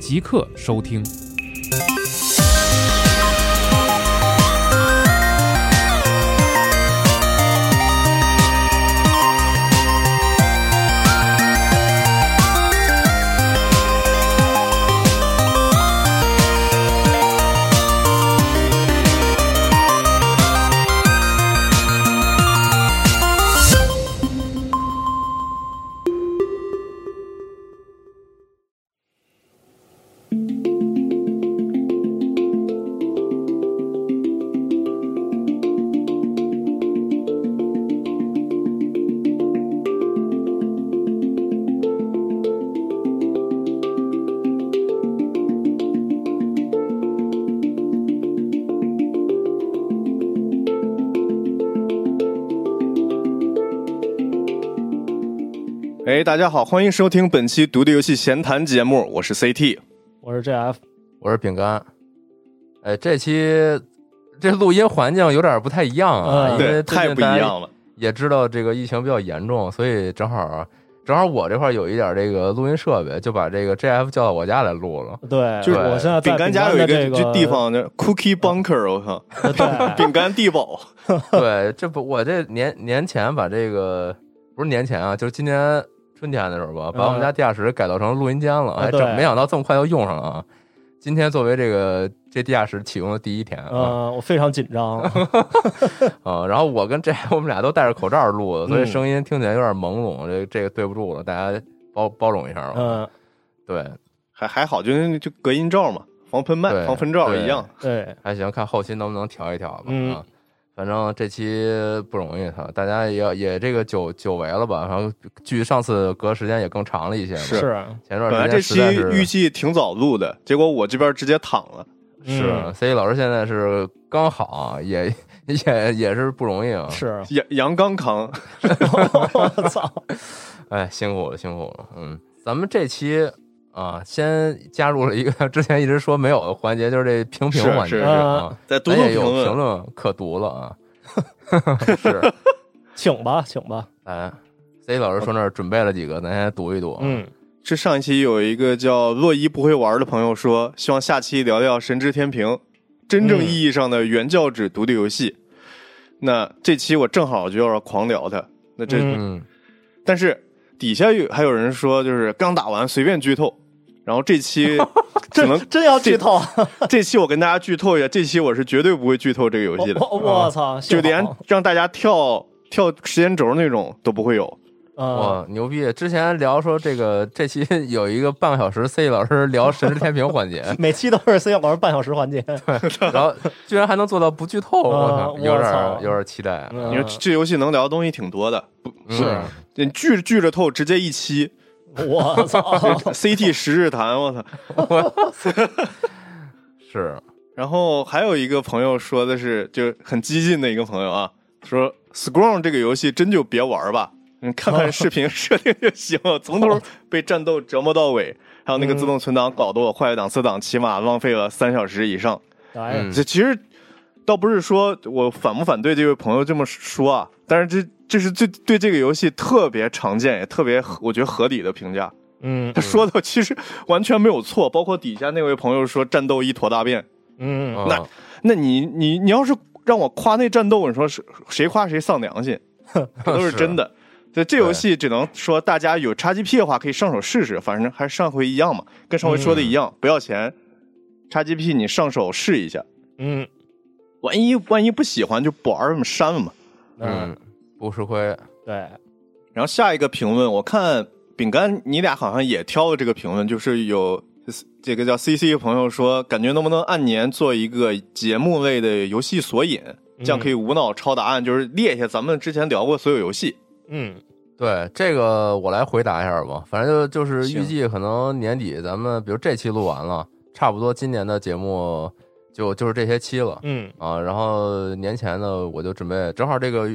即刻收听。哎，大家好，欢迎收听本期《独立游戏闲谈》节目，我是 CT。我是 JF，我是饼干。哎，这期这录音环境有点不太一样啊，嗯因为对，最近太不一大家样了。也知道这个疫情比较严重，所以正好正好我这块有一点这个录音设备，就把这个 JF 叫到我家来录了。 对，就是我现在在饼干家有一的个这就地，方叫 Cookie Bunker，我靠，呃对， 饼干地堡。对，这不我这年年前把这个不是年前啊，就是今年春天的时候吧，把我们家地下室改造成录音间了，嗯啊哎，对这没想到这么快就用上了啊！今天作为这个这地下室启用的第一天啊，嗯，我非常紧张，哦啊，然后我跟这 我们俩都戴着口罩录的，所以嗯声音听起来有点朦胧，这这个对不住了，大家包包容一下吧。嗯，对，还还好，就就隔音罩嘛，防喷麦、对防喷罩对一样。对，还行，看后期能不能调一调吧。嗯啊，反正这期不容易，哈，大家也要也这个久久违了吧？然后距上次隔时间也更长了一些嘛。是是，前本来段这期时间实在预是计挺早录的，结果我这边直接躺了。，是嗯 C 老师现在是刚好啊，也 也也是不容易啊。是杨杨刚扛，我操，哎，辛苦了，辛苦了。嗯，咱们这期啊，先加入了一个之前一直说没有的环节，就是这评评是环是节啊。在读咱读也评有评论。论可读了啊。 是，请吧，请吧，哎，C 老师说那儿准备了几个，咱先读一读。，啊哦嗯，这上一期有一个叫洛伊不会玩的朋友说，希望下期聊聊《神之天平》，真嗯正意义上的原教旨独立游戏。那这期我正好就要狂聊它。那这、嗯嗯，但是底下有还有人说，就是刚打完随便剧透。然后这 期只能真真要剧透，啊这期我跟大家剧透一下，这期我是绝对不啊会剧透这个游戏的，我我操，就连幸好让大家跳跳时间轴那种都不会有。嗯，，哇，牛逼！之前聊说这个这期 有一个半个小时，C 老师聊《神之天平》环节每期都是 C 老师半小时环节，然后居然还能做到不剧透，我啊操，有点我儿操有点儿期待。啊嗯你说这这游戏能聊的东西挺多的，不嗯你剧剧着透直接一期我 操， CT 十日谈，我操！是，然后还有一个朋友说的是，就很激进的一个朋友啊，说 Scrum 这个游戏真就别玩吧，你看看视频设定就行了，从头被战斗折磨到尾，还有那个自动存档搞得我坏档次档起码浪费了三小时以上。哎，嗯这其实倒不是说我反不反对这位朋友这么说啊，但是这这是对对这个游戏特别常见也特别合我觉得合理的评价。嗯他说的其实完全没有错，包括底下那位朋友说战斗一坨大便，哦嗯，那那你你你要是让我夸那战斗，你说是谁夸谁丧良心，这都是真的。对这游戏只能说大家有 XGP 的话可以上手试试，反正还是上回一样嘛，跟上回说的一样，不要钱，XGP 你上手试一下，嗯万一万一不喜欢就不玩儿，我们删了嘛。嗯嗯，，不吃亏。对，然后下一个评论，我看饼干你俩好像也挑了这个评论，就是有这个叫 CC 的朋友说，感觉能不能按年做一个节目类的游戏索引，这样可以无脑抄答案，就是列一下咱们之前聊过所有游戏。嗯对这个，我来回答一下吧。反正就就是行预计可能年底咱们，比如这期录完了，差不多今年的节目就就是这些期了嗯啊。然后年前呢，我就准备正好这个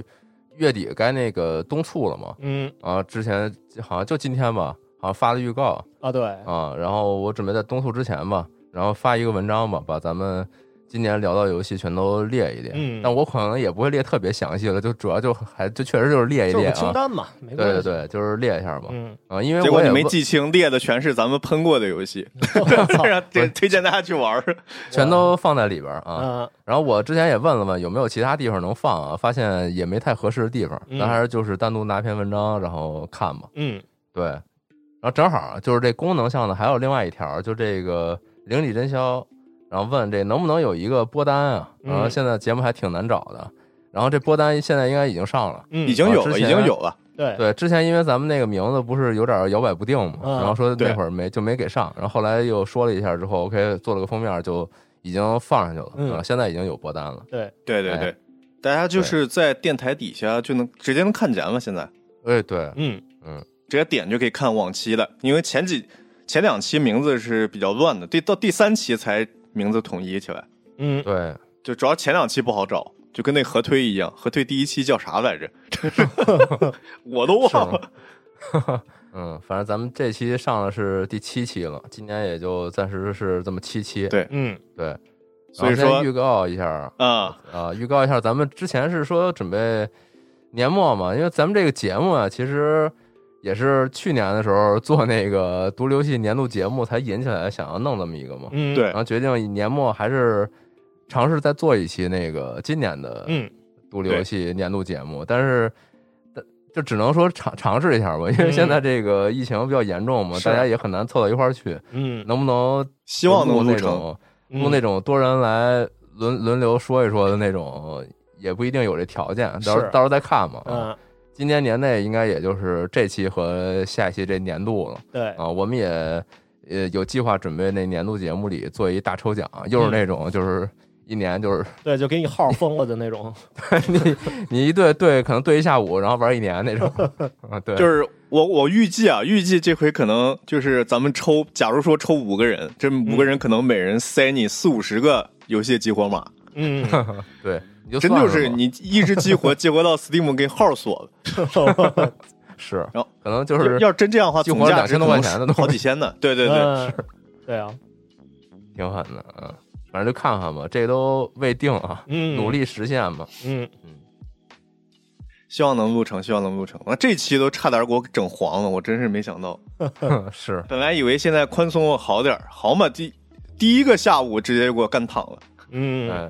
月底该那个冬促了嘛嗯啊，之前好像就今天吧，好像发了预告啊，对，哦啊。然后我准备在冬促之前吧，然后发一个文章吧，把咱们。今年聊到游戏全都列一列，嗯但我可能也不会列特别详细了，就主要就还就确实就是列一就是列个啊，清单嘛，没关对对系。对，就是列一下嘛， 嗯，啊，因为结果我你也没不记清，列的全是咱们喷过的游 戏，嗯我操让 这推荐大家去玩儿。全都放在里边儿啊。嗯然后我之前也问了问有没有其他地方能放啊，发现也没太合适的地方，嗯咱还是就是单独拿篇文章然后看吧。嗯对，然后正好啊就是这功能项呢，还有另外一条，就这个邻里真宵，然后问这能不能有一个播单啊？嗯然后现在节目还挺难找的，然后这播单现在应该已经上了。嗯，已经有啊了，之已前经有了。对 对，之前因为咱们那个名字不是有点摇摆不定嘛，嗯然后说对那会儿没就没给上，然后后来又说了一下之后，OK 做了个封面就已经放上去了，嗯啊现在已经有播单了。对，对对哎对，大家就是在电台底下就能直接能看见了，现在哎，对，嗯直接点就可以看往期的，因为前几前两期名字是比较乱的，第到第三期才名字统一起来，嗯，对，就主要前两期不好找。就跟那合推一样，合推第一期叫啥来着？ 我都忘了。 嗯，反正咱们这期上的是第七期了，今年也就暂时是这么七期。对嗯对，然所以后先说预告一下啊、啊，预告一下，咱们之前是说准备年末嘛，因为咱们这个节目啊，其实也是去年的时候做那个独流戏年度节目才引起来想要弄这么一个嘛，嗯，对然后决定以年末还是尝试再做一期那个今年的嗯独立游戏年度节目，但是但就只能说尝尝试一下吧，因为嗯现在这个疫情比较严重嘛，是大家也很难凑到一块儿去，嗯能不能希望能录录那成。种录嗯那种多人来轮轮流说一说的那种，也不一定有这条件，到时候是到时候再看嘛。啊嗯今年年内应该也就是这期和下一期这年度了对啊，我们也呃有计划准备那年度节目里做一大抽奖，又嗯是那种就是一年就是 对，就给你号封了的那种。你你一对对，可能对一下午，然后玩一年那 种。啊，对，就是是我我预计啊，预计这回可能就是咱们抽，假如说抽五个人，这五个嗯人可能每人塞你四五十个游戏激活码， 嗯， 对，你就真算就是吧你一直激 活，激活到 Steam 给号锁了。是，然后可能就是哦要真这样的话，激活总价值2000多可能块钱的东西好几千 呢。对对对，嗯对啊，挺狠的，嗯，反正就看看吧，这都未定啊，嗯努力实现吧。嗯，希望能录成，希望能录成。那这期都差点给我整黄了，我真是没想到。嗯是，本来以为现在宽松了好点儿，好嘛，第第一个下午直接给我干躺了。嗯，哎，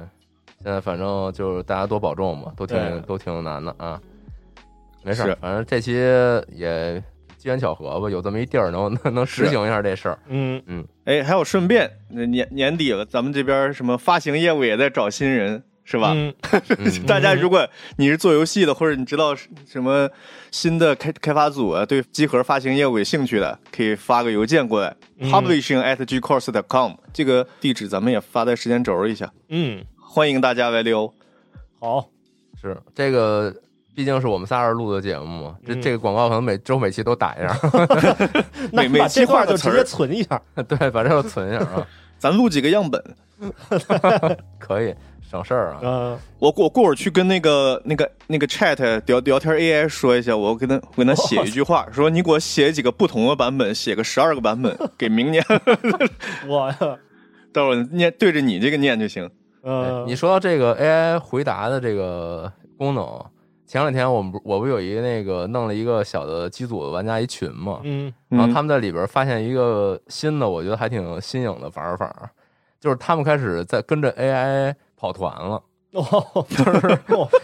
现在反正就是大家多保重吧，都对挺都挺难的啊。没事是儿，反正这期也机缘巧合吧，有这么一地儿能 能能实是行一下这事儿。嗯，哎，还有顺便那年年底了，咱们这边什么发行业务也在找新人，是是吧？嗯 嗯大家如果你是做游戏的，或者你知道什么新的开开发组啊，对集合发行业务有兴趣的，可以发个邮件过来、嗯 p u b l i s h i n g at gcourse.com 这个地址咱们也发在时间轴一下，嗯，欢迎大家来溜。好，是这个，毕竟是我们仨人录的节目嘛，这嗯这个广告可能每周每期都打一下，那每你把每期这块换个就词直儿接存一下。 对，把这个存一下啊，咱录几个样本，可以省事儿啊。嗯，我我过会儿去跟那个那个那个 Chat 聊聊天 AI 说一下，我跟他我跟他写一句话，说你给我写几个不同的版本，写个十二个版 本，给明年， 我，待会儿念对着你这个念就行。哎嗯，你说到这个 AI 回答的这个功能，前两天我们不我不有一那个弄了一个小的机组玩家一群嘛，嗯嗯然后他们在里边发现一个新的，我觉得还挺新颖的玩法，就是他们开始在跟着 AI 跑团了。 哦，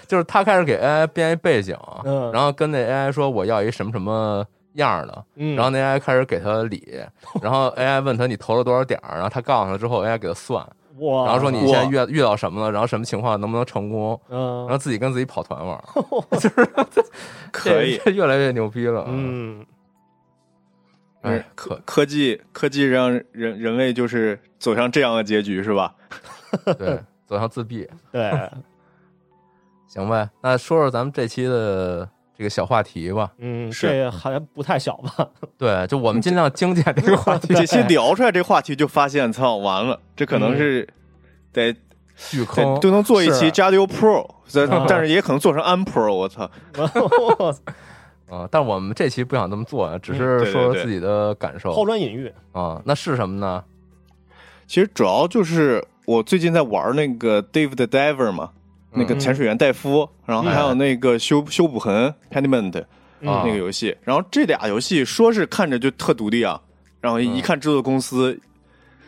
就是他开始给 AI 编一背景，嗯然后跟那 AI 说我要一什么什么样儿的，嗯然后那 AI 开始给他理， 然后 AI 问他你投了多少点儿，然后他告诉他之后 AI 给他算，哇，然后说你现哇在遇到遇到什么了，然后什么情况能不能成功，然后嗯自己跟自己跑团玩儿，可以，这 这越来越牛逼了，，嗯，哎哎，可科科技科技让人人类就是走向这样的结局是 吧？对， 走向自闭， 对，行呗，那说说咱们这期的。这个小话题吧。嗯，是这还不太小 吧？ 对，就我们尽量精简这个话题，这些聊出来这话题，就发现操完了，这可嗯能是得巨得坑。都能做一期是 Jadio Pro，但嗯啊但是也可能做成 An Pro，我操，啊、但我们这期不想这么做，啊只嗯是对对说对自己的感受抛砖引玉，啊、那是什么呢？其实主要就是我最近在玩那个 Dave the Diver 嘛，那个嗯潜水员戴夫，然后还有那个修修补痕 Pediment 啊嗯那个游戏，然后这俩游戏说是看着就特独立啊，然后嗯一看制作公司，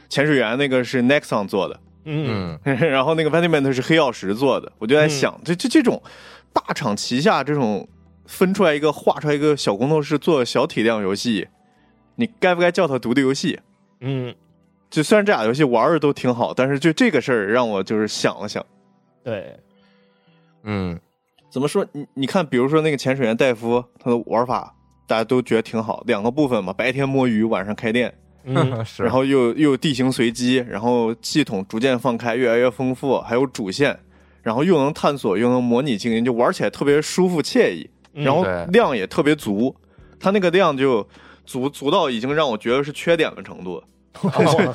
潜水员那个是 Nexon 做的，嗯嗯然后那个 Pediment 是黑曜石做的，我就在嗯想，这这这种大厂旗下这种分出来一个画出来一个小工作室做小体量游戏，你该不该叫它独立游戏？嗯，就虽然这俩游戏玩的都挺好，但是就这个事儿让我就是想了想，对，嗯怎么说？你你看，比如说那个潜水员戴夫，他的玩法大家都觉得挺好，两个部分嘛，白天摸鱼，晚上开店，嗯是，然后又又有地形随机，然后系统逐渐放开，越来越丰富，还有主线，然后又能探索，又能模拟经营，就玩起来特别舒服惬意，嗯然后对量也特别足，他那个量就足足到已经让我觉得是缺点的程度了。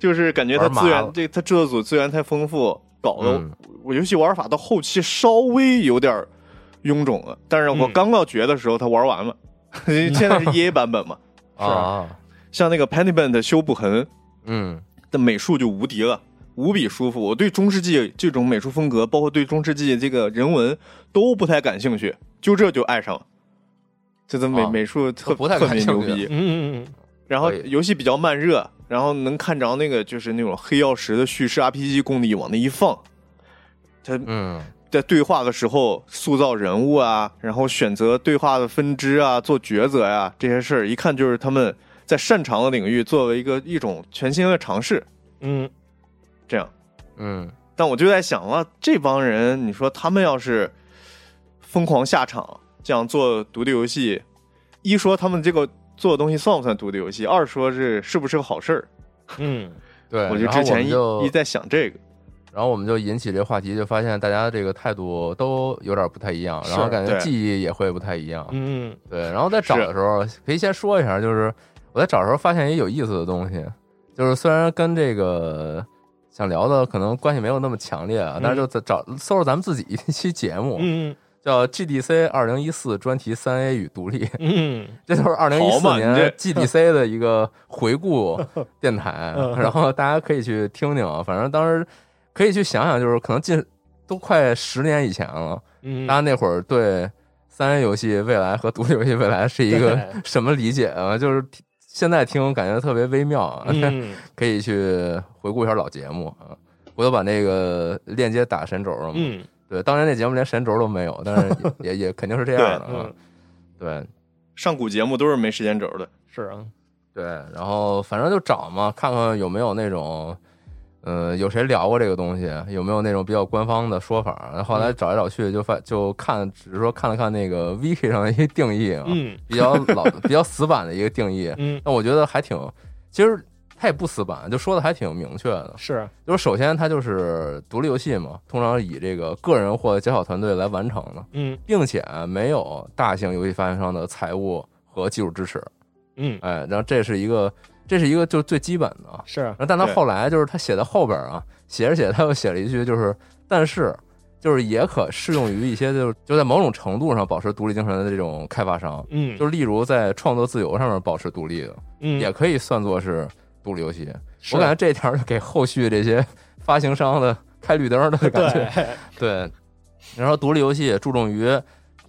就是感觉它哦玩麻资了源这它制作组资源太丰富，搞得嗯我游戏玩法到后期稍微有点臃肿了。但是我嗯刚到绝的时候，它玩完了， 现 在是 EA 版本嘛，啊，像那个 Pentiment 修补痕嗯的美术就无敌了。无比舒服，我对中世纪这种美术风格，包括对中世纪这个人文都不太感兴趣，就这就爱上了，这这美、啊美术特都不太特感别兴牛趣逼，嗯嗯嗯然后可以游戏比较慢热，然后能看着那个就是那种黑曜石的叙事 RPG 功底往那一放，他嗯在对话的时候塑造人物啊，然后选择对话的分支啊，做抉择呀、这些事儿，一看就是他们在擅长的领域作为一个一种全新的尝试，嗯这样。嗯但我就在想啊，这帮人，你说他们要是疯狂下场，这样做独立游戏，一说他们这个做的东西算不算独立游戏，二说是是不是个好事儿。嗯，对，我就然后之我们前就一一在想这个，然后我们就引起这话题，就发现大家这个态度都有点不太一样，是然后感觉对记忆也会不太一样。嗯嗯对，然后在找的时候，可以先说一下，就是我在找的时候发现一有意思的东西，就是虽然跟这个想聊的可能关系没有那么强烈啊，嗯但是就在找搜着咱们自己一期节目，嗯叫 GDC 二零一四专题三 A 与独立，嗯，这就是二零一好四嘛年你这 GDC 的一个回顾电台 嗯然后大家可以去听听啊。反正当时可以去想想，就是可能近都快十年以前了，嗯，大家那会儿对三 A 游戏未来和独立游戏未来是一个 对什么理解啊？ 就是听现在听感觉特别微妙啊，嗯 可以去回顾一下老节目啊。我都把那个链接打神轴了嘛，嗯对，当年那节目连神轴都没有，但是 也也也肯定是这样的啊嗯，对。上古节目都是没时间轴的，是啊，对，然后反正就找嘛，看看有没有那种，呃，有谁聊过这个东西，有没有那种比较官方的说法。然后后来找来找去，就发就看，只是说看了看那个 Wiki 上的一些定义啊，嗯比较老、比较死板的 一个定义。啊嗯但我觉得还挺，其实它也不死板，就说的还挺明确的。是，啊就是首先它就是独立游戏嘛，通常以这个个人或较小团队来完成的，嗯并且没有大型游戏发行商的财务和技术支持。嗯哎，然后这是一个，这是一个就是最基本的啊。是然，后但他对后来就是他写到后边儿啊，写着写着他又写了一句，就是但是就是也可适用于一些就是就在某种程度上保持独立精神的这种开发商，嗯就是例如在创作自由上面保持独立的，嗯也可以算作是独立游戏。是啊我感觉这条就给后续这些 发行商的开绿灯的感觉，对，对，然后独立游戏注重于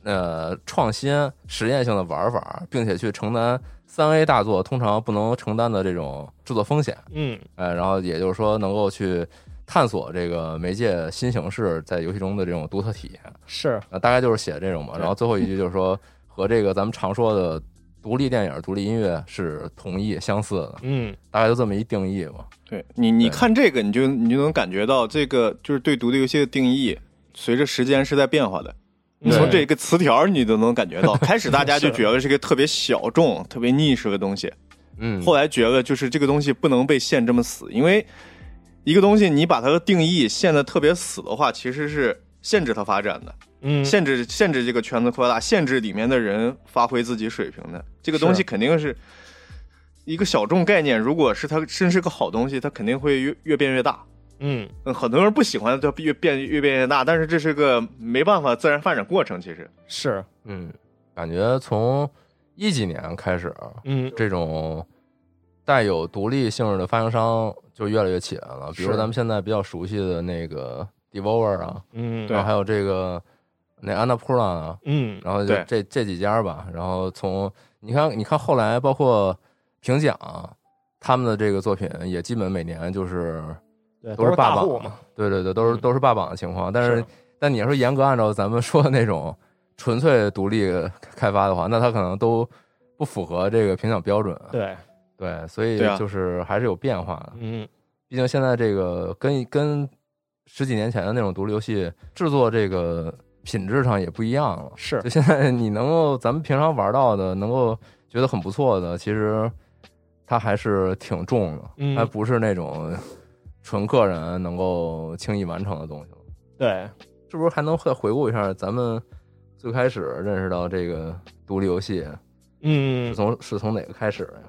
呃创新、实验性的玩法，并且去承担三 A 大作通常不能承担的这种制作风险，嗯呃，然后也就是说能够去探索这个媒介新形式在游戏中的这种独特体验，是，啊呃，大概就是写这种嘛。然后最后一句就是说和这个咱们常说的独立电影、独立音乐是同义相似的，嗯大概就这么一定义嘛。对你，你对看这个，你就你就能感觉到这个就是对独立游戏的定义，随着时间是在变化的。你对从这个词条，你都能感觉 到，开始大家就是觉得是个特别小众、特别 niche 的东西，嗯，后来觉得就是这个东西不能被限这么死，因为一个东西你把它的定义限得特别死的话，其实是限制它发展的。嗯，限制限制这个圈子扩大，限制里面的人发挥自己水平的这个东西，是啊肯定是一个小众概念。如果是它真是个好东西，它肯定会越越变越大。嗯嗯，很多人不喜欢它越变越变越大，但是这是个没办法自然发展过程。其实，是啊嗯，感觉从一几年开始，啊嗯这种带有独立性质的发行商就越来越起来了。比如是咱们现在比较熟悉的那个 Devour 啊，嗯对然后还有这个那安娜普拉啊，嗯然后就对这这几家吧。然后从你看，你看后来包括评奖，他们的这个作品也基本每年就是对都是霸大榜户嘛，对对对，都是嗯都是霸榜的情况。但是是，但你要说严格按照咱们说的那种纯粹独立开发的话，那它可能都不符合这个评奖标准。啊啊对对，所以对啊就是还是有变化的。嗯毕竟现在这个跟跟十几年前的那种独立游戏制作这个品质上也不一样了。 是就现在你能够咱们平常玩到的，能够觉得很不错的，其实它还是挺重的，嗯还不是那种纯个人能够轻易完成的东西了。对是不是还能再回顾一下咱们最开始认识到这个独立游戏嗯是从是从哪个开始的呀？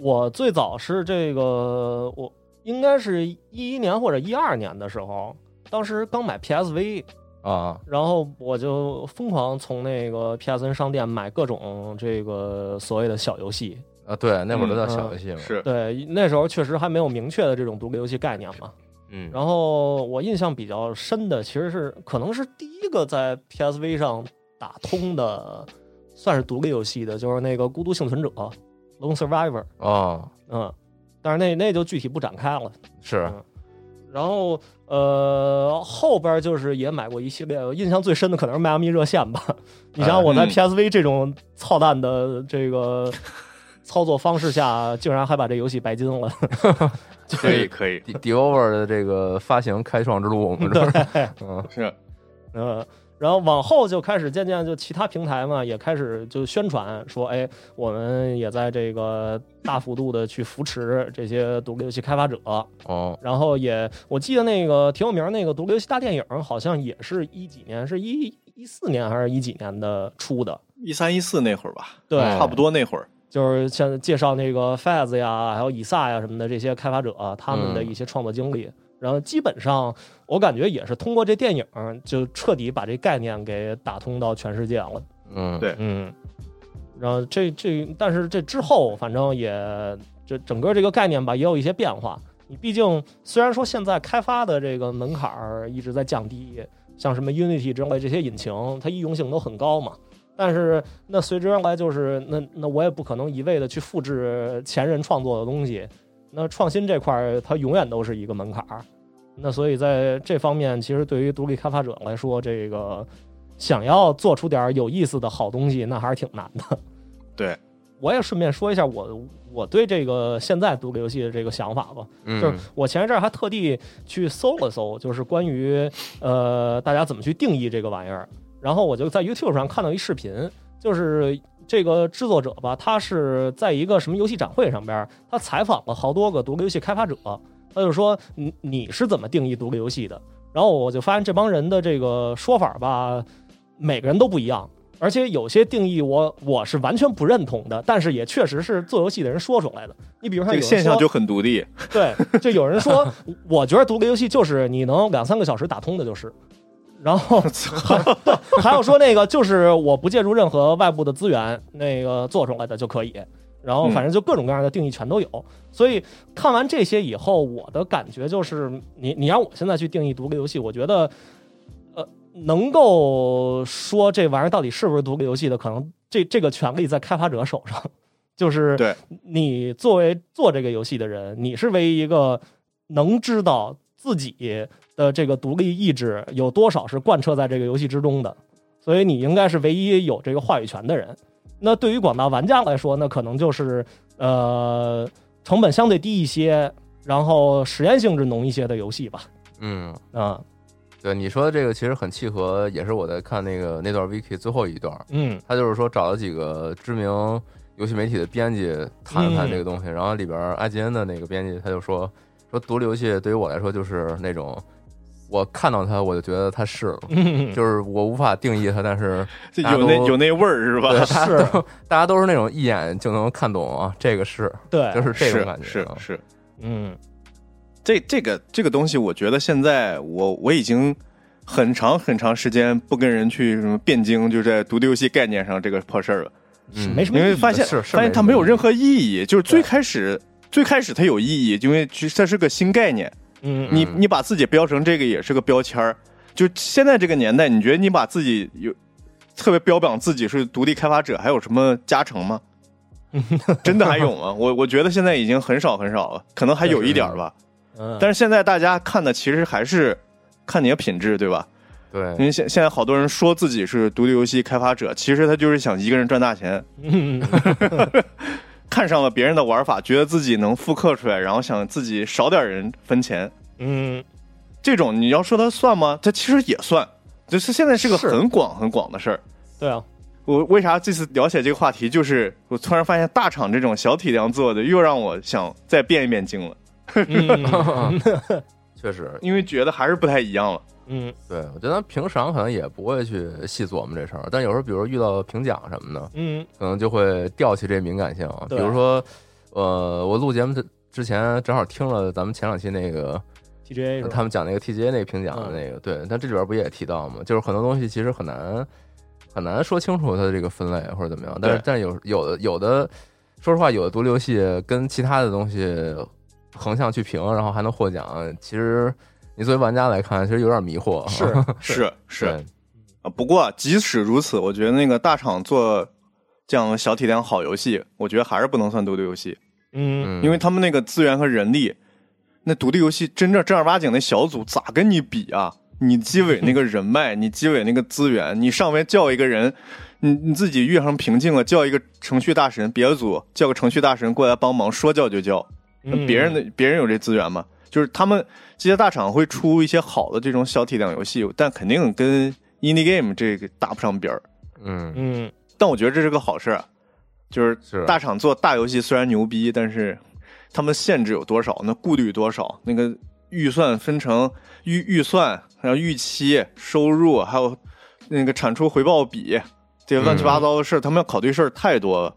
我最早是这个，我应该是一一年或者一二年的时候，当时刚买 PSV，啊，然后我就疯狂从那个 PSN 商店买各种这个所谓的小游戏。啊，对，那嗯会儿都叫小游戏嘛。是对，那时候确实还没有明确的这种独立游戏概念嘛。嗯，然后我印象比较深的，其实是可能是第一个在 PSV 上打通的，算是独立游戏的，就是那个《孤独幸存者》（Lone Survivor）。哦，嗯，但是那那就具体不展开了。是嗯然后呃，后边就是也买过一系列，我印象最深的可能是迈阿密热线吧。你想想我在嗯 PSV 这种操蛋的这个操作方式下，竟然还把这游戏白金了。 可以可以 D D Over 的这个发行开创之路，我们这 是嗯是嗯，然后往后就开始渐渐就其他平台嘛，也开始就宣传说，哎，我们也在这个大幅度的去扶持这些独立游戏开发者。哦，然后也我记得那个挺有名儿那个独立游戏大电影，好像也是一几年，是一一四年还是一几年的出的。一三一四那会儿吧，对，嗯差不多那会儿。就是像介绍那个 Faz 呀，还有以撒呀什么的这些开发者、啊他们的嗯一些创作经历。然后基本上，我感觉也是通过这电影，就彻底把这概念给打通到全世界了。嗯，对嗯，然后这这，但是这之后，反正也这整个这个概念吧，也有一些变化。你毕竟虽然说现在开发的这个门槛儿一直在降低，像什么 Unity 之类这些引擎，它易用性都很高嘛。但是那随之而来就是那那我也不可能一味的去复制前人创作的东西，那创新这块儿它永远都是一个门槛儿。那所以在这方面，其实对于独立开发者来说，这个想要做出点儿有意思的好东西，那还是挺难的。对，我也顺便说一下我我对这个现在独立游戏的这个想法吧，嗯就是我前一阵儿还特地去搜了搜，就是关于呃大家怎么去定义这个玩意儿，然后我就在 YouTube 上看到一视频，就是这个制作者吧，他是在一个什么游戏展会上边儿，他采访了好多个独立游戏开发者，他就说你你是怎么定义独立游戏的？然后我就发现这帮人的这个说法吧，每个人都不一样，而且有些定义我我是完全不认同的，但是也确实是做游戏的人说出来的。你比如说这有个人现象说就很独立，对，就有人说，我觉得独立游戏就是你能两三个小时打通的，就是。然后还有说那个就是我不借助任何外部的资源，那个做出来的就可以。然后反正就各种各样的定义全都有。所以看完这些以后，我的感觉就是，你你让我现在去定义独立游戏，我觉得，呃，能够说这玩意儿到底是不是独立游戏的，可能这这个权利在开发者手上。就是对你作为做这个游戏的人，你是唯一一个能知道自己的这个独立意志有多少是贯彻在这个游戏之中的，所以你应该是唯一有这个话语权的人。那对于广大玩家来说，那可能就是呃成本相对低一些，然后实验性质浓一些的游戏吧。嗯，啊，对，你说的这个其实很契合，也是我在看那个那段 Wiki 最后一段，嗯他就是说找了几个知名游戏媒体的编辑谈谈这个东西，然后里边 IGN 的那个编辑他就说说独立游戏对于我来说就是那种我看到它我就觉得它是了，嗯就是我无法定义它，但是这大家有那都有那味儿是吧？ 对大是家都大家都是那种一眼就能看懂啊，这个是对，就是这种感是觉，是啊是，嗯这这个这个东西，我觉得现在我我已经很长很长时间不跟人去什么辩经，就在独立游戏概念上这个破事儿了，嗯没什么因意义为的，发现是是发现没它什么没有意义任何意义，就是最开始。最开始它有意义，因为其实它是个新概念，嗯你嗯你把自己标成这个也是个标签儿。就现在这个年代，你觉得你把自己有特别标榜自己是独立开发者，还有什么加成 吗？真的还有吗？我我觉得现在已经很少很少了，可能还有一点儿吧。嗯，但是现在大家看的其实还是看你的品质，对吧？因 对，为现现在好多人说自己是独立游戏开发者，其实他就是想一个人赚大钱，嗯看上了别人的玩法，觉得自己能复刻出来，然后想自己少点人分钱。嗯这种你要说它算吗？它其实也算，就是现在是个是很广很广的事儿。对啊，我为啥这次了解这个话题，就是我突然发现大厂这种小体量做的，又让我想再变一变经了，嗯确实，因为觉得还是不太一样了。嗯对我觉得平常可能也不会去细琢磨这事儿，但有时候比如遇到评奖什么的，嗯可能就会吊起这敏感性啊。比对如说，呃，我录节目之之前正好听了咱们前两期那个，TGA 是吧他们讲那个 TGA 那个评奖的嗯那个，对，但这里边不也提到吗？就是很多东西其实很难很难说清楚它的这个分类或者怎么样，但是对但是有有的有的，说实话，有的独立游戏跟其他的东西横向去评，然后还能获奖，其实你作为玩家来看，其实有点迷惑啊。是 是是 对啊，不过即使如此，我觉得那个大厂做这样小体量好游戏，我觉得还是不能算独立游戏，嗯嗯，因为他们那个资源和人力，那独立游戏真正正儿八经的小组咋跟你比啊？你积累那个人脉，你积累那个资源，你上面叫一个人，你你自己遇上瓶颈了，叫一个程序大神，别的组叫个程序大神过来帮忙，说叫就叫，那嗯，别人的别人有这资源吗？就是他们这些大厂会出一些好的这种小体量游戏，但肯定跟 indie game 这个搭不上边儿。嗯嗯但我觉得这是个好事儿，就是是大厂做大游戏虽然牛逼，但是他们限制有多少？那顾虑多少？那个预算分成预预算，还有预期、收入，还有那个产出回报比，这些乱七八糟的事儿，他们要考虑事儿太多了。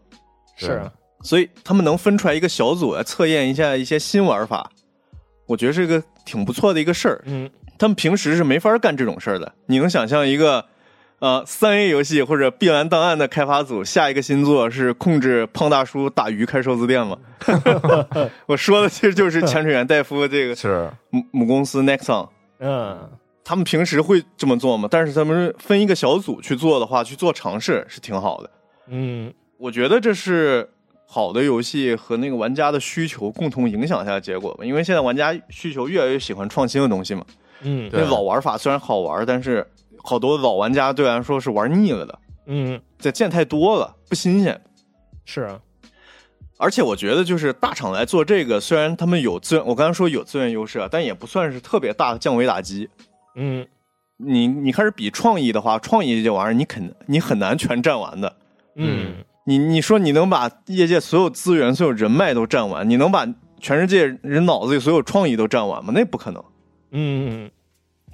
是啊所以他们能分出来一个小组来测验一下一些新玩法，我觉得是个挺不错的一个事儿。嗯他们平时是没法干这种事儿的。你能想象一个呃三 A 游戏或者《碧蓝档案》的开发组下一个新作是控制胖大叔打鱼开寿司店吗？我说的其实就是潜水员戴夫这个是母母公司 Nexon。嗯他们平时会这么做吗？但是他们分一个小组去做的话，去做尝试是挺好的。嗯我觉得这是好的游戏和那个玩家的需求共同影响下的结果吧。因为现在玩家需求越来越喜欢创新的东西嘛。嗯对那老玩法虽然好玩，但是好多老玩家对我来说是玩腻了的，嗯这见太多了，不新鲜。是啊而且我觉得，就是大厂来做这个，虽然他们有资源，我刚才说有资源优势啊，但也不算是特别大的降维打击。嗯你你开始比创意的话，创意这玩意儿你肯你很难全占完的，嗯你你说你能把业界所有资源、所有人脉都占完，你能把全世界人脑子里所有创意都占完吗？那不可能。嗯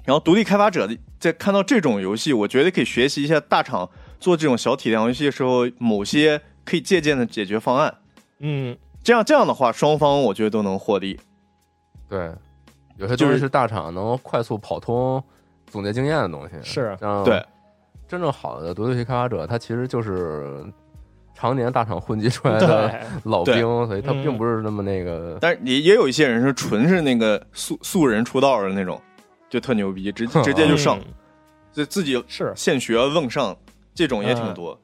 然后独立开发者在看到这种游戏，我觉得可以学习一下大厂做这种小体量游戏的时候某些可以借鉴的解决方案。嗯这样这样的话，双方我觉得都能获利。对，有些就东西是是大厂能快速跑通、总结经验的东西。是啊让对，真正好的独立游戏开发者，他其实就是常年大厂混迹 出 来的对 老兵对，所以他嗯并不是那么那个。但是也也有一些人是纯是那个素素人出道的那种，就特牛逼，直直接就嗯上，就自己 是啊现学愣上，这种也挺多。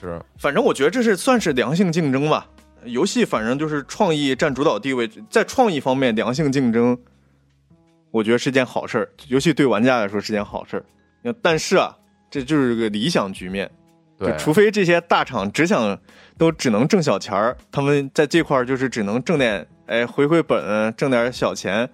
是，反正我觉得这是算是良性竞争吧。游戏反正就是创意占主导地位，在创意方面良性竞争，我觉得是件好事儿，尤其对玩家来说是件好事儿。但是啊，这就是个理想局面，对就，除非这些大厂只想都只能挣小钱儿，他们在这块儿就是只能挣点哎回回本，挣点小钱，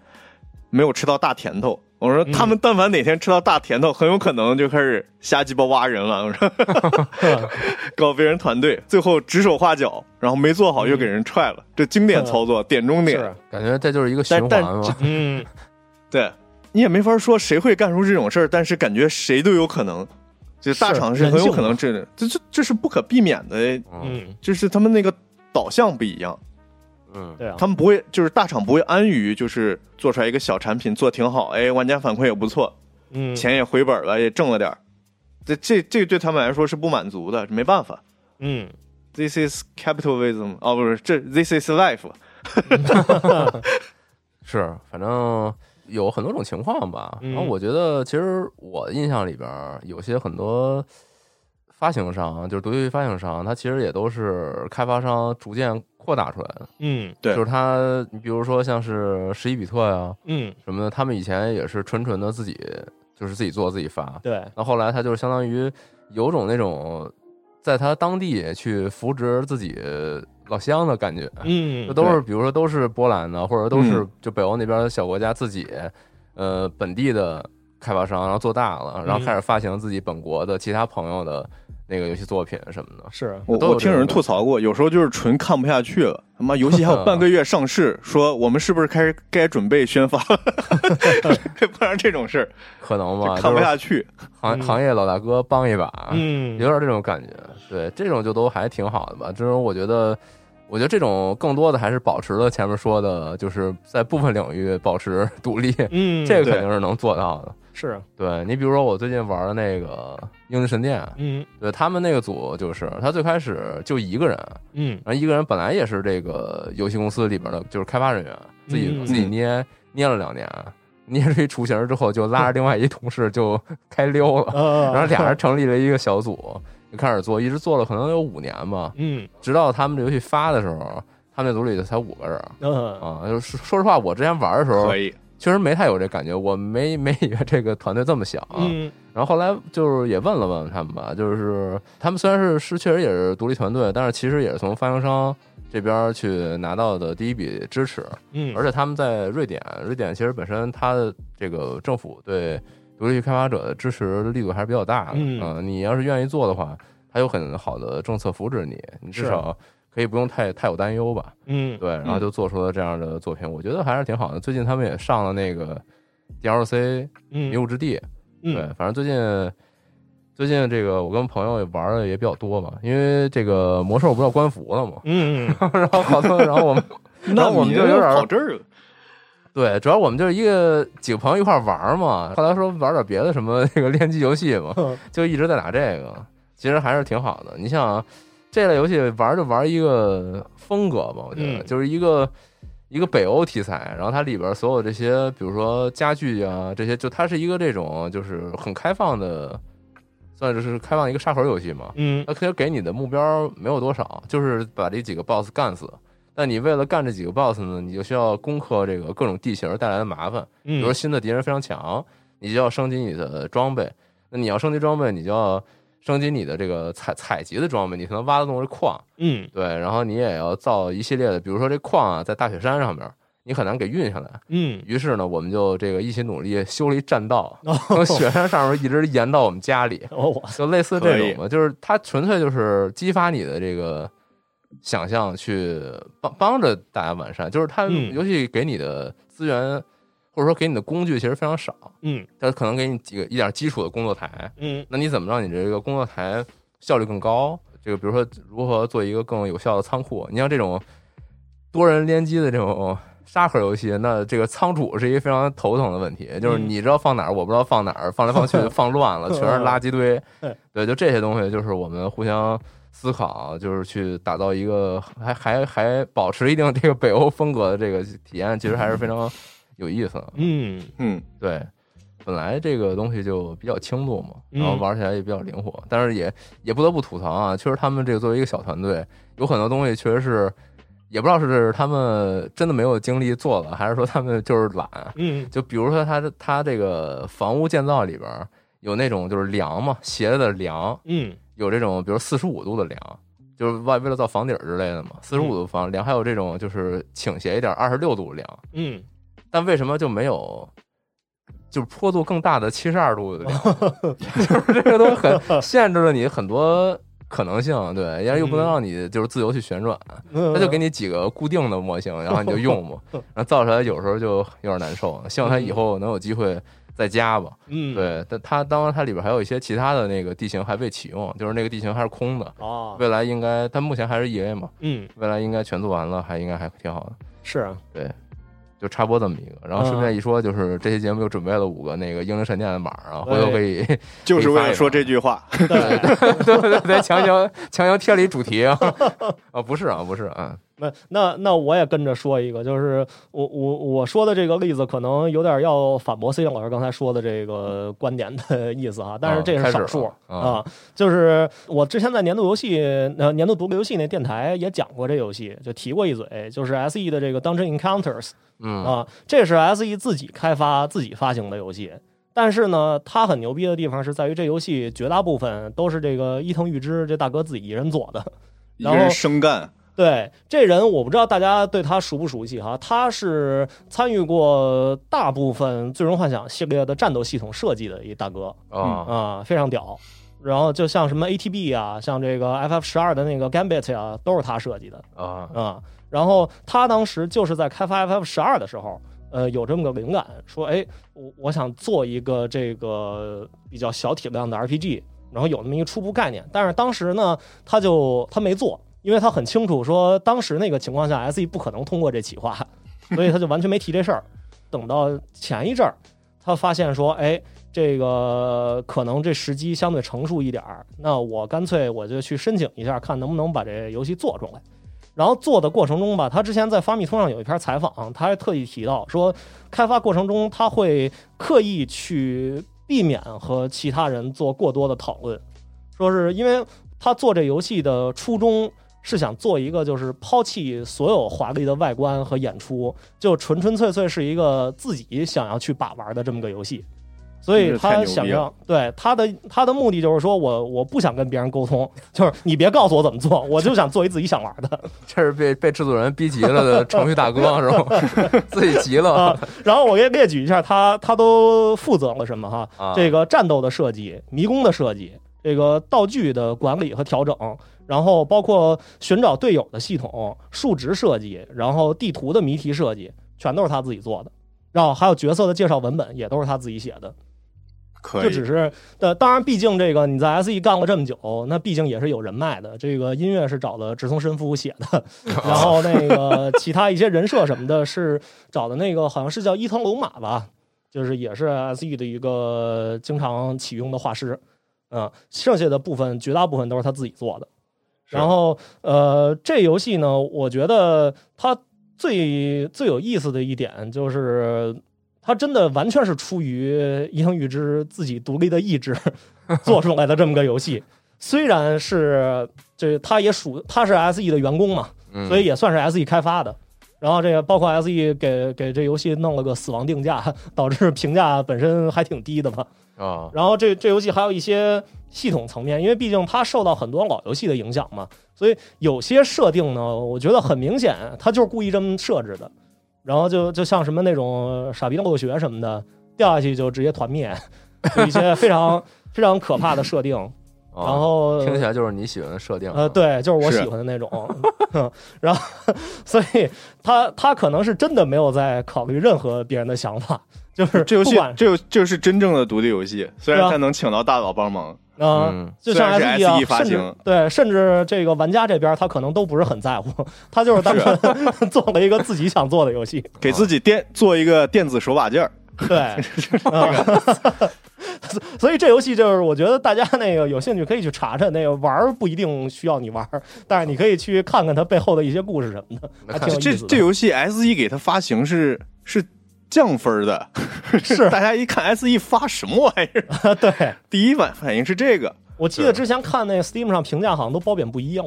没有吃到大甜头。我说嗯他们但凡哪天吃到大甜头，很有可能就开始瞎鸡巴挖人了。我说。啊搞别人团队，最后指手画脚，然后没做好又给人踹了，这经典操作，点中点。嗯是感觉这就是一个循但环嘛。嗯对，你也没法说谁会干出这种事儿，但是感觉谁都有可能，就是大是厂是人很有性可能嘛这这这这是不可避免的，嗯 嗯，就是他们那个导向不一样，嗯，对啊，他们不会就是大厂不会安于就是做出来一个小产品做挺好，哎，玩家反馈也不错，嗯，钱也回本了，也挣了点儿，这这这对他们来说是不满足的，没办法。嗯， This is capitalism 哦，不是，这 This is life。是，反正有很多种情况吧。然后嗯我觉得，其实我印象里边儿有些很多发行商，就是独立发行商，它其实也都是开发商逐渐扩大出来的。嗯，对就是它，你比如说像是十一比特呀、嗯，什么的，他们以前也是纯纯的自己，就是自己做自己发。对，那后来它就是相当于有种那种在它当地去扶植自己老乡的感觉。嗯这，都是比如说都是波兰的，或者都嗯是就北欧那边的小国家自己，呃，本地的开发商，然后做大了，嗯然后开始发行自己本国的其他朋友的那个游戏作品什么的。是，啊我都有我听有人吐槽过，有时候就是纯看不下去了， 他妈游戏还有半个月上市，说我们是不是开始该准备宣发 了？不然这种事儿可能就吧，看不就是下去。行嗯行业老大哥帮一把，嗯，啊有点这种感觉。对，这种就都还挺好的吧。这种我觉得，我觉得这种更多的还是保持了前面说的，就是在部分领域保持独立，嗯，这个对肯定是能做到的。是，啊对你比如说我最近玩的那个《英之神殿》，嗯对他们那个组就是他最开始就一个人，嗯然后一个人本来也是这个游戏公司里边的，就是开发人员，自己、嗯自己捏捏了两年，捏出一雏形儿之后，就拉着另外一同事就开溜了，呃，哦然后俩人成立了一个小组，就开始做，一直做了可能有五年吧，嗯，直到他们这游戏发的时候，他们那组里就才五个人。嗯啊，就是说实话，我之前玩的时候可，以，确实没太有这感觉，我没没以为这个团队这么小啊。嗯然后后来就是也问了问他们吧，就是他们虽然是是确实也是独立团队，但是其实也是从发行商这边去拿到的第一笔支持，嗯，而且他们在瑞典，瑞典其实本身它的这个政府对独立开发者的支持力度还是比较大的，嗯呃你要是愿意做的话，它有很好的政策扶持你，你至是少可以不用太太有担忧吧。嗯对，然后嗯就做出了这样的作品，我觉得还是挺好的。最近他们也上了那个 DLC《嗯迷雾之地》，对嗯，，反正最近最近这个我跟朋友也玩的也比较多嘛，因为这个魔兽不是要官服了嘛 嗯 然后好多，然后我们然那后我们你就有点跑儿这儿了。对，主要我们就是一个几个朋友一块儿玩嘛，后来说玩点别的什么那个联机游戏嘛，嗯就一直在打这个，其实还是挺好的。你想这类游戏玩就玩一个风格吧，我觉得、嗯就是一个。一个北欧题材，然后它里边所有这些，比如说家具啊，这些就它是一个这种就是很开放的，算是开放一个沙盒游戏嘛。嗯它其实给你的目标没有多少，就是把这几个 boss 干死。但你为了干这几个 boss 呢，你就需要攻克这个各种地形带来的麻烦。比嗯，如说新的敌人非常强，你就要升级你的装备。那你要升级装备，你就要升级你的这个采采集的装备，你才能挖得动这矿。嗯对，然后你也要造一系列的，比如说这矿啊，在大雪山上面，你很难给运下来。嗯于是呢，我们就这个一起努力修了一栈道，从雪山上面一直延到我们家里。哦 我就类似这可以种吧，就是它纯粹就是激发你的这个想象，去帮帮着大家完善。就是它嗯游戏给你的资源，或者说给你的工具，其实非常少，嗯它可能给你几个一点基础的工作台。嗯那你怎么让你这个工作台效率更高？这个比如说如何做一个更有效的仓库？你像这种多人联机的这种沙盒游戏，那这个仓储是一个非常头疼的问题，就是嗯你知道放哪儿，我不知道放哪儿，放 来放去放乱了，全是垃圾堆对。对，就这些东西，就是我们互相。思考就是去打造一个还还还保持一定这个北欧风格的这个体验，其实还是非常有意思的。嗯嗯，对，本来这个东西就比较轻度嘛，嗯然后玩起来也比较灵活，但是也也不得不吐槽啊，确实他们这个作为一个小团队，有很多东西确实是也不知道是他们真的没有精力做了，还是说他们就是懒。嗯就比如说他他这个房屋建造里边儿有那种就是梁嘛，斜着的梁，嗯有这种比如四十五度的梁。就是为为了造房顶儿之类的嘛，四十五度房梁，还有这种就是倾斜一点二十六度梁，嗯但为什么就没有就是 坡 度更大的七十二度的量？就是这个东西很限制了你很多可能性，对，因为又不能嗯让你就是自由去旋转，那他就给你几个固定的模型，然后你就用嘛，嗯然后造出来有时候就有点难受。希望他以后能有机会再加吧。嗯，对，但它当然它里边还有一些其他的那个地形还未启用，就是那个地形还是空的。哦，未来应该，它目前还是 EA 嘛，嗯，未来应该全做完了，还应该还挺好的。是 啊，对，就插播这么一个，然后顺便嗯一说，就是这期节目又准备了五个那个英灵神殿的码儿啊，回头可以哎就是为了说这句话。对，对 对对，强行强行贴了一主题啊 啊，不是啊，不是啊，那那那我也跟着说一个，就是我我我说的这个例子可能有点要反驳 C 老师刚才说的这个观点的意思啊，但是这啊开是始少数了啊就是我之前在年度游戏呃年度独立游戏那电台也讲过这游戏，就提过一嘴，就是 S E 的这个 Dungeon Encounters 嗯啊，这是 S E 自己开发自己发行的游戏。但是呢，它很牛逼的地方是在于这游戏绝大部分都是这个伊藤裕之这大哥自己一人做的， 一然个后人生干，对这人，我不知道大家对他熟不熟悉哈。他是参与过大部分《最终幻想》系列的战斗系统设计的一大哥啊啊、非常屌。然后就像什么 ATB 啊，像这个 FF 十二的那个 Gambit 啊，都是他设计的啊啊、然后他当时就是在开发 FF 十二的时候，呃，有这么个灵感，说哎，我我想做一个这个比较小体量的 RPG，然后有那么一个初步概念，但是当时呢，他就他没做，因为他很清楚说当时那个情况下 S E 不可能通过这企划， 所以他就完全没提这事儿。等到前一阵儿，他发现说，哎，这个可能这时机相对成熟一点儿，那我干脆我就去申请一下，看能不能把这游戏做出来。然后做的过程中吧，他之前在发米通上有一篇采访，他还特意提到说，开发过程中他会刻意去避免和其他人做过多的讨论，说是因为他做这游戏的初衷是想做一个就是抛弃所有华丽的外观和演出，就纯纯粹粹是一个自己想要去把玩的这么个游戏。所以这太他牛逼了想让对他的他的目的就是说我我不想跟别人沟通， 就是你别告诉我怎么做，我就想做一自己想玩的。这是被被制作人逼急 了的程序大哥是吧？自己急了啊，然后我给列举一下他他都负责了什么哈，啊，这个战斗的设计、迷宫的设计、这个道具的管理和调整，然后包括寻找队友的系统、数值设计，然后地图的谜题设计，全都是他自己做的。然后还有角色的介绍文本也都是他自己写的，可就只以。是呃，当然，毕竟这个你在 S E 干了这么久，那毕竟也是有人脉的。这个音乐是找的直通神夫 写的，然后那个其他一些人设什么的，是找的那个好像是叫伊藤龙马吧，就是也是 S E 的一个经常启用的画师。嗯，剩下的部分绝大部分都是他自己做的。是然后呃，这游戏呢，我觉得它最最有意思的一点就是，它真的完全是出于伊藤裕之自己独立的意志 做出来的这么个游戏。虽然是这，他也属他是 S E 的员工嘛，嗯所以也算是 S E 开发的。然后这个包括 S E 给给这游戏弄了个死亡定价，导致评价本身还挺低的嘛。啊然后这这游戏还有一些系统层面，因为毕竟它受到很多老游戏的影响嘛，所以有些设定呢，我觉得很明显，它就是故意这么设置的。然后就就像什么那种傻逼落学什么的，掉下去就直接团灭，有一些非常 非常可怕的设 定。哦啊然后听起来就是你喜欢的设定啊呃，，对，就是我是喜欢的那种。 嗯然后，所以他他可能是真的没有在考虑任何别人的想法，就是这游不戏管，这游就是真正的独立游戏，虽对然啊他能请到大佬帮忙，啊、嗯就像虽然 S 是 E 啊 SE，发甚行至对，甚至这个玩家这边他可能都不是很在乎，他就是 单纯做了一个自己想做的游戏，给自己电做一个电子手把件儿，对，啊所 所以这游戏就是我觉得大家那个有兴趣可以去查查，那个玩儿不一定需要你玩儿，但是你可以去看看它背后的一些故事什么的，那还看挺有这意思这的。游戏 S E 给它发行是是降分儿的，是大家一看 S E 发什么玩意儿， 对，第一反反应是这个，我记得之前看那 Steam 上评价好像都褒贬不一了，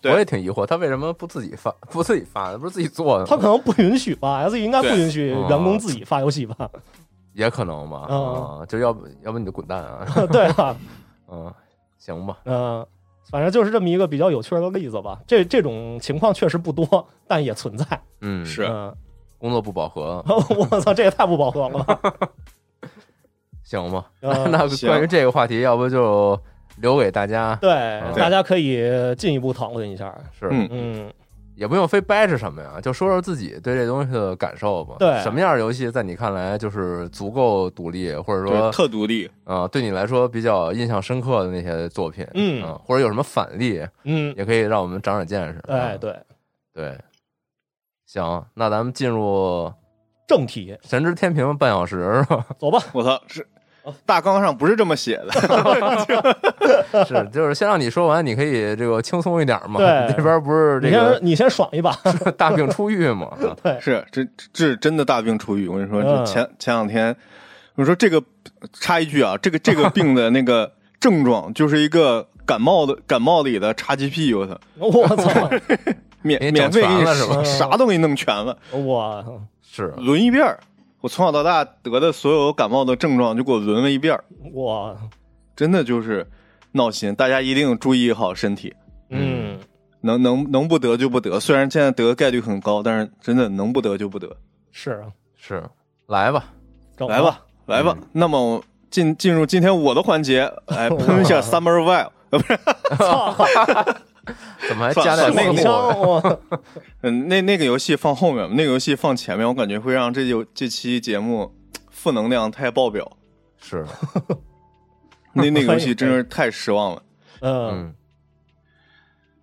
对我也挺疑惑，他为什么不自己发，不自己发，不是自己做的吗？他可能不允许吧，S 应该不允许嗯对员工自己发游戏吧？ 也可能吧，嗯啊，就要不要不你就滚蛋啊，对啊，嗯，行吧，嗯，反正就是这么一个比较有趣儿的例子吧。这这种情况确实不多，但也存在。嗯，是嗯，工作不饱和，我操，这也太不饱和了吧。行吧，嗯 那行关于这个话题，要不就留给大家，对， 对大家可以进一步讨论一下。是、嗯嗯，也不用非掰扯什么呀，就说说自己对这东西的感受吧。对什么样的游戏在你看来就是足够独立，或者对，说特独立，啊、呃对你来说比较印象深刻的那些作品，嗯啊或者有什么反例，嗯，也可以让我们长长见识。哎，啊对，对，行，那咱们进入正题，神之天平半小时是 吧？走吧。我操，是大纲上不是这么写的， 是，就是先让你说完，你可以这个轻松一点嘛。对 你这边不是你这先个你先爽一把， 大病初愈嘛？啊是这这是真的大病初愈。我跟你说，嗯这前前两天我说这个插一句啊，这个这个病的那个症状就是一个感冒的感冒里的叉 GP，我操，我操，免给你免整费给全你哎了是吧啥啥都给你弄全了。我是，轮一遍儿。我从小到大得的所有感冒的症状就给我轮了一遍儿，我真的就是闹心。大家一定注意好身体，嗯，能能能不得就不得。虽然现在得的概率很高，但是真的能不得就不得。是，啊是，来吧，整来吧，来吧。那么我进进入今天我的环节，来喷一下 Summer Vibe。 操，怎么还算夹带算私那手个货枪，我嗯，那那个游戏放后面，那个游戏放前面，我感觉会让这就这期节目负能量太爆表。是，那那个游可以戏真是太失望了。嗯嗯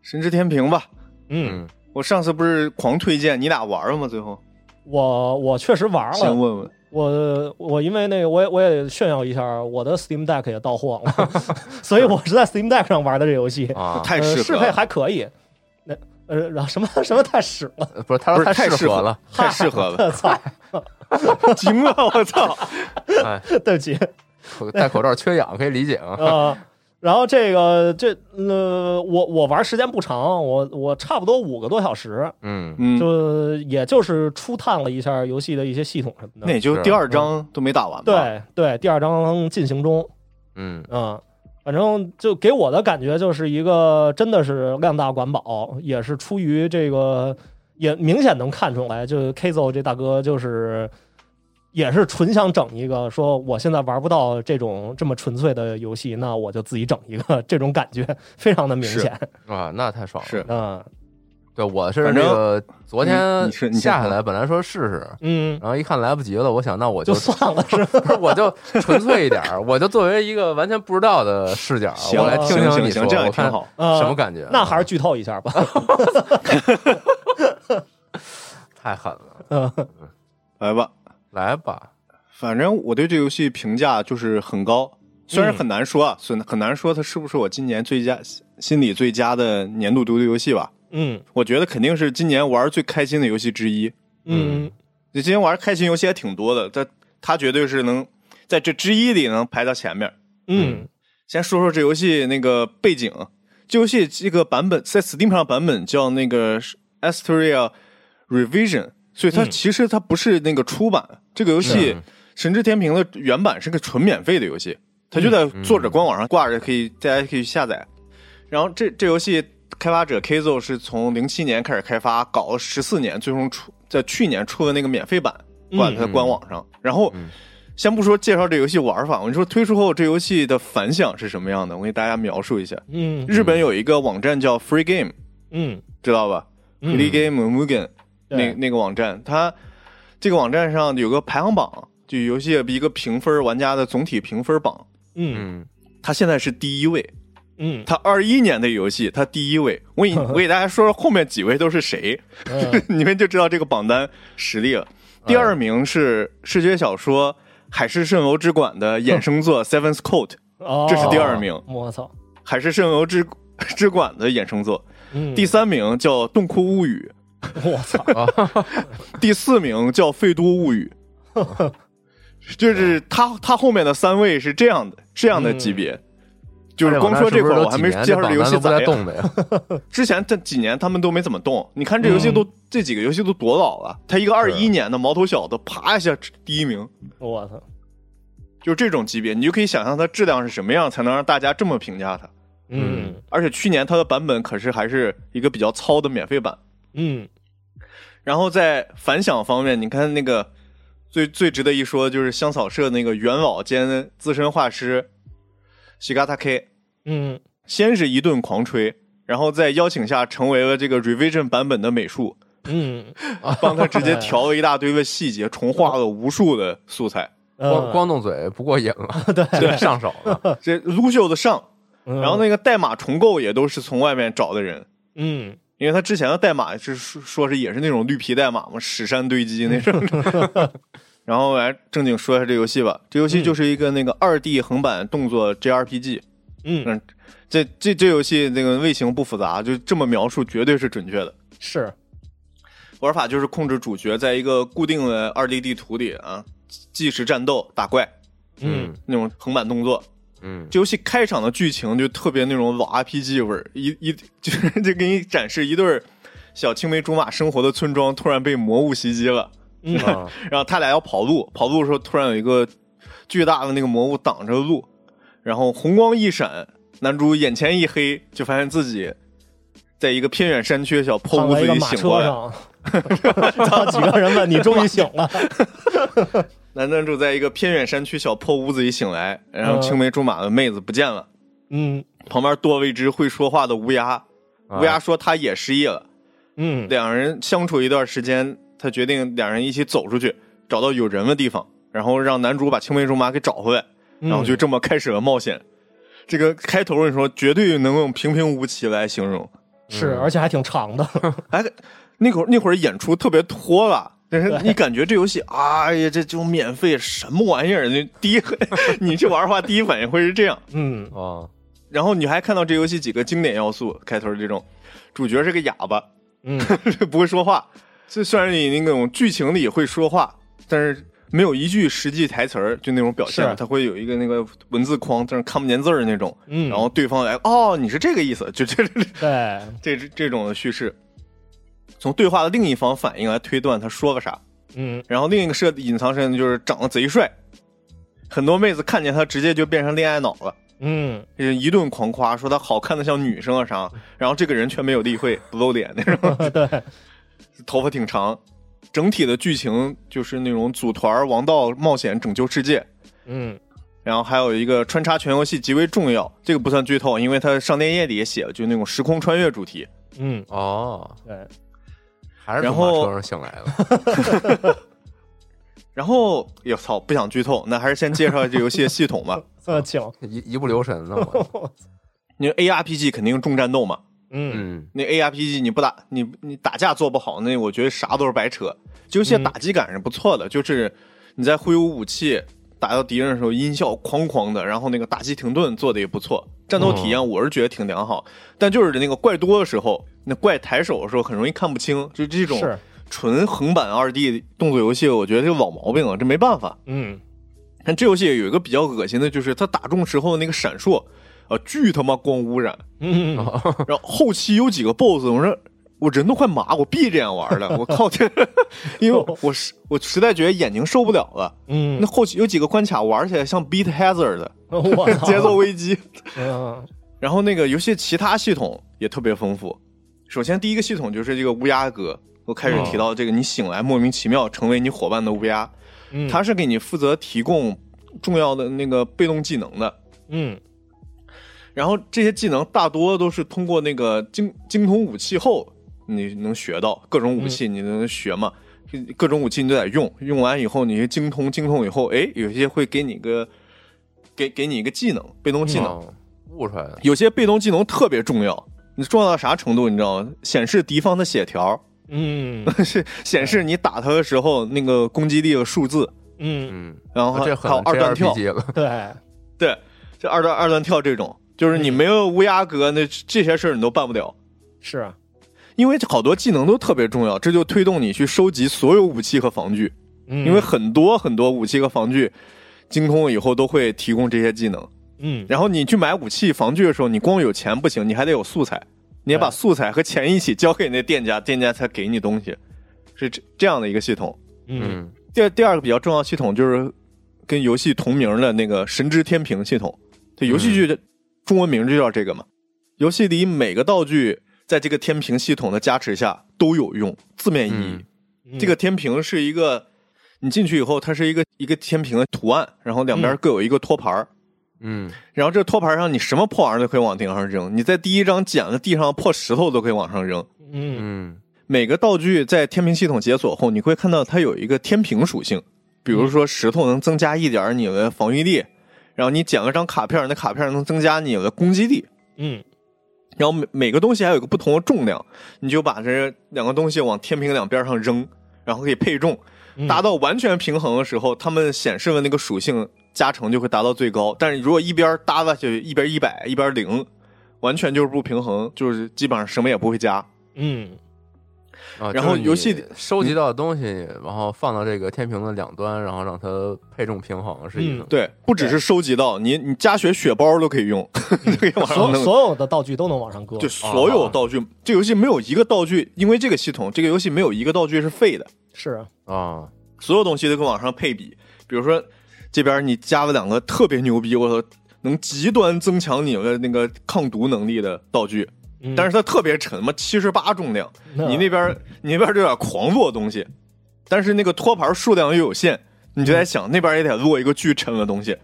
神之天平吧，嗯，嗯，我上次不是狂推荐你俩玩了吗？最后我我确实玩先了，问问。我我因为那个我也我也炫耀一下，我的 Steam Deck 也到货了， 所以我是在 Steam Deck 上玩的这游戏，哦啊，太呃适合适配了，还可以。那呃，然后什么什么太屎了，不是，他不说是太适适合合了，，太适合了，操， 惊了，我操！ 哎，对不起，口戴口罩缺氧可以理解啊。啊、然后这个这呃，我我玩时间不长，我我差不多五个多小时，嗯，嗯，就也就是初探了一下游戏的一些系统什么那的。也就是第二章都没打完吧？对对，第二章进行中，嗯，嗯，反正就给我的感觉就是一个真的是量大管饱，也是出于这个也明显能看出来，就是 Kizo 这大哥就是。也是纯想整一个，说我现在玩不到这种这么纯粹的游戏，那我就自己整一个，这种感觉非常的明是显。啊，那太爽了。是，嗯对，我是反那正个昨你天你是你先下下说来，本来说试试，嗯，然后一看来不及了，我想那我就就算了，是吧？不是，我就纯粹一点儿，我就作为一个完全不知道的视角，行我来听行听你行行，说，这样我也挺看好。呃什么感觉？啊那还是剧透一下吧。太狠了，嗯来吧，来吧，反正我对这游戏评价就是很高，虽然很难说啊，很很难说它是不是我今年最佳心理最佳的年度独立游戏吧？嗯我觉得肯定是今年玩最开心的游戏之一。嗯就今年玩开心游戏还挺多的，但它绝对是能在这之一里能排到前面。嗯先说说这游戏那个背景，这游戏这个版本在 Steam 上版本叫那个 Asteria Revision，所以它嗯其实它不是那个出版，这个游戏《嗯神之天平》的原版是个纯免费的游戏，它就在作者官网上挂着，可以大家可以下载。然后这这游戏开发者 Kazo 是从零七年开始开发，搞了十四年，最终出在去年出的那个免费版嗯挂在它的官网上。然后、先不说介绍这游戏玩法，我跟你说推出后这游戏的反响是什么样的，我给大家描述一下。嗯日本有一个网站叫 Free Game，嗯，知道吧、嗯 f r e e Game Mugen 那对嗯那个网站，它这个网站上有个排行榜，就游戏一个评分玩家的总体评分榜，嗯嗯，它现在是第一位。嗯它二一年的游戏，它第一位。我 给你我给大家说说后面几位都是谁， 嗯你们就知道这个榜单实力了。第二名是视觉小说《海市蜃楼之馆》的衍生作《Seven's Code》，嗯哦，这是第二名，我操，海市蜃楼之之馆》的衍生作。嗯，第三名叫《洞窟物语 我操，》， 第四名叫《废都物语》。 就是他他后面的三位是这样的这样的级别，嗯就是光说这块儿我还没介绍这游戏不咋带样。动的呀。之前这几年他们都没怎么动，你看这游戏都、这几个游戏都多老了，他一个二一年的毛头小子，啪一下第一名，我操，就是这种级别，你就可以想象它质量是什么样，才能让大家这么评价它。嗯而且去年它的版本可是还是一个比较糙的免费版。嗯然后在反响方面，你看那个最最值得一说的就是香草社那个元老兼资深画师西嘎塔 K，嗯先是一顿狂吹，然后在邀请下成为了这个 revision 版本的美术，嗯， 帮他直接调了一大堆的细节，重画了无数的素材。光呃光动嘴不过瘾 了，对，上手了。这撸袖子上，嗯然后那个代码重构也都是从外面找的人，嗯因为他之前的代码是说说是也是那种绿皮代码嘛，史山堆积那种。 然后来正经说一下这游戏吧，这游戏就是一个那个二 D 横版动作 JRPG，、嗯这这这游戏那个类型不复杂，就这么描述绝对是准确的。是玩法就是控制主角在一个固定的二 D 地图里啊，计时战斗、打怪嗯那种横版动作。 嗯，这游戏开场的剧情就特别那种老 RPG 味儿，一一就是 就给你展示一对儿小青梅竹马生活的村庄突然被魔物袭击了，嗯啊然后他俩要跑路，跑路的时候突然有一个巨大的那个魔物挡着路，然后红光一闪，男主眼前一黑，就发现自己在一个偏远山区的小破躺屋在子一个里马醒过车来，上， 然后几个人问你终于醒 了，男男主在一个偏远山区小破屋子里醒来，然后嗯青梅竹马的妹子不见了，嗯旁边多了一只会说话的乌鸦。啊乌鸦说他也失忆了，嗯两人相处一段时间，他决定两人一起走出去，找到有人的地方，然后让男主把青梅竹马给找回来，然后就这么开始了冒险。这个开头你说绝对能用平平无奇来形容，是，嗯而且还挺长的，哎，那会儿那会儿演出特别拖拉，但是你感觉这游戏，哎呀，这就免费什么玩意儿？那第一， 你去玩的话，第一反应会是这样。嗯啊，然后你还看到这游戏几个经典要素，开头这种，主角是个哑巴，嗯不会说话。这虽然你那种剧情里会说话，但是没有一句实际台词儿，就那种表现，是它会有一个那个文字框，但是看不见字儿那种。嗯，然后对方来，哦，你是这个意思，就这 这对，这这这种的叙事，从对话的另一方反应来推断他说个啥。嗯然后另一个设隐藏身份就是长得贼帅，很多妹子看见他直接就变成恋爱脑了，嗯 就是一顿狂夸，说他好看的像女生啊啥。然后这个人却没有例会，不露脸那种，对，头发挺长。整体的剧情就是那种组团王道冒险拯救世界，嗯然后还有一个穿插全游戏极为重要，这个不算剧透，因为它上电页里也写了，就那种时空穿越主题。嗯哦，对，还是从然后马车上醒来了。然后，哟操，不想剧透，那还是先介绍这游戏的系统吧。这请一一不留神呢， 我因为 ARPG 肯定重战斗嘛，嗯嗯那 ARPG 你不打你你打架做不好，那我觉得啥都是白扯。就现在嗯打击感是不错的，就是你在挥舞武器打到敌人的时候，音效哐哐的，然后那个打击停顿做的也不错，战斗哦体验我是觉得挺良好。但就是那个怪多的时候，那怪抬手的时候很容易看不清，就这种是纯横版二 D 动作游戏，我觉得这个老毛病了，这没办法。嗯但这游戏有一个比较恶心的，就是它打中时候的那个闪烁，啊，巨他妈光污染。嗯然后后期有几个 BOSS，我说我人都快麻，我必这样玩了。我靠，这 因为我实我实在觉得眼睛受不了了。嗯那，后期有几个关卡玩起来像 Beat Hazard 的 我 操节奏危 机。嗯然后那个游戏其他系统也特别丰富。首先第一个系统就是这个乌鸦哥，我开始提哦到这个，你醒来莫名其妙成为你伙伴的乌鸦，嗯，它是给你负责提供重要的那个被动技能的。嗯然后这些技能大多都是通过那个精精通武器后你能学到，各种武器你能学嘛，各种武器你都得用，用完以后你精通精通以后，哎，有些会给你个给给你一个技能，被动技能，哦悟出来的，有些被动技能特别重要。你重要到啥程度？你知道吗？显示敌方的血条，嗯 是显示你打他的时候那个攻击力的数字， 嗯嗯，然后啊这还有很二段跳， JRPG 了，对，对，这二段二段跳这种，就是嗯你没有乌鸦哥，那这些事儿你都办不了。是啊因为好多技能都特别重要，这就推动你去收集所有武器和防具，嗯，因为很多很多武器和防具精通了以后都会提供这些技能。嗯然后你去买武器、防具的时候，你光有钱不行，你还得有素材，你也把对素材和钱一起交给那店家，店家才给你东西，是这这样的一个系统。嗯嗯，第二第二个比较重要的系统就是跟游戏同名的那个《神之天平》系统，这游戏剧的中文名就叫这个嘛。游戏里每个道具在这个天平系统的加持下都有用，字面意义。嗯这个天平是一个，你进去以后，它是一个一个天平的图案，然后两边嗯各有一个托盘儿嗯，然后这托盘上你什么破玩意儿都可以往地上扔，你在第一章捡的地上破石头都可以往上扔。嗯嗯，每个道具在天平系统解锁后，你会看到它有一个天平属性，比如说石头能增加一点儿你的防御力，然后你捡了张卡片儿，那卡片儿能增加你的攻击力。嗯然后每每个东西还有一个不同的重量，你就把这两个东西往天平两边上扔，然后可以配重，嗯，达到完全平衡的时候，它们显示的那个属性加成就会达到最高。但是如果一边搭下去，一边一百，一边零，完全就是不平衡，就是基本上什么也不会加。嗯啊然后就是你游戏里收集到的东西，然后放到这个天平的两端，然后让它配重平衡，是一种。嗯对，不只是收集到你，你加血血包都可以 用，就可以往上所啊弄。所有的道具都能往上搁，就所有道具，这游戏没有一个道具，因为这个系统，这个游戏没有一个道具是废的。是啊，所有东西都跟往上配比。比如说，这边你加了两个特别牛逼，我操，能极端增强你的那个抗毒能力的道具，嗯但是它特别沉嘛，七十八重量，你那边你那边就有点狂落东西，但是那个托盘数量又有限，你就在想那边也得落一个巨沉的东西，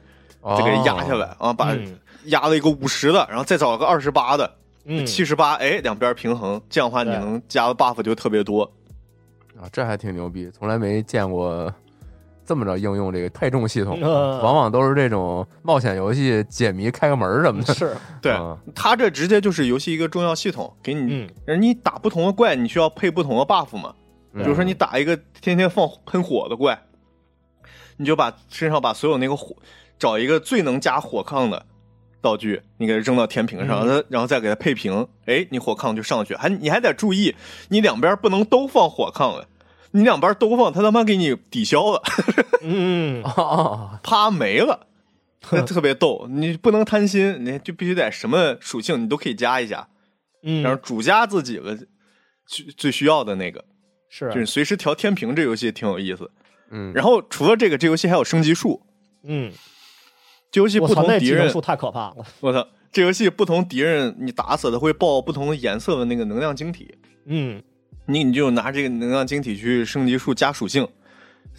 哦再给压下来啊，把嗯压了一个五十的，然后再找个二十八的，嗯七十八，哎，两边平衡，这样的话你对能加的 buff 就特别多。啊，这还挺牛逼，从来没见过这么着应用这个配重系统，啊嗯往往都是这种冒险游戏解谜、开个门儿什嗯么的。是对啊，它这直接就是游戏一个重要系统，给你嗯而你打不同的怪，你需要配不同的 buff 嘛。比嗯如说你打一个天天放喷火的怪，你就把身上把所有那个火，找一个最能加火抗的道具，你给它扔到天平上，嗯然后然后再给它配平，哎，你火抗就上去。还你还得注意，你两边不能都放火抗了。你两边都放，它他妈给你抵消了，嗯哦哦，啪没 了，那特别逗。你不能贪心，你就必须得什么属性你都可以加一下，嗯然后主加自己的最最需要的那个。就是是啊随时调天平，这游戏挺有意思。嗯，然后除了这个，这游戏还有升级数。嗯，这游戏我不操，同那敌技能人数，太可怕 了，我操！这游戏不同敌人，你打死它会爆不同颜色的那个能量晶体，嗯你你就拿这个能量晶体去升级数加属性，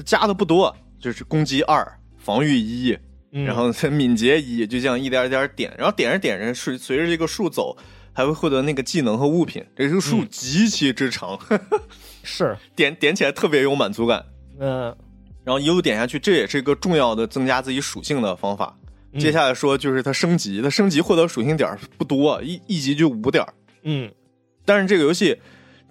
加的不多，就是攻击二，防御一，嗯，然后再 敏捷一，就这样一点儿一点儿点，然后点着点着，随随着这个数走，还会获得那个技能和物品。这个数嗯极其之长， 是点点起来特别有满足感。嗯，然后一路点下去，这也是一个重要的增加自己属性的方法。嗯接下来说就是它升级，它升级获得属性点儿不多，一一级就五点儿。嗯但是这个游戏，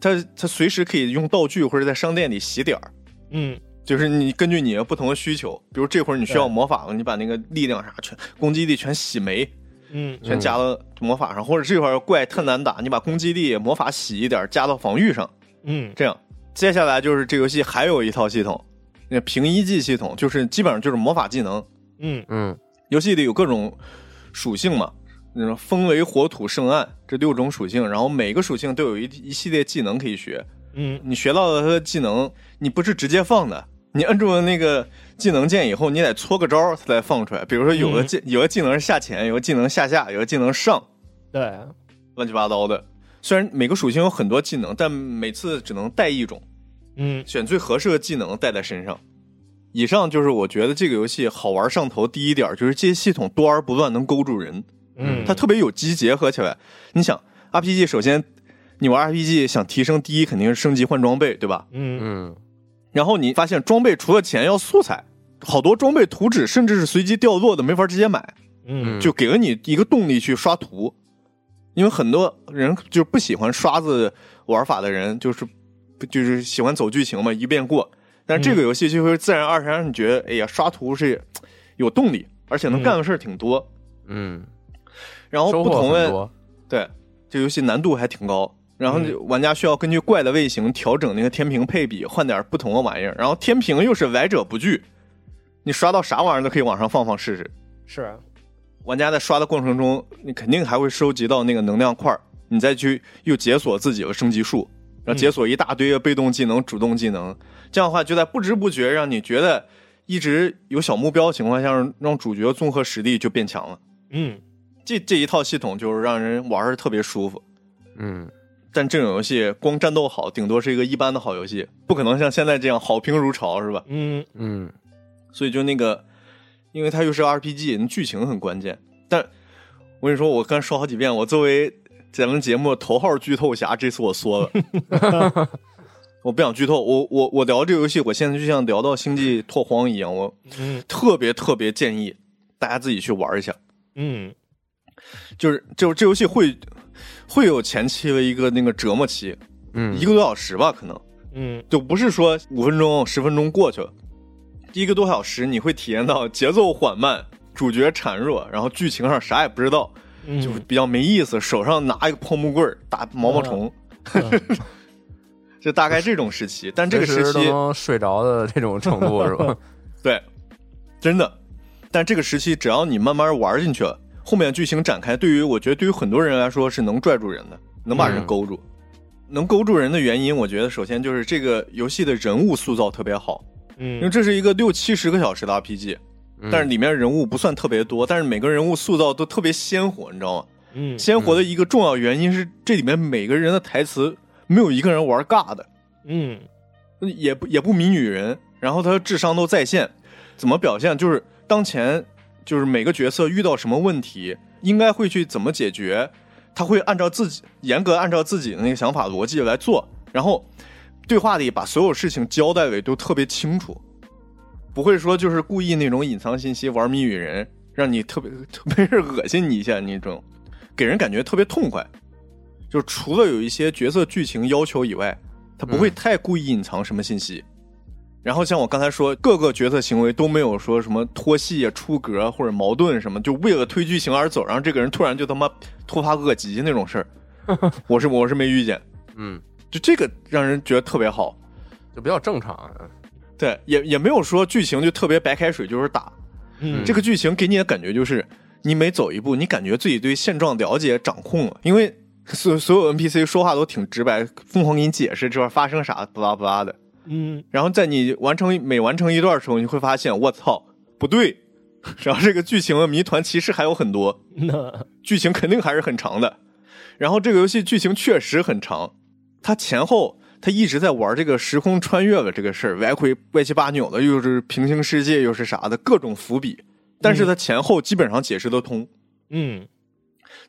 它它随时可以用道具或者在商店里洗点儿，嗯就是你根据你的不同的需求，比如这会儿你需要魔法了，你把那个力量啥全攻击力全洗没，嗯全加到魔法上，或者这会儿怪特难打，你把攻击力魔法洗一点儿加到防御上，嗯这样，接下来就是这游戏还有一套系统，那平一技系统，就是基本上就是魔法技能。嗯嗯 游戏里有各种属性嘛，那种风、雷、火、土、圣、暗这六种属性，然后每个属性都有一一系列技能可以学。嗯你学到了它的技能，你不是直接放的，你摁住了那个技能键以后，你得搓个招儿它才放出来。比如说有的技、有的技能是下潜，有的技能下下，有的技能上，对，乱七八糟的。虽然每个属性有很多技能，但每次只能带一种。嗯选最合适的技能带在身上。以上就是我觉得这个游戏好玩上头第一点儿，就是这些系统多而不乱，能勾住人，嗯，它特别有机结合起来。你想 RPG，首先你玩 RPG 想提升，第一肯定是升级换装备，对吧？嗯嗯然后你发现装备除了钱要素材，好多装备图纸甚至是随机掉落的，没法直接买，嗯嗯就给了你一个动力去刷图。因为很多人就不喜欢刷子玩法的人，就是就是喜欢走剧情嘛，一遍过。但这个游戏就会自然而然让你觉得，哎呀，刷图是有动力，而且能干的事儿挺多。嗯，然后收不获同很的多。嗯对这游戏难度还挺高，然后就玩家需要根据怪的类型调整那个天平配比，换点不同的玩意儿。然后天平又是来者不拒，你刷到啥玩意儿都可以往上放放试试。是啊玩家在刷的过程中，你肯定还会收集到那个能量块儿，你再去又解锁自己的升级术，然后解锁一大堆的被动技能、主动技能。这样的话，就在不知不觉让你觉得一直有小目标的情况下，让让主角综合实力就变强了。嗯这这一套系统就是让人玩儿特别舒服。嗯，但这种游戏光战斗好，顶多是一个一般的好游戏，不可能像现在这样好评如潮，是吧？嗯嗯所以就那个因为它又是 RPG，你剧情很关键。但我跟你说，我刚说好几遍，我作为咱们节目头号剧透侠，这次我缩了，我不想剧透。我我我聊这个游戏，我现在就像聊到《星际拓荒》一样，我嗯特别特别建议大家自己去玩一下。嗯，就是就是这游戏会会有前期的一个那个折磨期，嗯一个多小时吧，可能嗯，就不是说五分钟、十分钟过去了，一个多小时你会体验到节奏缓慢。主角孱弱，然后剧情上啥也不知道，嗯就比较没意思。手上拿一个破木棍儿打毛毛虫， 就大概这种时期。但这个时嗯随时都期，能睡着的这种程度 是吧？对，真的。但这个时期，只要你慢慢玩进去了，后面剧情展开，对于我觉得对于很多人来说是能拽住人的，能把人嗯勾住。能勾住人的原因，我觉得首先就是这个游戏的人物塑造特别好，因为嗯这是一个六七十个小时的 RPG，嗯但是里面人物不算特别多，但是每个人物塑造都特别鲜活，你知道吗？嗯鲜活的一个重要原因是这里面每个人的台词没有一个人玩尬的，嗯也不也不迷女人，然后他智商都在线，怎么表现？就是当前就是每个角色遇到什么问题，应该会去怎么解决，他会按照自己严格按照自己的那个想法逻辑来做，然后对话里把所有事情交代的都特别清楚，不会说就是故意那种隐藏信息玩谜语人，让你特别特别是恶心你一下那种，给人感觉特别痛快。就除了有一些角色剧情要求以外，他不会太故意隐藏什么信息。然后像我刚才说，各个角色行为都没有说什么脱戏啊、出格或者矛盾什么，就为了推剧情而走，然后这个人突然就他妈突发恶疾那种事儿，我是我是没遇见，嗯，就这个让人觉得特别好。就比较正常啊。对，也也没有说剧情就特别白开水，就是打，嗯这个剧情给你的感觉就是，你每走一步，你感觉自己对现状了解、掌控了，因为所所有 NPC 说话都挺直白，疯狂给你解释这块发生啥，巴拉巴拉的。嗯然后在你完成每完成一段的时候，你会发现，我操，不对。 然后这个剧情的谜团其实还有很多，那剧情肯定还是很长的。然后这个游戏剧情确实很长，它前后它一直在玩这个时空穿越的这个事儿，来回歪七八扭的，又是平行世界，又是啥的各种伏笔。但是它前后基本上解释得通，嗯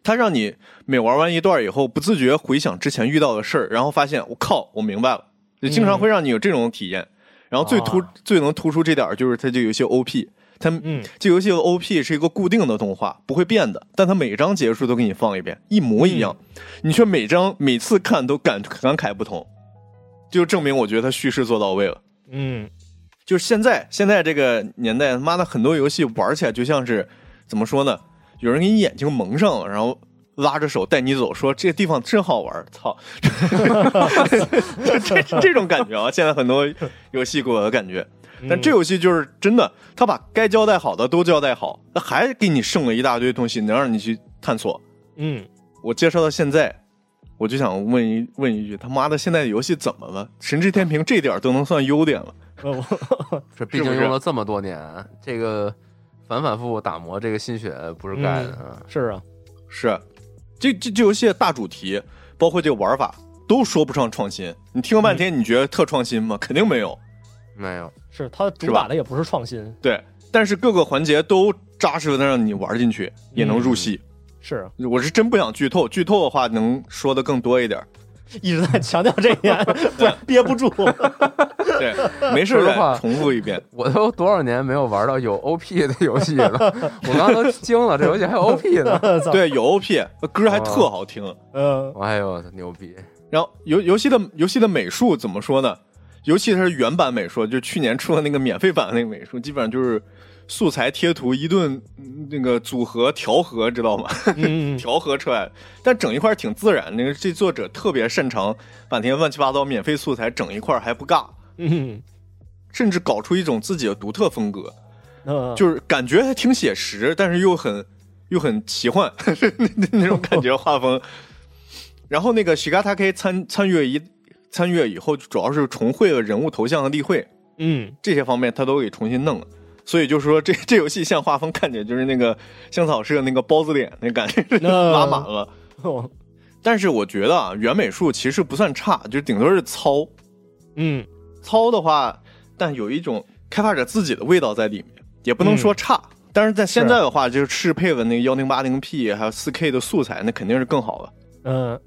它让你每玩完一段以后，不自觉回想之前遇到的事儿，然后发现我靠，我明白了，就经常会让你有这种体验。然后最突、啊最能突出这点儿就是它这个游戏 OP，它嗯这游戏的 OP 是一个固定的动画，不会变的，但它每章结束都给你放一遍，一模一样，你却每章每次看都感感慨不同，就证明我觉得它叙事做到位了。嗯就是现在现在这个年代，他妈的很多游戏玩起来就像是怎么说呢？有人给你眼睛蒙上了，然后拉着手带你走，说这地方真好玩，操！就这这种感觉啊，现在很多游戏给我的感觉。嗯但这游戏就是真的，他把该交代好的都交代好，那还给你剩了一大堆东西，能让你去探索。嗯我介绍到现在，我就想问一问一句，他妈的，现在的游戏怎么了？神之天平这点儿都能算优点了，我这毕是竟不是用了这么多年，这个反反复复打磨，这个心血不是盖的啊。是啊，是这这这游戏的大主题，包括这个玩法，都说不上创新。你听了半嗯天，你觉得特创新吗？肯定没有。没有，是它主是吧打的也不是创新，对，但是各个环节都扎实的让你玩进去，也能入戏。是啊嗯我是真不想剧透，剧透的话能说的更多一点儿。一直在强调这一点，不然憋 不住。对， 没事说儿实话再重复一 遍。我都多少年没有玩到有 OP 的游戏了，我刚刚都惊了，这游戏还有 OP 呢。操，对，有 OP，歌还哦特好听。呃嗯哎呦，牛逼！然后游游戏的游戏的美术怎么说呢？尤其是原版美术，就去年出的那个免费版的那个美术，基本上就是素材贴图一顿嗯那个组合调和，知道吗？ 嗯调和出来，但整一块儿挺自然。那个这作者特别擅长把那些乱七八糟免费素材整一块儿还不尬，嗯甚至搞出一种自己的独特风格，嗯，呃就是感觉还挺写实，但是又很又很奇幻 那那种感觉画风。然后那个 Shigatake 参参与一参与以后，主要是重绘了人物头像和例会 嗯这些方面，他都给重新弄了。所以就是说这这游戏像画风看起来就是那个香草社那个包子脸那感觉那拉满了。哦但是我觉得啊，原美术其实不算差，就顶多是糙。嗯糙的话，但有一种开发者自己的味道在里面，也不能说差，但是在现在的话，就是适配的那个幺零八零 P 还有四 K 的素材，那肯定是更好的。呃嗯，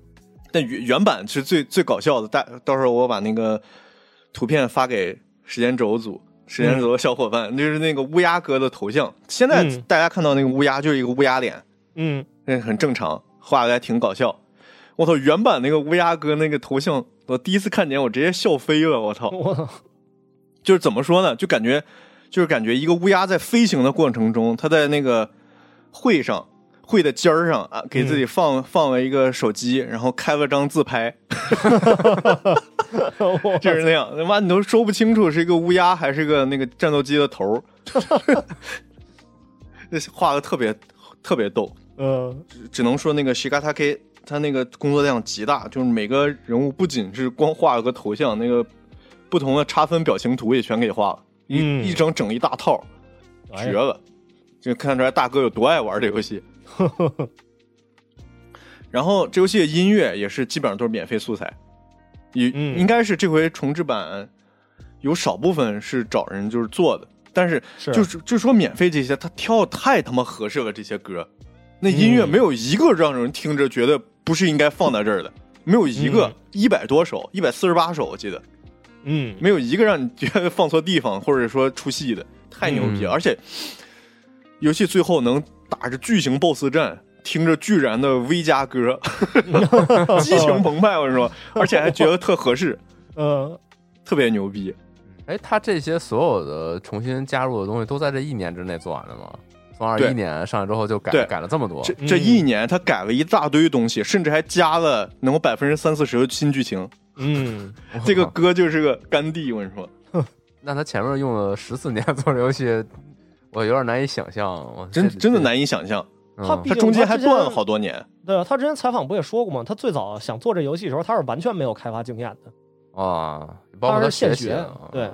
但原原版是最最搞笑的，大到时候我把那个图片发给时间轴组，时间轴的小伙伴，就是那个乌鸦哥的头像。现在嗯大家看到那个乌鸦就是一个乌鸦脸，嗯，那很正常，画的还挺搞笑。我操，原版那个乌鸦哥那个头像，我第一次看见我直接笑飞了，我操！我就是怎么说呢？就感觉，就是感觉一个乌鸦在飞行的过程中，它在那个喙上、喙的尖儿上啊，给自己放、放了一个手机，然后开了张自拍，我就是那样。他妈，你都说不清楚是一个乌鸦还是个那个战斗机的头儿， 那画的特别特别逗。嗯只能说那个 Shigatake 他那个工作量极大，就是每个人物不仅是光画了个头像，那个不同的插分表情图也全给画了，一、嗯一整整一大套，哎绝了！就看出来大哥有多爱玩这游 戏。然后这游戏的音乐也是基本上都是免费素材，也、嗯应该是这回重置版有少部分是找人就是做的，但是是就是就说免费这些，他挑太他妈合适了，这些歌，那音嗯乐没有一个让人听着觉得不是应该放在这儿的，没有一个嗯一百多首，一百四十八首我记得，嗯 没有一个让你觉得放错地方或者说出戏的，太牛逼了！嗯而且游戏最后能打着巨型 BOSS 战，听着巨燃的 V 加歌， 激情澎湃，我跟你说，而且还觉得特合适，嗯特别牛逼。哎，他这些所有的重新加入的东西都在这一年之内做完了吗？从二对一年上来之后就改对改了这么多，这这一年他改了一大堆东西，甚至还加了能有百分之三四十的新剧情。嗯，我靠这个歌就是个甘地，我跟你说，那他前面用了十四年 做这游戏，我有点难以想象，我真这真的。难以想象。这嗯他比他中间还断了好多年，对啊，他之前采访不也说过吗？他最早想做这游戏的时候，他是完全没有开发经验的。啊，包括当他时现学学习啊，对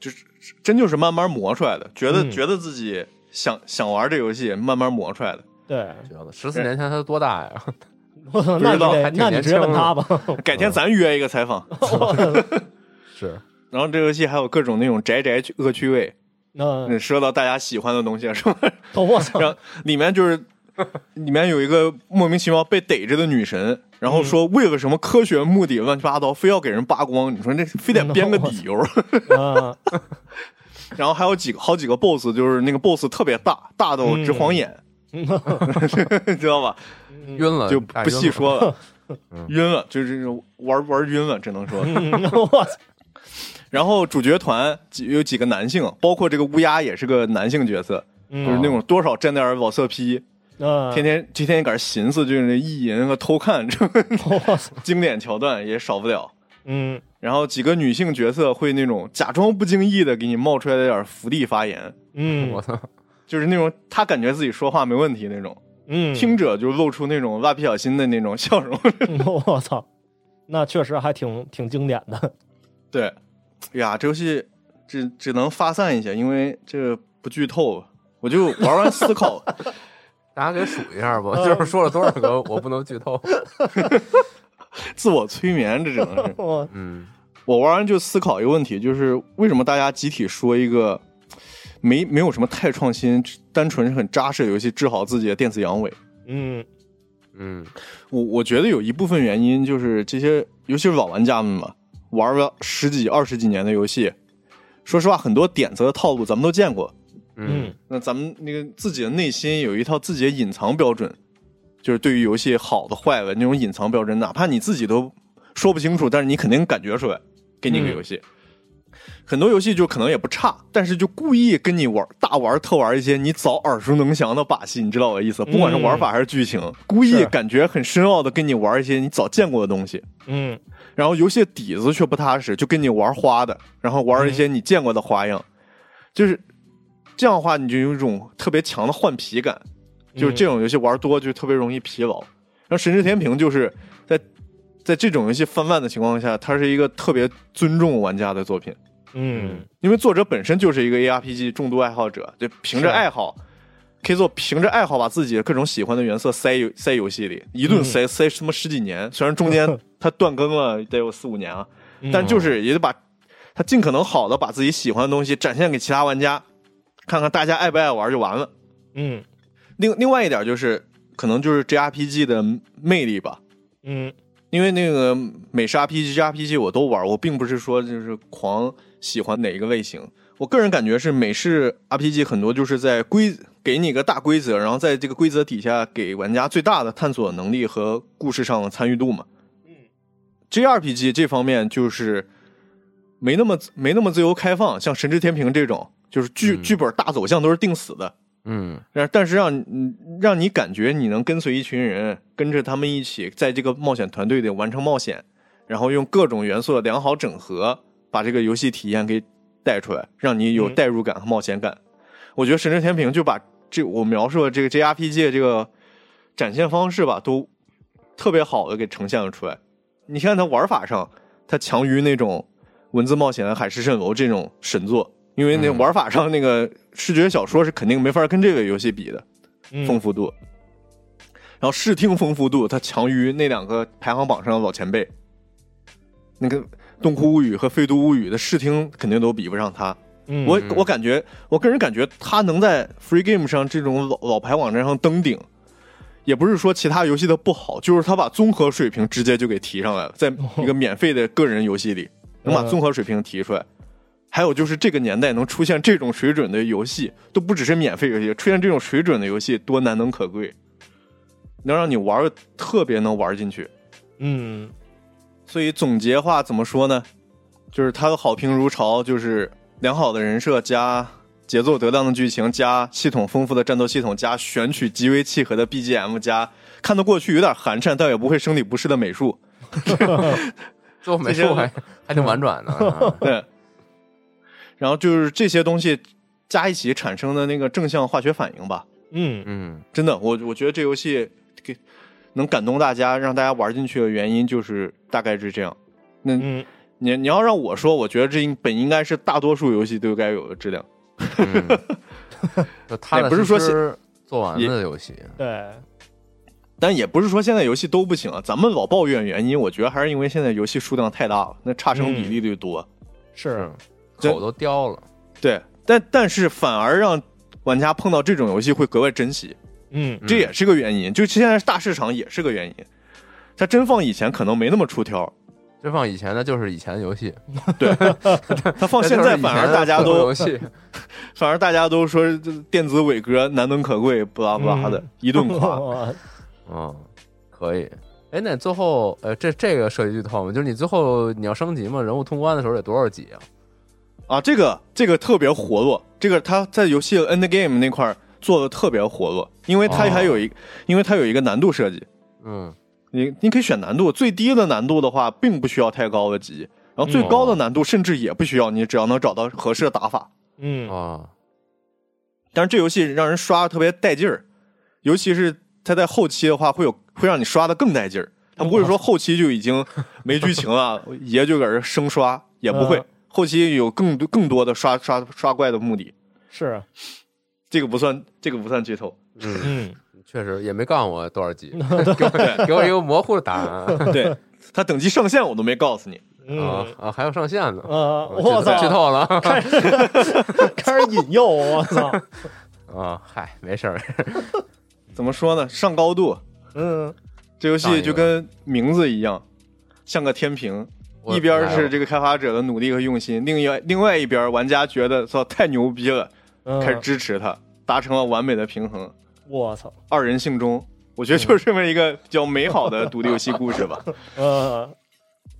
就是真就是慢慢磨出来的。觉得、嗯觉得自己想想玩这游戏，慢慢磨出来的。对，觉得十四年前他多大呀？ 那你得还，挺那你年直接问轻的他吧。 改天咱约一个采嗯访。是，然后这游戏还有各种那种宅宅恶趣味，那 哦嗯说到大家喜欢的东西啊是吧？ 我 操，然后里面就是里面有一个莫名其妙被逮着的女神，然后说为了什么科学目的乱七八糟，非要给人扒光，你说这非得编个理由。嗯 然后还有几个好几个 BOSS，就是那个 BOSS 特别大，大到直晃眼，你 知道吧？ 晕了就嗯大不晕细了说了，嗯晕了，就是玩玩晕了，只能说。嗯，我操，然后主角团几有几个男性，包括这个乌鸦也是个男性角色，就是 嗯那种多少沾点老色批，嗯，天天天天搁这寻思就是意淫和偷看，这种我操，经典桥段也少不了。 嗯然后几个女性角色会那种假装不经意的给你冒出来的点福地发言，我嗯操，就是那种她感觉自己说话没问题那种。嗯，听者就露出那种蜡笔小新的那种笑容。 我操，那确实还挺挺经典的。 对，哎呀，这游戏只只能发散一下，因为这个不剧透，我就玩完思考。大家给数一下嗯吧，就是说了多少个，我不能剧透。自我催眠，这只能是我嗯，我玩完就思考一个问题，就是为什么大家集体说一个没没有什么太创新，单纯是很扎实的游戏治好自己的电子阳痿？嗯嗯，我我觉得有一部分原因就是这些，尤其是老玩家们嘛，玩了十几、二十几年的游戏，说实话，很多点子和套路咱们都见过，嗯嗯那咱们那个自己的内心有一套自己的隐藏标准，就是对于游戏好的坏的那种隐藏标准，哪怕你自己都说不清楚，但是你肯定感觉出来，给你个嗯游戏。很多游戏就可能也不差，但是就故意跟你玩大玩特玩一些你早耳熟能详的把戏，你知道我的意思？不管是玩法还是剧情，故意嗯是感觉很深奥的跟你玩一些你早见过的东西，嗯然后游戏的底子却不踏实，就跟你玩花的，然后玩一嗯些你见过的花样，就是这样的话，你就有一种特别强的换皮感，嗯就是这种游戏玩多就特别容易疲劳。然后《神之天平》就是在在这种游戏泛滥的情况下，它是一个特别尊重玩家的作品，嗯因为作者本身就是一个 ARPG 重度爱好者，就凭着是爱好。可以做凭着爱好把自己各种喜欢的元素塞游塞游戏里，一顿嗯塞、塞他妈十几年，虽然中间它断更了得有四五年啊，嗯，但就是也得把他尽可能好的把自己喜欢的东西展现给其他玩家，看看大家爱不爱玩就完了。嗯另另外一点就是，可能就是 JRPG 的魅力吧，嗯因为那个美式 RPG、JRPG 我都玩，我并不是说就是狂喜欢哪一个类型。我个人感觉是美式 RPG 很多就是在规给你一个大规则，然后在这个规则底下给玩家最大的探索能力和故事上的参与度嘛。JRPG 这方面就是没那么没那么自由开放，像《神之天平》这种，就是剧、嗯剧本大走向都是定死的，嗯但但是让你嗯让你感觉你能跟随一群人，跟着他们一起在这个冒险团队里完成冒险，然后用各种元素的良好整合，把这个游戏体验给带出来，让你有嗯代入感和冒险感。我觉得《神之天平》就把这我描述的这个 JRPG 的这个展现方式吧，都特别好的给呈现了出来。你看它玩法上，它强于那种文字冒险的《海市蜃楼》这种神作，因为那嗯玩法上那个视觉小说是肯定没法跟这个游戏比的嗯，丰富度。然后视听丰富度，它强于那两个排行榜上的老前辈，那个《洞窟物语》和《飞都物语》的视听肯定都比不上它。嗯我我感觉，我个人感觉他能在 Free Game 上这种老老牌网站上登顶，也不是说其他游戏的不好，就是他把综合水平直接就给提上来了，在哦一个免费的个人游戏 里，能嗯把综合水平提出来。还有就是这个年代能出现这种水准的游戏，都不只是免费游戏，出现这种水准的游戏多难能可贵，能让你玩的特别能玩进去。嗯所以总结话怎么说呢？就是它的好评如潮，就是良好的人设加节奏得当的剧情，加系统丰富的战斗系统，加选曲极为契合的 BGM，加看得过去有点寒碜但也不会生理不适的美术。最后美这些术还还挺婉转的。啊对，然后就是这些东西加一起产生的那个正向化学反应吧。嗯嗯真的，我我觉得这游戏给能感动大家，让大家玩进去的原因就是大概是这样。那嗯你你要让我说，我觉得这应本应该是大多数游戏都该有的质量。嗯，就踏踏也不是说实实做完也了的游戏。对但也不是说现在游戏都不行啊，咱们老抱怨原因，我觉得还是因为现在游戏数量太大了，那差生嗯比例率多。是这口都刁了。对，但但是反而让玩家碰到这种游戏会格外珍惜，嗯这也是个原因。就现在大市场也是个原因，它真放以前可能没那么出挑，这放以前的就是以前的游戏， 它放现在反而大家这都就是以前的反而大家都说这电子伟哥难能可贵，不拉不拉的、嗯一顿夸。朋友游戏，嗯，可以。哎，那最后呃，这这个涉及剧透吗？就是你最后你要升级嘛，人物通关的时候得多少级啊？啊，这个这个特别活络，这个他在游戏 end game 那块儿做的特别活络，因为它哦还有一，因为它有一个难度设计，嗯，你你可以选难度，最低的难度的话，并不需要太高的级，然后最高的难度甚至也不需要，你只要能找到合适的打法。嗯啊，但是这游戏让人刷的特别带劲儿，尤其是它在后期的话，会有会让你刷的更带劲儿，它不会说后期就已经没剧情了， 爷就搁这生刷，也不会嗯，后期有更多更多的刷刷刷怪的目的。是这个不算，这个不算剧透。 嗯，嗯确实也没告诉我多少级，给我给我一个模糊的答案对，它等级上限我都没告诉你。啊嗯啊，还有上限呢，呃，我我操，剧透了开始开始引诱，我 操， 啊，嗨，没 事儿，怎么说呢？上高度，嗯这游上一戏个就跟名字一样，像个天平，我一边来是了这个开发者的努力和用心，另一另外一边玩家觉得操太牛逼了，嗯，开始支持他，达成了完美的平衡，我操，二人性中。我觉得就是这么一个比较美好的独立游戏故事吧，呃，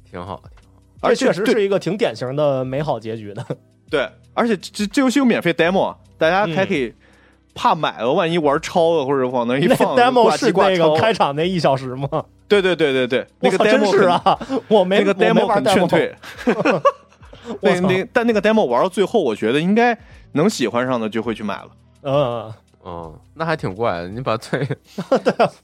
挺好， 而这且确实对是一个挺典型的美好结局的，对，而且这这游戏有免费 demo，啊大嗯家还可以怕买了，万一玩超了或者往那一那放， demo 挂机是挂那超个了。开场那一小时吗？对对对对对，那个我操 demo 真是很啊，我没那个我没 demo 玩很劝 demo， 退，我那操那但那个 demo 玩到最后，我觉得应该能喜欢上的就会去买了。嗯，嗯，那还挺怪的，你 把最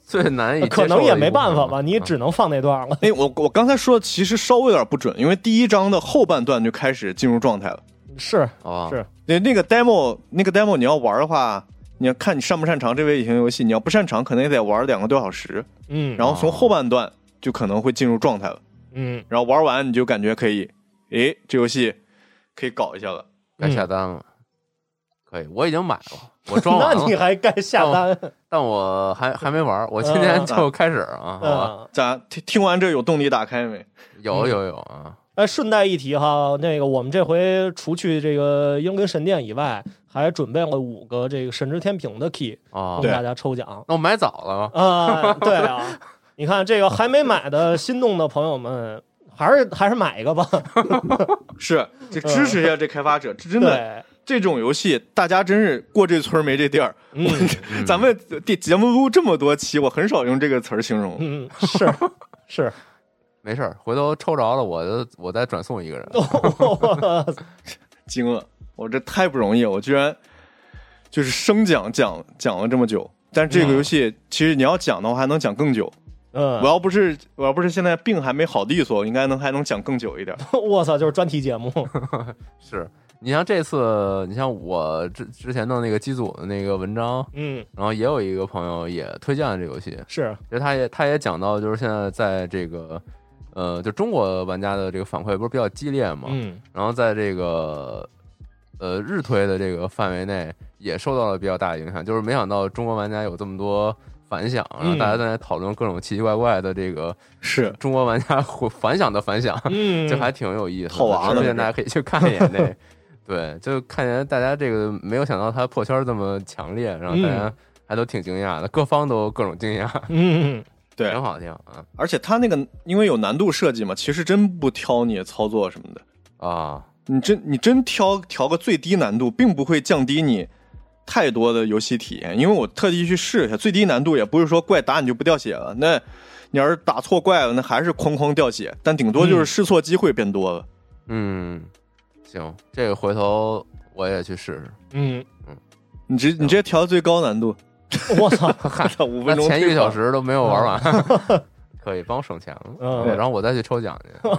最难以接受啊可的能也一没部分办法吧，啊你只能放那段了。哎，我我刚才说的其实稍微有点不准，因为第一章的后半段就开始进入状态了。是，啊是那那个 demo 那个 demo 你要玩的话，你要看你擅不擅长这类型游戏，你要不擅长，可能也得玩两个多小时，嗯，然后从后半段就可能会进入状态了。嗯，然后玩完你就嗯感觉可以，诶，这游戏可以搞一下了。该下单了，可以，我已经买了，我 装那完了你，还该下单？啊但我还还没玩儿，我今天就开始啊，好吧，嗯，咋听听完这有动力打开没？有有有啊，哎，顺带一提哈，那个我们这回除去这个英灵神殿以外，还准备了五个这个神之天平的 key 啊供，哦对大家抽奖那我买早了，啊！对啊，你看这个还没买的心动的朋友们，还是还是买一个吧。是，这支持一下这开发者，这真的对，这种游戏，大家真是过这村儿没这店儿。嗯嗯 咱们这节目录这么多期，我很少用这个词儿形容。嗯，是是，没事儿，回头抽着了，我就我再转送一个人。哦惊了，我这太不容易了，我居然就是生讲讲讲了这么久。但这个游戏其实你要讲的话，还能讲更久。嗯我，要不是我要不是现在病还没好利索，我应该能还能讲更久一点。我操，就是专题节目，是你像这次，你像我之之前弄那个机组的那个文章，嗯，然后也有一个朋友也推荐了这游戏，是，其实他也他也讲到，就是现在在这个呃，就中国玩家的这个反馈不是比较激烈嘛，嗯然后在这个呃日推的这个范围内也受到了比较大的影响，就是没想到中国玩家有这么多反响，然后大家在那讨论各种奇奇怪怪的这个是，中国玩家会反响的反响，嗯，就还挺有意思的，好玩儿的推荐大家可以去看一眼那。对，就看见大家这个没有想到它破圈儿这么强烈，然后大家嗯还都挺惊讶的，各方都各种惊讶，嗯，嗯对挺好听啊而且它那个因为有难度设计嘛，其实真不挑你操作什么的，啊！你真你真挑调个最低难度，并不会降低你太多的游戏体验。因为我特地去试一下，最低难度也不是说怪打你就不掉血了，那你要是打错怪了，那还是哐哐掉血，但顶多嗯就是试错机会变多了。嗯，行，这个回头我也去 试试。嗯你直你直接调到最高难度，嗯，我操，五那分钟嗯前一退个小款时都没有玩完， 可以帮我省钱了。 嗯然后我再去抽奖去。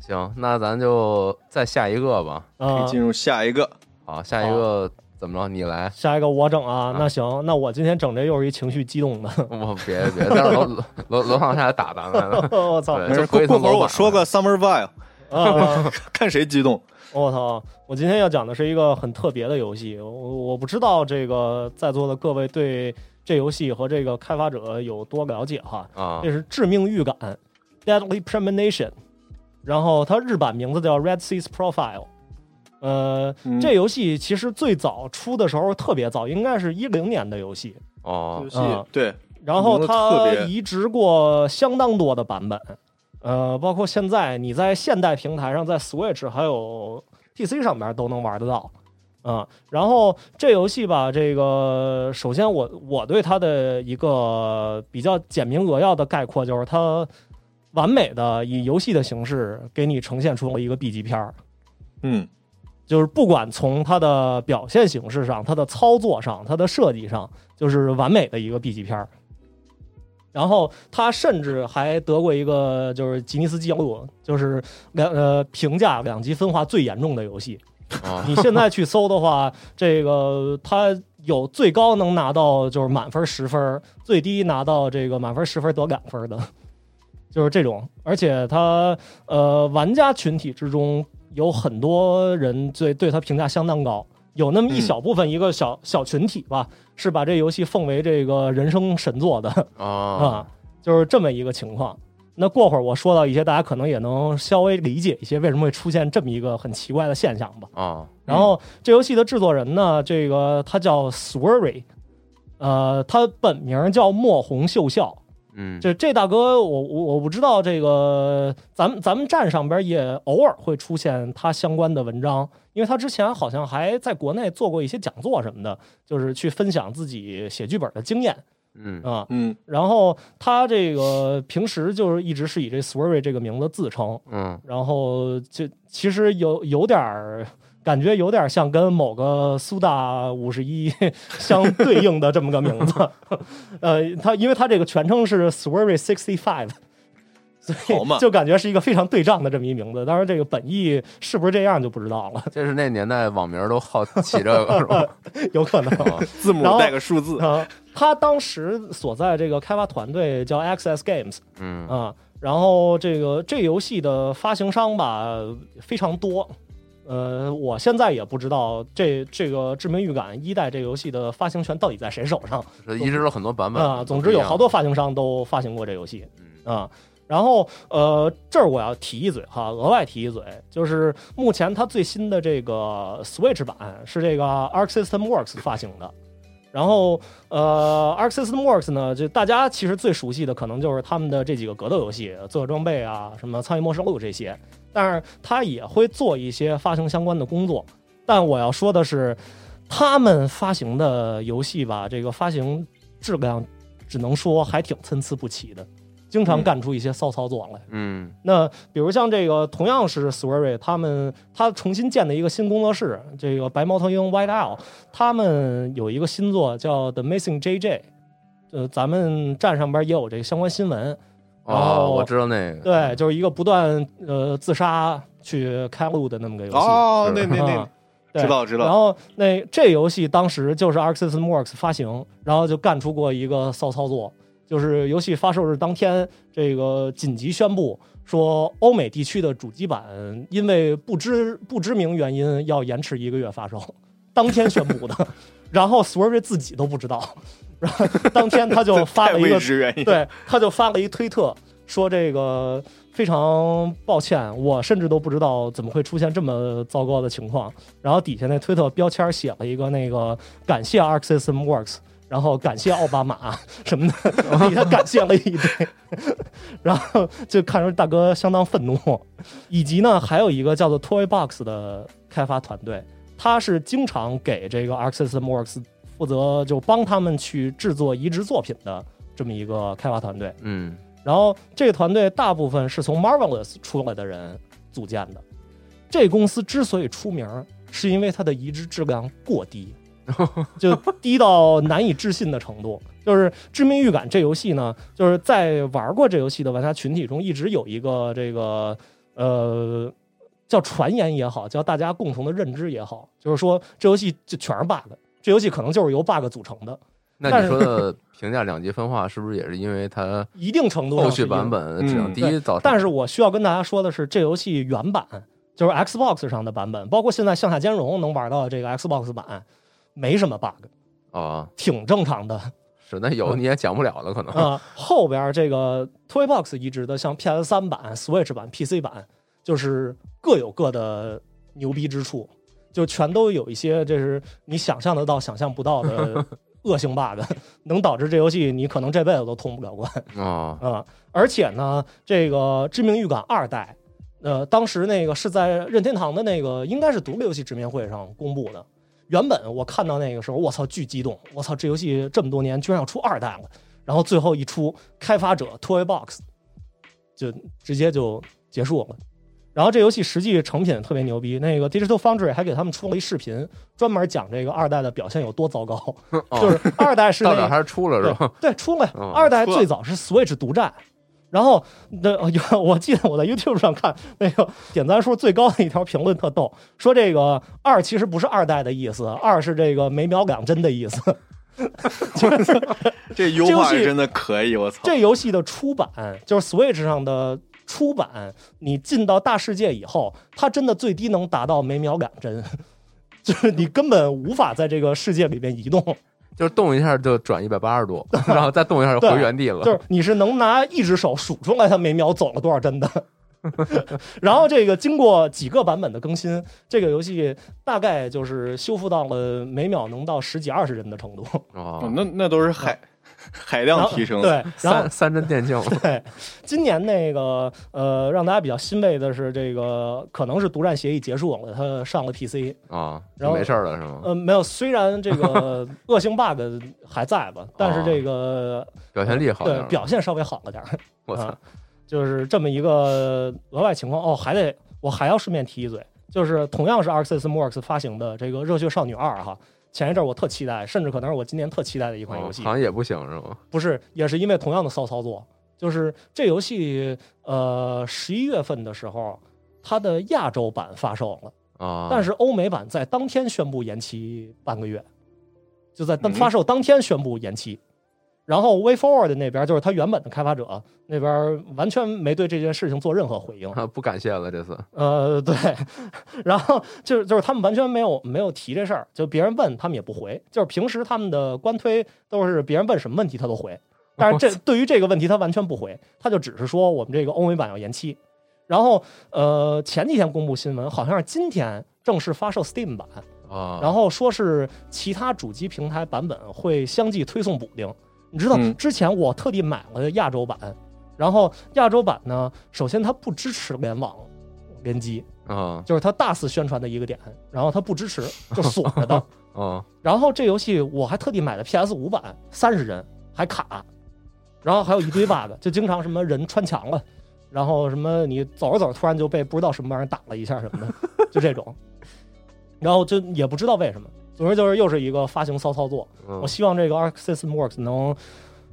行，那咱就再下一个吧。可啊以，进入下一个。好，下一个怎么着？你来，下一个我整啊，那行，那我今天整这又是一情绪激动的， 我别别，待会儿楼楼楼楼上下来打 咱们。我操对没事，这回过头过会儿老我板说个 Summer Vibe，啊！看谁激动。我操，我今天要讲的是一个很特别的游戏，我我不知道这个在座的各位对这游戏和这个开发者有多了解哈，啊这是《致命预感》（Deadly Premonition），然后它日版名字叫《Red Seas Profile》。呃，嗯这游戏其实最早出的时候特别早，应该是一零年的游戏。哦游，戏啊嗯对，然后名字它特别移植过相当多的版本，呃，包括现在你在现代平台上，在 Switch 还有 PC 上面都能玩得到。啊、然后这游戏吧，这个首先我我对它的一个比较简明扼要的概括就是，它完美的以游戏的形式给你呈现出了一个 B 级片儿，嗯，就是不管从它的表现形式上、它的操作上、它的设计上，就是完美的一个 B 级片儿。然后它甚至还得过一个就是吉尼斯纪录，就是两呃评价两极分化最严重的游戏。哦 你现在去搜的话，这个它有最高能拿到就是满分十分，最低拿到这个满分十分得两分的， 就是这种。而且它呃，玩家群体之中有很多人对对它评价相当高，有那么一小部分一个小、小群体吧，是把这游戏奉为这个人生神作的。哦啊，就是这么一个情况。那过会儿我说到一些大家可能也能稍微理解一些为什么会出现这么一个很奇怪的现象吧。哦，然后这游戏的制作人呢，这个他叫 Swery，呃，他本名叫莫红秀孝。嗯，这这大哥，我我我不知道这个，咱们咱们站上边也偶尔会出现他相关的文章，因为他之前好像还在国内做过一些讲座什么的，就是去分享自己写剧本的经验嗯啊、嗯，然后他这个平时就是一直是以这 Swery 这个名字自称，嗯然后就其实有有点儿感觉有点儿像跟某个苏大五十 一相对应的这么个名字， 呃，他因为他这个全称是 Swery Sixty Five。所好嘛以 就感觉是一个非常对仗的这么一名字，当然这个本意是不是这样就不知道了，这是那年代网名都好起这个 是吧？有可能。 哦字母然后带个数字，啊，他当时所在这个开发团队叫 Access Games，啊嗯呃啊，然后这个这游戏的发行商吧非常多，呃，我现在也不知道这这个致命预感一代这个游戏的发行权到底在谁手上是移植了很多版本啊、都总不之一有样好多发行商都发行过这游戏嗯啊、然后呃，这儿我要提一嘴哈，额外提一嘴，就是目前它最新的这个 Switch 版是这个 Arc System Works 发行的。然后，呃，Arc System Works 呢，就大家其实最熟悉的可能就是他们的这几个格斗游戏《罪恶装备》啊，什么《苍蝇谋生录》这些，但是他也会做一些发行相关的工作。但我要说的是，他们发行的游戏吧，这个发行质量只能说还挺参差不齐的，经常嗯干出一些骚操作来。嗯那比如像这个同样是 Swery，他们他重新建的一个新工作室，这个白猫头鹰 White Owl，他们有一个新作叫 The Missing JJ，呃，咱们站上边也有这个相关新闻。然哦，后我知道那个，对，就是一个不断呃自杀去开路的那么个游戏。哦，那那啊那，对知道知然道，后那这游戏当时就是 Arc System Works 发行，然后就干出过一个骚操作，就是游戏发售日当天，这个紧急宣布说，欧美地区的主机版因为不知不知名原因要延迟一个月发售，当天宣布的， 然后 Swerve 自己都不知道，然后当天他就发太了一未个知原因，对，他就发了一推特，说这个非常抱歉，我甚至都不知道怎么会出现这么糟糕的情况。然后底下那推特标签写了一个那个感谢 Arc System Works，然后感谢奥巴马什么的，底下感谢了一堆，然后就看出大哥相当愤怒。以及呢，还有一个叫做 Toy Box 的开发团队，他是经常给这个 Arc System Works 负责就帮他们去制作移植作品的这么一个开发团队。嗯然后这个团队大部分是从 Marvelous 出来的人组建的。这公司之所以出名儿，是因为它的移植质量过低，就低到难以置信的程度。就是《致命预感》这游戏呢，就是在玩过这游戏的玩家群体中，一直有一个这个呃。叫传言也好，叫大家共同的认知也好，就是说这游戏就全是 bug，这游戏可能就是由 bug 组成的，那但是你说的评价两极分化，是不是也是因为它一定程度上后是续因为版本质量嗯低对造成？但是我需要跟大家说的是，这游戏原版就是 Xbox 上的版本，包括现在向下兼容能玩到这个 Xbox 版，没什么 bug，啊，挺正常的是那有你也讲不了了，可能嗯啊、后边这个 Toybox 移植的，像 PS 3版、Switch 版、PC 版，就是各有各的牛逼之处，就全都有一些这是你想象得到、想象不到的恶性 bug，能导致这游戏你可能这辈子都通不了关。哦，啊、而且呢，这个《致命预感二代》，呃，当时那个是在任天堂的那个应该是独立游戏直面会上公布的。原本我看到那个时候，我操，巨激动！我操，这游戏这么多年居然要出二代了。然后最后一出，开发者 Toybox 就直接就结束了。然后这游戏实际成品特别牛逼，那个 Digital Foundry 还给他们出了一视频，专门讲这个二代的表现有多糟糕。 哦就是二代是到那点个儿还是出了是吧？对，出了嗯二代出了最早是 Switch 独占，然后那、呃、 我记得我在 YouTube 上看那个点赞数最高的一条评论特逗，说这个二其实不是二代的意思，二是这个没秒两帧的意思。 这优这游化戏真的可以，我操！这游戏的出版就是 Switch 上的出版，你进到大世界以后，它真的最低能达到每秒两帧， 就是你根本无法在这个世界里面移动。就是动一下就转一百八 十度，然后再动一下就回原地了。就是你是能拿一只手数出来它每秒走了多少帧的。 然后这个经过几个版本的更新，这个游戏大概就是修复到了每秒能到十几二十帧的程度。哦嗯哦，那那都是海啊海量然后提升，，对，然后 三三针 电竞，对，今年那个呃，让大家比较欣慰的是，这个可能是独占协议结束了，它上了 PC。啊，然后没事儿了是吗？呃，没有，虽然这个恶性 bug 还在 吧，但是这个、表现力啊好点对儿，表现稍微好了点儿。我操啊，就是这么一个额外情况。哦，还得我还要顺便提一嘴，就是同样是 Arc System Works 发行的这个《热血少女二》哈，前一阵儿我特期待，甚至可能是我今年特期待的一款哦游戏好，像也不行是吗？不是也是因为同样的骚操作，就是这游戏呃十一月份的时候。它的亚洲版发售了，啊，但是欧美版在当天宣布延期半个月，就在当嗯发售当天宣布延期，然后 WayForward 那边就是他原本的开发者那边完全没对这件事情做任何回应，啊，不感谢了这次，呃， 对，然后就是就是他们完全没有没有提这事儿，就别人问他们也不回，就是平时他们的官推都是别人问什么问题他都回，但是这对于这个问题他完全不回，他就只是说我们这个欧美版要延期。然后呃，前几天公布新闻，好像是今天正式发售 Steam 版，啊，然后说是其他主机平台版本会相继推送补丁。你知道嗯之前我特地买了亚洲版，然后亚洲版呢，首先它不支持联网联机，啊就是它大肆宣传的一个点，然后它不支持，就锁着的。啊然后这游戏我还特地买了 PS 五版，三十人还卡，然后还有一堆 bug，就经常什么人穿墙了，然后什么你走着走着突然就被不知道什么玩意儿打了一下什么的，就这种，然后就也不知道为什么，总之就是又是一个发行骚操作。嗯我希望这个 Arc System Works 能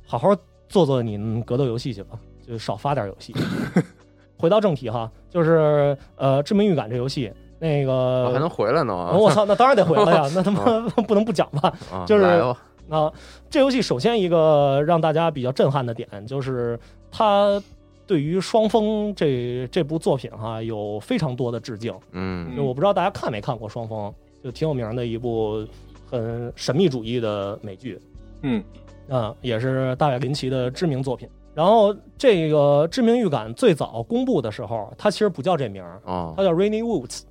好好做做你们格斗游戏去吧，就少发点游戏。 回到正题哈，就是呃，致命预感这游戏，那个我还能回来呢啊嗯嗯我操，那当然得回来 呀，那他妈 不能不讲吧？啊，就是来吧啊，这游戏首先一个让大家比较震撼的点就是它。对于《双峰》这这部作品哈、有非常多的致敬。嗯就我不知道大家看没看过《双峰》，就挺有名的一部很神秘主义的美剧。嗯嗯，也是大卫林奇的知名作品。然后这个《致命预感》最早公布的时候，它其实不叫这名儿，哦它叫 Rainy Woods。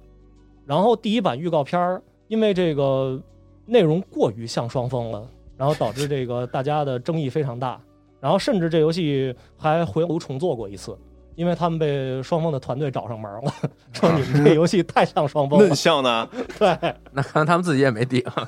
然后第一版预告片儿，因为这个内容过于像双峰了，然后导致这个大家的争议非常大。然后甚至这游戏还回炉重做过一次，因为他们被双峰的团队找上门儿了，说你们这游戏太像双峰了嫩。像呢？对，那看来他们自己也没底啊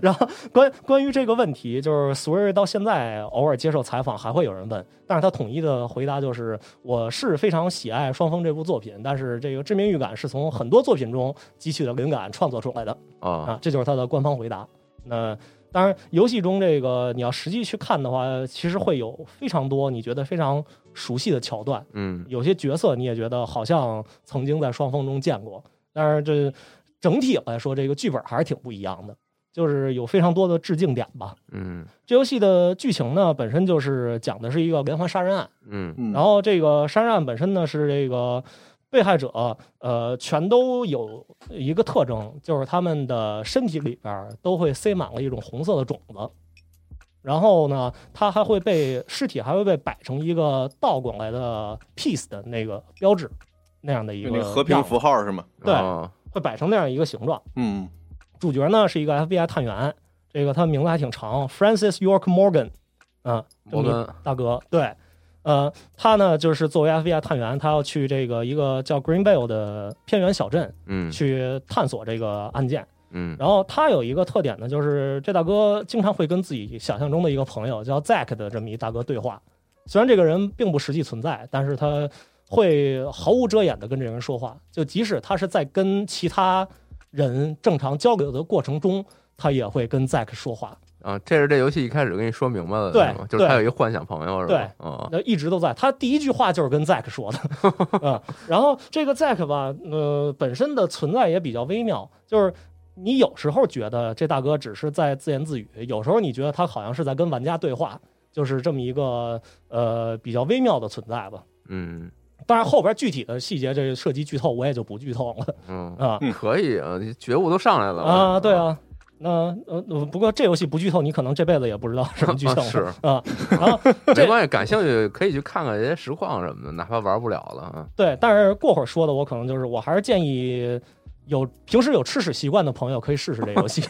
然后关关于这个问题，就是 Swear 到现在偶尔接受采访还会有人问，但是他统一的回答就是：我是非常喜爱《双峰》这部作品，但是这个致命预感是从很多作品中汲取的灵感创作出来的啊啊，这就是他的官方回答。那当然，游戏中这个你要实际去看的话，其实会有非常多你觉得非常熟悉的桥段，嗯有些角色你也觉得好像曾经在《双峰》中见过，但是这整体来说，这个剧本还是挺不一样的，就是有非常多的致敬点吧。嗯这游戏的剧情呢，本身就是讲的是一个连环杀人案，嗯嗯然后这个杀人案本身呢是这个被害者呃全都有一个特征，就是他们的身体里边儿都会塞满了一种红色的种子，然后呢，它还会被尸体还会被摆成一个倒过来的 peace 的那个标志那样的一就个那个和样平子符号是吗？对哦会摆成那样一个形状。嗯，主角呢是一个 FBI 探员，这个他名字还挺长，Francis York Morgan，啊、这摩么一根大哥，对，呃，他呢就是作为 FBI 探员，他要去这个一个叫 Greenvale 的偏远小镇嗯去探索这个案件。嗯然后他有一个特点呢，就是这大哥经常会跟自己想象中的一个朋友叫 Zack 的这么一大哥对话。虽然这个人并不实际存在，但是他会毫无遮掩的跟这个人说话。就即使他是在跟其他人正常交流的过程中，他也会跟 Zack 说话。啊，这是这游戏一开始就跟你说明白了的对是吗，就是他对有一个幻想朋友是吧？啊那一直都在。他第一句话就是跟 Zack 说的， 嗯，然后这个 Zack 吧，呃，本身的存在也比较微妙，就是你有时候觉得这大哥只是在自言自语，有时候你觉得他好像是在跟玩家对话，就是这么一个呃比较微妙的存在吧。嗯当然，后边具体的细节这个涉及剧透，我也就不剧透了嗯啊可以啊，你觉悟都上来了啊，对，啊，那呃，不过这游戏不剧透，你可能这辈子也不知道什么剧啊透 是啊。然后 没关系，感兴趣可以去看看人家实况什么的，哪怕玩不了了啊。对，但是过会儿说的，我可能就是，我还是建议有平时有吃屎习惯的朋友可以试试这游 戏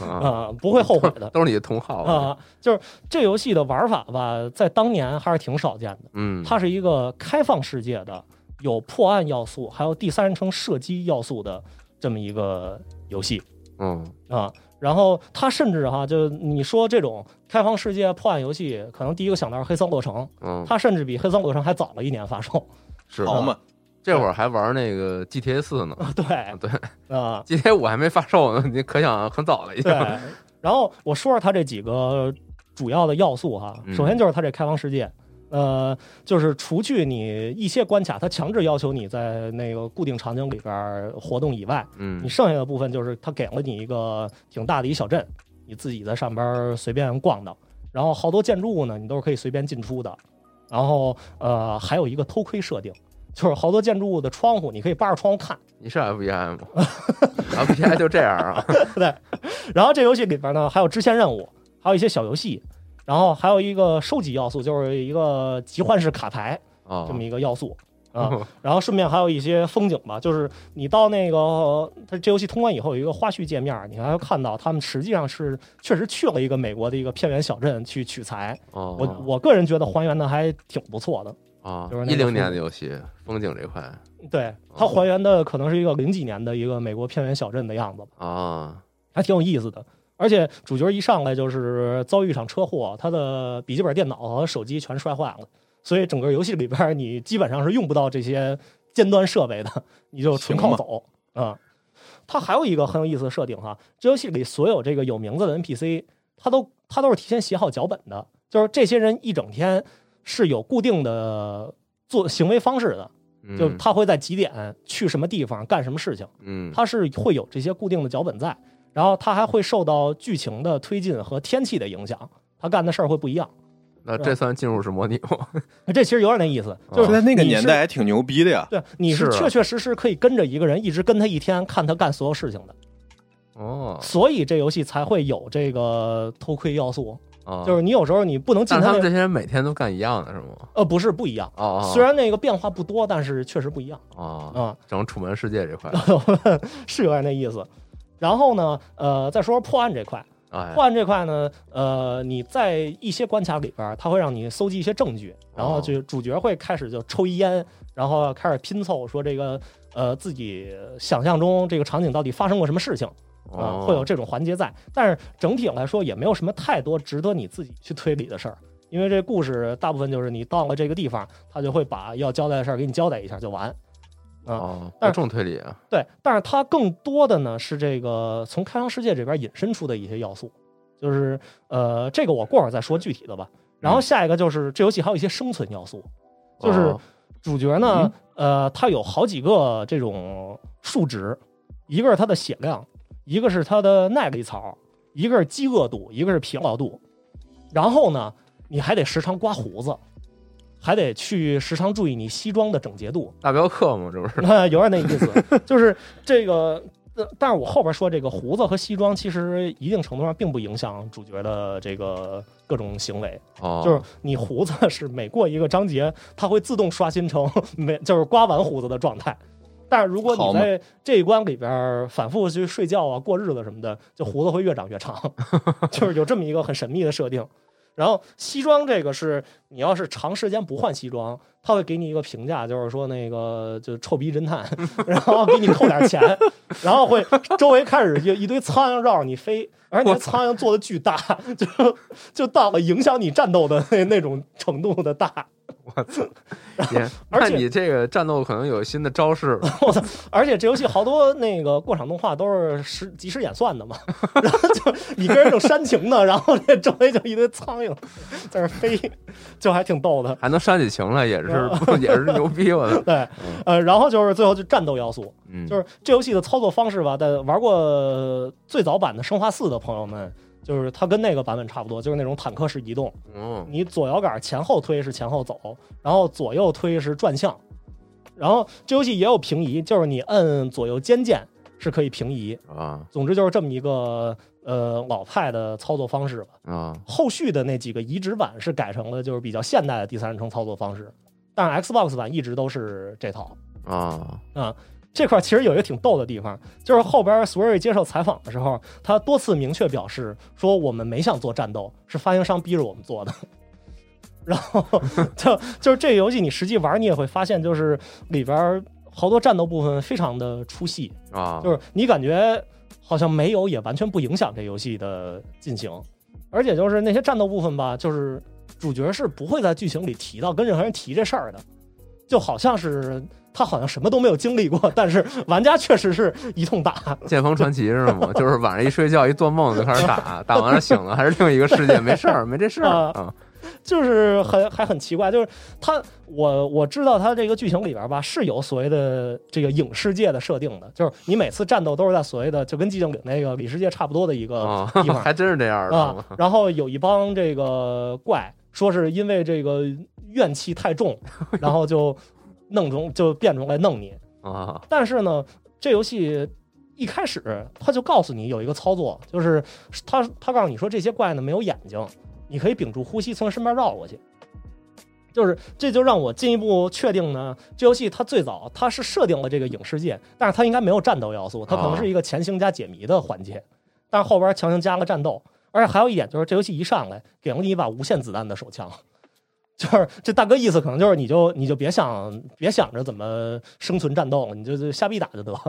啊啊、不会后悔的都是你的同 好啊、，就是这游戏的玩法吧，在当年还是挺少见的。嗯，它是一个开放世界的，有破案要素，还有第三人称射击要素的这么一个游戏嗯啊、然后它甚至哈，就你说这种开放世界破案游戏，可能第一个想到是《黑森洛城》，嗯，它甚至比《黑森洛城》还早了一年发售。是好哦嘛，这会儿还玩那个 GTA 四呢对对啊。 ，GTA 五还没发售呢，你可想很早了已经对，然后我说说它这几个主要的要素哈，嗯首先就是它这开放世界。呃，就是除去你一些关卡，它强制要求你在那个固定场景里边儿活动以外，嗯你剩下的部分就是它给了你一个挺大的一小镇，你自己在上边儿随便逛荡。然后好多建筑物呢，你都是可以随便进出的。然后呃，还有一个偷窥设定，就是好多建筑物的窗户，你可以扒着窗户看。你是 FBI 吗？FBI 就这样啊？然后这游戏里边呢，还有支线任务，还有一些小游戏，然后还有一个收集要素，就是一个集换式卡牌这么哦，一个要素。啊，然后顺便还有一些风景吧，就是你到那个它这游戏通关以后有一个花絮界面，你还会看到他们实际上是确实去了一个美国的一个偏远小镇去取材。哦，我我个人觉得还原的还挺不错的，啊就是，那个一零年的游戏，风景这块对它还原的可能是一个零几年的一个美国偏远小镇的样子吧，啊，还挺有意思的。而且主角一上来就是遭遇一场车祸，他的笔记本电脑和手机全摔坏了，所以整个游戏里边你基本上是用不到这些尖端设备的，你就纯靠走啊、嗯。它还有一个很有意思的设定哈，这游戏里所有这个有名字的 NPC，它都它都是提前写好脚本的，就是这些人一整天是有固定的做行为方式的，嗯就他会在几点去什么地方干什么事情，嗯，它是会有这些固定的脚本在，然后它还会受到剧情的推进和天气的影响，他干的事儿会不一样。那这算进入式模拟吗？ 这其实有点那意思，哦就就在是那个你是年代还挺牛逼的呀。对，你是是啊确确实实可以跟着一个人一直跟他一天，看他干所有事情的，哦，所以这游戏才会有这个偷窥要素。哦就是你有时候你不能进但是那他们个这些人每天都干一样的是吗？呃，不是不一样，哦，哦虽然那个变化不多，但是确实不一样哦，啊。 整楚门世界这块，是有点那意思。然后呢，呃，再说说破案这块，哎破，案这块呢，呃，你在一些关卡里边儿，它会让你搜集一些证据，然后哦就主角会开始就抽一烟，然后开始拼凑说这个呃自己想象中这个场景到底发生过什么事情啊、哦会有这种环节在。但是整体来说也没有什么太多值得你自己去推理的事儿，因为这故事大部分就是你到了这个地方，他就会把要交代的事儿给你交代一下就完。啊哦，但是不重推理啊，对，但是它更多的呢是这个从开放世界这边引申出的一些要素，就是呃，这个我过会儿再说具体的吧。然后下一个就是这游戏还有一些生存要素，就是哦主角呢，呃，他有好几个这种数值，一个是他的血量，一个是他的耐力槽，一个是饥饿度，一个是疲劳度。然后呢，你还得时常刮胡子，还得去时常注意你西装的整洁度。大镖客嘛，这 不是？那 有点那意思，就是这个。呃但是我后边说这个胡子和西装，其实一定程度上并不影响主角的这个各种行为。哦，就是你胡子是每过一个章节，它会自动刷新成 没就是刮完胡子的状态。但是如果好你嘛在这一关里边儿反复去睡觉啊、过日子什么的，就胡子会越长越长， 就是有这么一个很神秘的设定。然后西装这个是你要是长时间不换西装，他会给你一个评价，就是说那个就臭逼侦探， 然后给你扣点钱， 然后会周围开始一一堆苍蝇绕着你飞，而且那苍蝇做的巨大， 就就到了影响你战斗的那那种程度的大。你， 而那且你这个战斗可能有新的招式了而且这游戏好多那个过场动画都是实即时演算的嘛，然后就你跟人正煽情呢，然后这周围就一堆苍蝇在那儿飞，就还挺逗的。还能煽起情来，也是嗯也是牛逼我 的，对，呃，然后就是最后就战斗要素，嗯，就是这游戏的操作方式吧，在玩过最早版的《生化四》的朋友们，就是它跟那个版本差不多，就是那种坦克式移动，哦，你左摇杆前后推是前后走，然后左右推是转向。然后这游戏也有平移，就是你摁左右肩键是可以平移。啊总之就是这么一个呃老派的操作方式吧。啊，后续的那几个移植版是改成了就是比较现代的第三人称操作方式，但是 Xbox 版一直都是这套。啊，这块儿其实有一个挺逗的地方，就是后边 Swery 接受采访的时候，他多次明确表示说我们没想做战斗，是发行商逼着我们做的。 然后就就是这个游戏你实际玩，你也会发现，就是里边儿好多战斗部分非常的出戏，啊，就是你感觉好像没有，也完全不影响这游戏的进行。而且就是那些战斗部分吧，就是主角是不会在剧情里提到跟任何人提这事儿的，就好像是他好像什么都没有经历过，但是玩家确实是一通打。剑锋传奇是吗？就是晚上一睡觉一做梦就开始打，打完了醒了还是另一个世界，没事儿，没这事儿啊啊。就是很还很奇怪，就是他我我知道他这个剧情里边吧是有所谓的这个影视界的设定的，就是你每次战斗都是在所谓的就跟寂静岭那个里世界差不多的一个啊地 方，还真是这样的啊。， 然后有一帮这个怪，说是因为这个怨气太 重，然后就弄出就变出来弄你。啊，但是呢，这游戏一开始他就告诉你有一个操作，就是他他告诉你说这些怪呢没有眼睛，你可以屏住呼吸从身边绕过去。就是，这就让我进一步确定呢，这游戏它最早它是设定了这个影视界，但是它应该没有战斗要素，它可能是一个前行加解谜的环节，但是后边强行加了战斗，而且还有一点就是这游戏一上来给了你一把无限子弹的手枪，就是这大哥意思可能就是你就你就别想别想着怎么生存战斗了，你就就瞎逼打就得，了。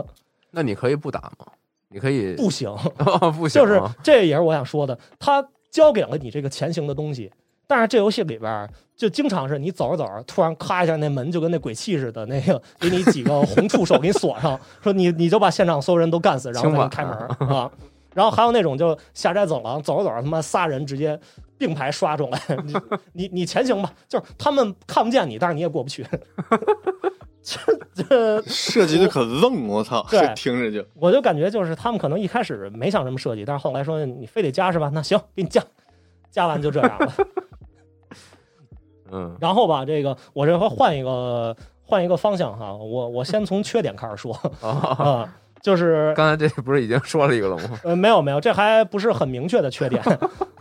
那你可以不打吗？你可以不行，哦不行就啊，是这也是我想说的，他教给了你这个前行的东西，但是这游戏里边儿就经常是你走着走着，突然咔一下那门就跟那鬼泣似的，那个给你几个红触手给你锁上，说你你就把现场所有人都干死，然后再给你开门 儿啊。然后还有那种就下斋走廊走着走着，他妈仨人直接并排刷出来，你你你前行吧，就是他们看不见你，但是你也过不去。 这这设计的可愣，我操，哦对这听着就我就感觉就是他们可能一开始没想这么设计，但是后来说你非得加是吧？那行，给你加， 加完就这样了。 嗯然后吧，这个我这回换一个换一个方向哈，我我先从缺点开始说啊、啊，就是刚才这不是已经说了一个了吗？呃没有没有，这还不是很明确的缺点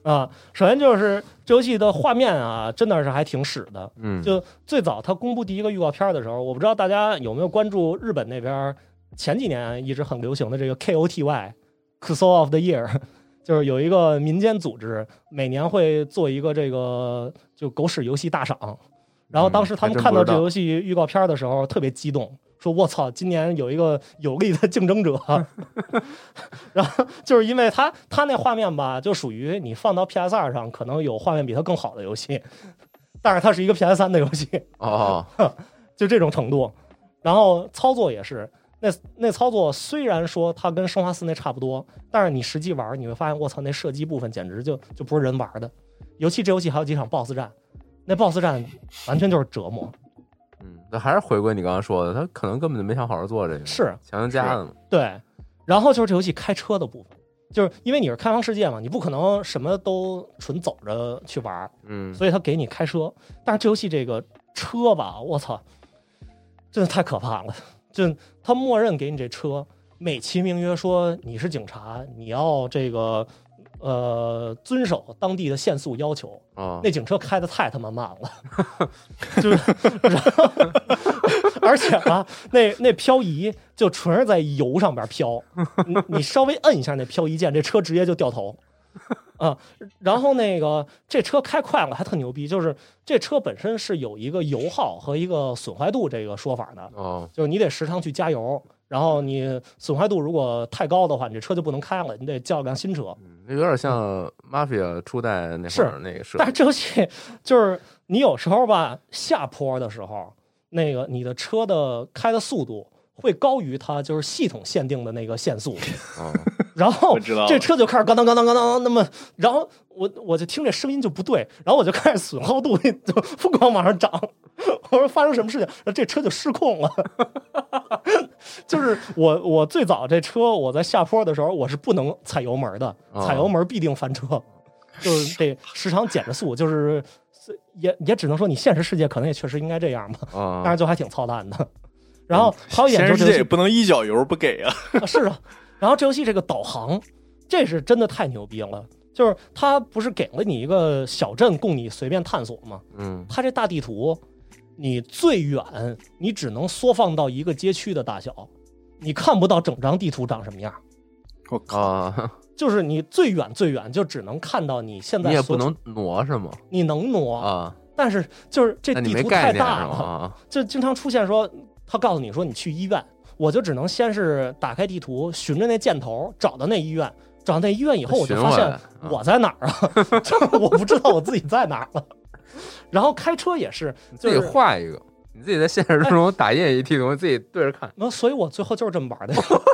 啊、首先就是这游戏的画面啊，真的是还挺屎的， 嗯，就最早他公布第一个预告片的时候，我不知道大家有没有关注日本那边儿前几年一直很流行的这个 KOTY k s o of the Year，就是 有一个民间组织每年会做一个这个就狗屎游戏大赏。然后当时他们嗯还真看到不知这道游戏预告片的时候特别激动，说：“我操，今年有一个有力的竞争者。” 然后就是因为他他那画面吧，就属于你放到 PS 二上，可能有画面比它更好的游戏，但是它是一个 PS 三的游戏，哦，就这种程度。然后操作也是，那那操作虽然说它跟生化四那差不多，但是你实际玩儿你会发现，我操，那射击部分简直就就不是人玩儿的。尤其这游戏还有几场 BOSS 战，那 BOSS 战完全就是折磨。嗯，那还是回归你刚刚说的，他可能根本就没想好好做这个，是强行加的嘛。对，然后就是这游戏开车的部分，就是因为你是开放世界嘛，你不可能什么都纯走着去玩儿，嗯，所以他给你开车。但是这游戏这个车吧，我操，真的太可怕了！就他默认给你这车，美其名曰说你是警察，你要这个呃遵守当地的限速要求。啊那警车开的太他妈慢了，就是，然后而且啊，那那漂移就纯是在油上边飘，你你稍微摁一下那漂移键，这车直接就掉头。啊，然后那个这车开快了还特牛逼，就是这车本身是有一个油耗和一个损坏度这个说法的，哦，就是你得时常去加油，然后你损坏度如果太高的话，你这车就不能开了，你得叫一辆新车。那有点像 mafia 初代那会儿那个设但是这计游戏就是你有时候吧，下坡的时候，那个你的车的开的速度会高于它就是系统限定的那个限速，啊，然后我知道了这车就开始咣当咣当咣当，那么然后我我就听这声音就不对，然后我就开始损耗度就疯狂往上涨，我说发生什么事情，然后这车就失控了。 就是我我最早这车我在下坡的时候我是不能踩油门的，啊哦踩油门必定翻车，就是得时常减着速，就是也也只能说你现实世界可能也确实应该这样吧，啊但是就还挺操蛋的。然后还有一点嗯现哦就实世是这界游戏也不能一脚油不给啊，啊，是啊。然后这游戏这个导航，这是真的太牛逼了。就是它不是给了你一个小镇供你随便探索吗？嗯它这大地图，你最远你只能缩放到一个街区的大小，你看不到整张地图长什么样。我靠，啊，就是你最远最远就只能看到你现在你也所不能挪是吗？你能挪，啊，但是就是哦这那你地没图概太念是大吗？了，啊就经常出现说，他告诉你说你去医院，我就只能先是打开地图，循着那箭头找到那医院，找到那医院以后，我就询发问现啊我在哪儿啊， 就是我不知道我自己在哪儿了。然后开车也是，你就自己是画一个，你自己在现实中打印一地图，自己对着看。那所以，我最后就是这么玩的。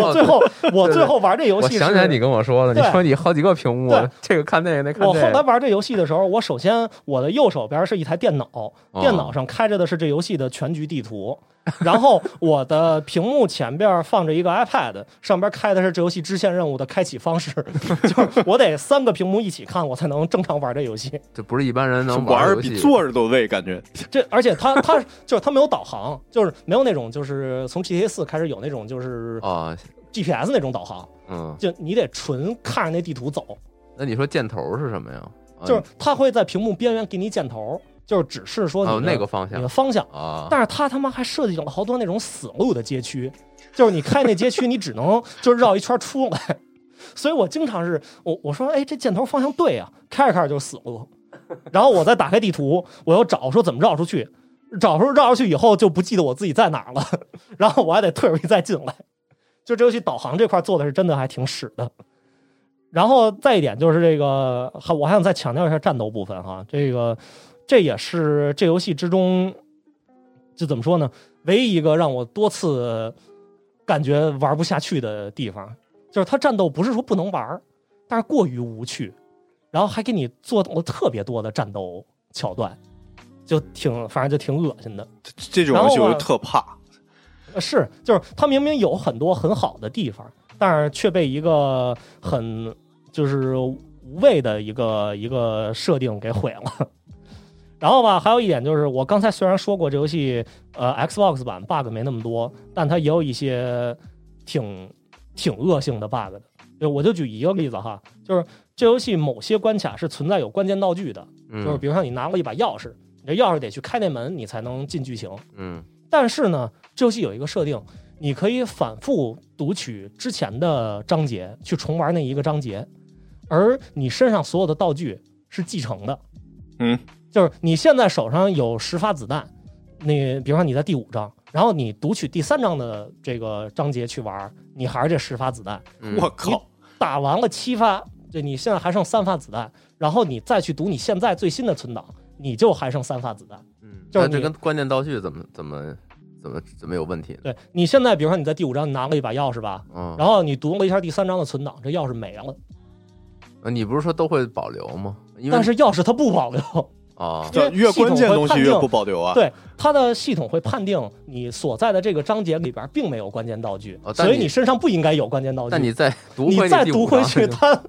我 最 后，我最后玩这游哦我戏，想起来你。跟我说的，你对说你好几个屏幕对，这个看那个，那看我后这来个。玩这游戏的时候，我首先我的右手边是一台电脑，哦电脑上开着的是这游戏的全局地图， 然后我的屏幕前边放着一个 iPad，上边开的是这游戏支线任务的开启方式， 就是我得三个屏幕一起看，我才能正常玩这游戏。 这不是一般人能玩的儿游戏比。坐着都累，感觉这而且它它就是它没有导航，就是没有那种就是从 GTA 四开始有那种就是啊， GPS 那种导航，嗯，就你得纯看着那地图走，那你说箭头是什么呀？啊就是它会在屏幕边缘给你箭头，就是指示说你哦的那个方你向的方向。啊，但是它他妈还设计了好多那种死路的街区， 就是你开那街区，你只能 就是绕一圈出来。所以我经常是我我说哎，这箭头方向对啊，开着开着就死路，然后我再打开地图，我又找说怎么绕出去，找出绕出去以后就不记得我自己在哪儿了， 然后我还得退回去再进来。就这游戏导航这块做的是真的还挺屎的。然后再一点就是这个，还我还想再强调一下战斗部分哈，这个这也是这游戏之中就怎么说呢？唯一一个让我多次感觉玩不下去的地方，就是它战斗不是说不能玩儿，但是过于无趣，然后还给你做了特别多的战斗桥段，就挺反正就挺恶心的。这种游啊戏我就特怕。呃是，就是它明明有很多很好的地方，但是却被一个很就是无谓的一个一个设定给毁了。 然后吧，还有一点就是，我刚才虽然说过这游戏，呃，Xbox 版 bug 没那么多，但它也有一些挺挺恶性的 bug 的。就我就举一个例子哈，就是这游戏某些关卡是存在有关键道具的，就是嗯比如说你拿了一把钥匙，你这钥匙得去开那门，你才能进剧情。嗯但是呢，这游戏有一个设定，你可以反复读取之前的章节，去重玩那一个章节，而你身上所有的道具是继承的，嗯，就是你现在手上有十发子弹，你比如说你在第五章，然后你读取第三章的这个章节去玩，你还是这十发子弹，嗯，我靠，打完了七发，对你现在还剩三发子弹，然后你再去读你现在最新的存档，你就还剩三发子弹。嗯就是那这你跟关键道具怎么怎么怎么怎么有问题呢？对你现在，比如说你在第五章你拿了一把钥匙吧，嗯，然后你读了一下第三章的存档，这钥匙没了，后你不是说都会保留吗？因为但是钥匙它不保留，啊，因为越关键东西系越不统会判定保留啊。对它的系统会判定你所在的这个章节里边并没有关键道具，哦但所以你你身上不应该有关键道具。但你再读你回再第读五回章去，就他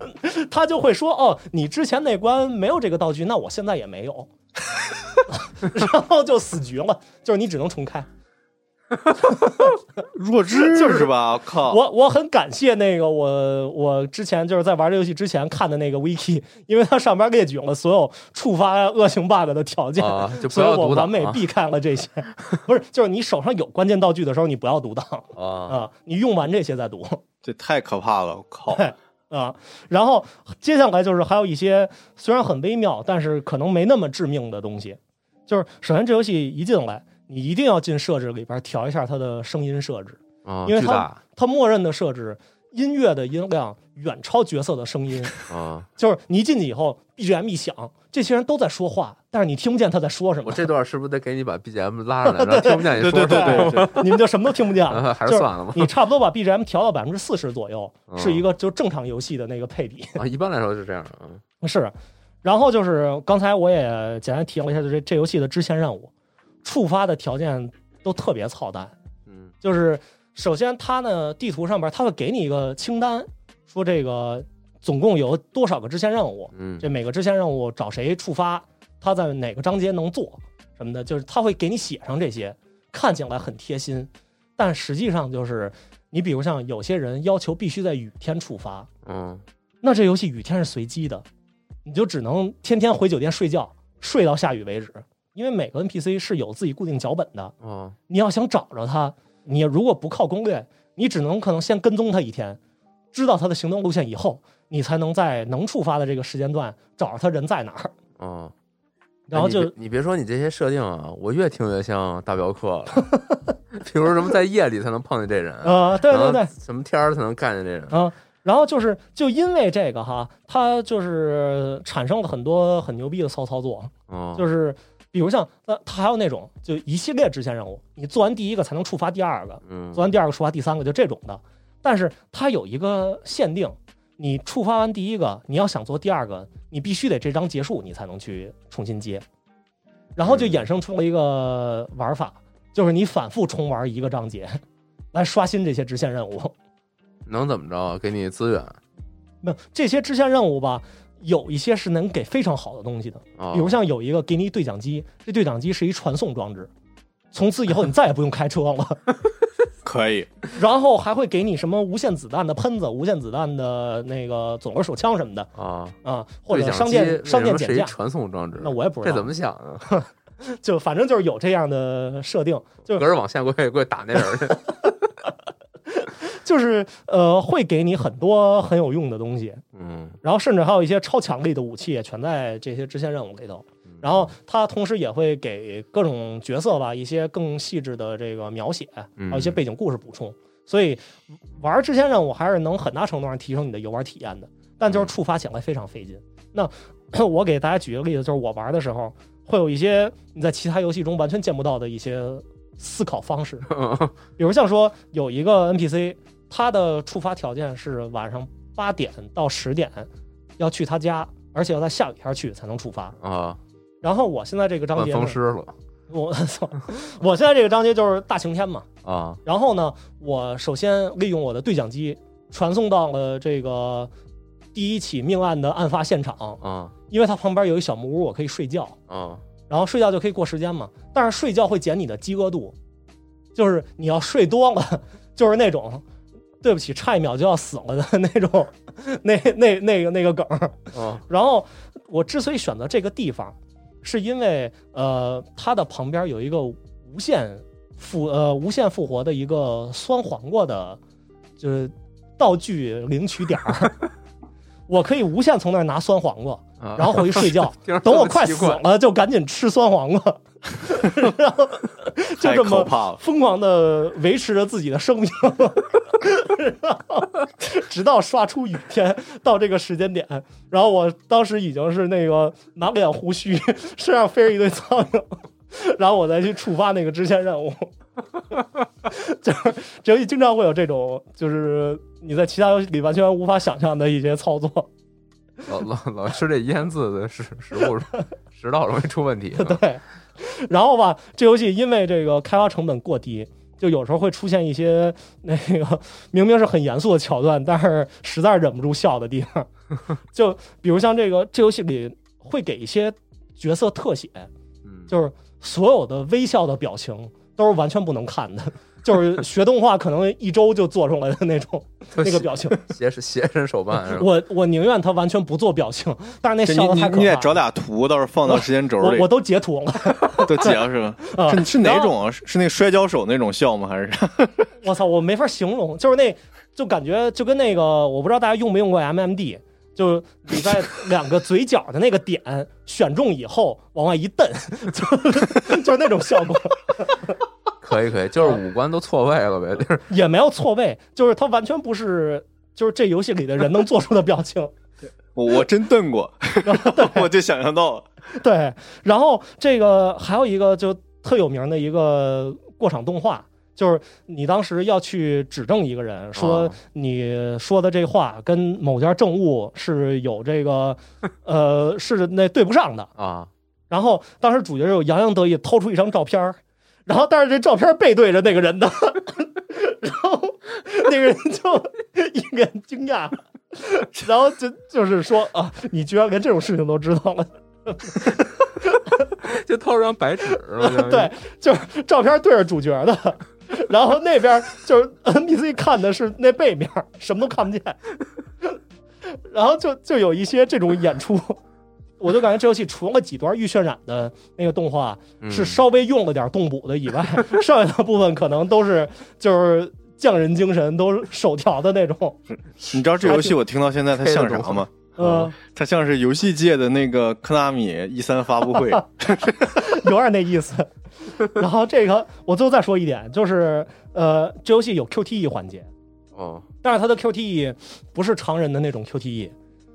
他就会说哦，你之前那关没有这个道具，那我现在也没 有，然后就死局了，就是你只能重开。弱智是吧？哦靠，我我很感谢那个我我之前就是在玩这游戏之前看的那个 wiki，因为它上边列举了所有触发恶性 bug 的条件，啊 就不所以要我读档完美啊避开了这 些。不是，就是你手上有关键道具的时候，你不要读档啊，啊，你用完这些再读这太可怕了！我 靠，啊。然后接下来就是还有一些虽然很微妙，但是可能没那么致命的东西，就是首先这游戏一进来，你一定要进设置里边调一下它的声音设置。啊因为巨它 大它默认的设置音乐的音量远超角色的声音，啊，就是你一进去以后，BGM 一响，这些人都在说话，但是你听不见他在说什我么，这段是不是得给你把 BGM 拉上来，让听不见你对对说什对么？对对，你们就什么都听不见啊 了，还是算了吧就 你差不多把 BGM 调到百分之四十左右，嗯是一个就正常游戏的那个配比。 啊，一般来说是这样啊，是，然后就是刚才我也简单提了一下，就这这游戏的支线任务，触发的条件都特别操蛋。嗯就是首先它呢地图上边它会给你一个清单，说这个总共有多少个支线任务，嗯这每个支线任务找谁触发，它在哪个章节能做什么的，就是它会给你写上这些，看起来很贴心，但实际上就是你比如像有些人要求必须在雨天触发，嗯，那这游戏雨天是随机的，你就只能天天回酒店睡觉，睡到下雨为止。因为每个 NPC 是有自己固定脚本的，哦，你要想找着他，你如果不靠攻略，你只能可能先跟踪他一天，知道他的行动路线以后，你才能在能触发的这个时间段找着他人在哪儿，哦，然后哎就你别你别说你这些设定啊，我越听越像大 镖客了。比如什么在夜里才能碰见这人，呃，对对对然，后什么天儿才能看见这人？嗯，然后就是就因为这个哈，他就是产生了很多很牛逼的骚操作，哦，就是比如像它它还有那种就一系列支线任务，你做完第一个才能触发第二个，嗯做完第二个触发第三个，就这种的。但是它有一个限定，你触发完第一个，你要想做第二个，你必须得这章结束，你才能去重新接。然后就衍生出了一个玩法，就是你反复重玩一个章节，来刷新这些支线任务。能怎么着啊？给你资源那这些支线任务吧，有一些是能给非常好的东西的，啊？比如像有一个给你一对讲机，这对讲机是一传送装置，从此以后你再也不用开车了。可以，然后还会给你什么无限子弹的喷子、无限子弹的那个左轮手枪什么的啊，啊，或者对讲商机店商为什店么减是一价，传送装置，那我也不知这道怎么想的？就反正就是有这样的设定，就隔着网线过去过去打那人 去，就是呃会给你很多很有用的东西，嗯，然后甚至还有一些超强力的武器也全在这些支线任务里头。然后它同时也会给各种角色吧一些更细致的这个描写，还有一些背景故事补充。所以玩支线任务还是能很大程度上提升你的游玩体验的，但就是触发起来非常费劲。那 我给大家举个例子，就是我玩的时候会有一些你在其他游戏中完全见不到的一些思考方式，比如像说有一个 NPC，他的触发条件是晚上八点到十点要去他家，而且要在下雨天去才能触发。啊，然后我现在这个章问节风呢，湿了 我操，我现在这个章节就是大晴天嘛。啊，然后呢，我首先利用我的对讲机传送到了这个第一起命案的案发现场，啊因为它旁边有一小木屋，我可以睡觉。啊，然后睡觉就可以过时间嘛。但是睡觉会减你的饥饿度，就是你要睡多了， 就是那种对不起，差一秒就要死了的那种， 那那那个那个梗儿。啊然后我之所以选择这个地方，是因为呃，它的旁边有一个无限复呃无限复活的一个酸黄瓜的，就是道具领取点儿。我可以无限从那儿拿酸黄瓜，啊，然后回去睡觉听着，等这我么快奇死怪了就赶紧吃酸黄瓜， 然后 就太这可么怕了。啊疯狂的维持着自己的生命， 然后直到刷出雨天到这个时间点，然后我当时已经是那个满脸胡须，身上飞着一堆苍蝇，然后我再去触发那个支线任务， 就是这游戏经常会有这种，就是你在其他游戏里完全无法想象的一些操作。老老老吃这腌制的食食物，食道容易出问题啊。 对，然后吧，这游戏因为这个开发成本过低，就有时候会出现一些那个明明是很严肃的桥段，但是实在忍不住笑的地 方。就比如像这个这游戏里会给一些角色特写，嗯，就是所有的微笑的表情都是完全不能看的，就是学动画可能一周就做出来的那种特那个写表情。斜斜伸手办是吧？我我宁愿他完全不做表情，但是那这哎笑你的你太可你得怕找了。俩图，到时候放到时间轴我里我，都截图 了，都截 了是吧？啊是是哪然后种啊？是是那个摔跤手那种笑吗？还是啥？我操，我没法形容，就是那，就感觉就跟那个，我不知道大家用没用过 MMD，就是你在两个嘴角的那个点选中以后往外一蹬，就就是那种效果，可以 可以，就是五官都错位了呗，就是也没有错位，就是它完全不是就是这游戏里的人能做出的表情。我我真瞪过， 我就想象 到了。对，然后这个还有一个就特有名的一个过场动画，就是你当时要去指证一个人，说啊你说的这话跟某件证物是有这个，呃，是那对不上的。啊然后当时主角就洋洋得意掏出一张照片儿然后但是这照片背对着那个人的， 然后那个人就 一脸惊讶，然后就就是说啊，你居然连这种事情都知道了。？就掏出张白纸是 吧对，就是照片对着主角的，然后那边就是 NPC 看的是那背面，什么都看不见，然后就就有一些这种演出，我就感觉这游戏除了几段预渲染的那个动画是嗯稍微用了点动捕的以外， 剩下的部分可能都是就是匠人精神，都是手调的那种，你知道这游戏我听到现在它像啥吗？嗯、它像是游戏界的那个科纳米一三发布 啊会，有点那意思。 然后这个我最后再说一点，就是呃，这游戏有 QTE 环节。哦，E 但是它的 QTE 不是常人的那种 QTE，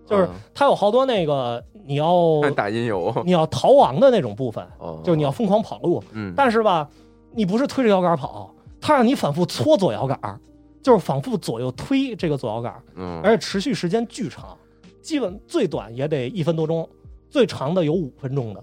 就是它有好多那个你要嗯看打音游，你要逃亡的那种部分，哦， 就是你要疯狂跑路，嗯，但是吧，你不是推着摇杆跑，它让你反复搓左摇杆儿，就是反复左右推这个左摇杆儿，嗯，而且持续时间巨长，基本最短也得一分多钟，最长的有五分钟 的，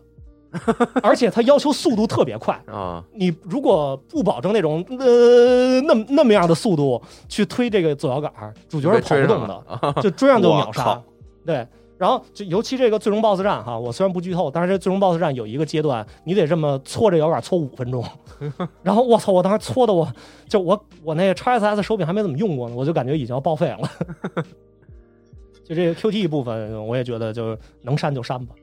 而且它要求速度特别快。啊，你如果不保证那种呃那么那么样的速度去推这个左摇杆儿，主角被是跑追不上动了的，就追 上就秒我杀靠。对，然后就尤其这个最终 BOSS 战哈，我虽然不剧透，但是这最终 BOSS 战有一个阶段，你得这么搓着摇杆搓五分钟。 然后我操，我当时搓的我就我我那 x SS 手柄还没怎么用过呢，我就感觉已经要报废了。 就这个 QT 部分，我也觉得就是能删就删吧。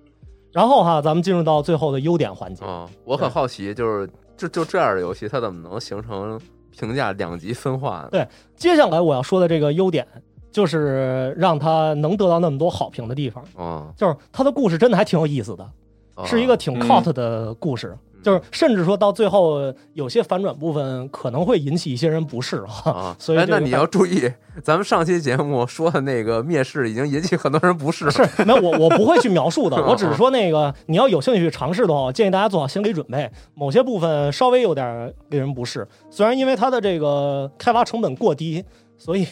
然后哈，咱们进入到最后的优点环节。啊，我很好奇，就是就就这样的游戏，它怎么能形成评价两极分化呢？接下来我要说的这个优点，就是让它能得到那么多好评的地方，啊，就是它的故事真的还挺有意思的，啊嗯是一个挺 cult 的故事，就是甚至说到最后有些反转部分可能会引起一些人不适哈。啊，所以哎，这那个你大要注意，咱们上期节目说的那个面试已经引起很多人 不适，是，没有我我不会去描 述的，我只是说那个你要有兴趣去尝试的话，我建议大家做好心理准备，某些部分稍微有点令人不适。虽然因为它的这个开发成本过低，所以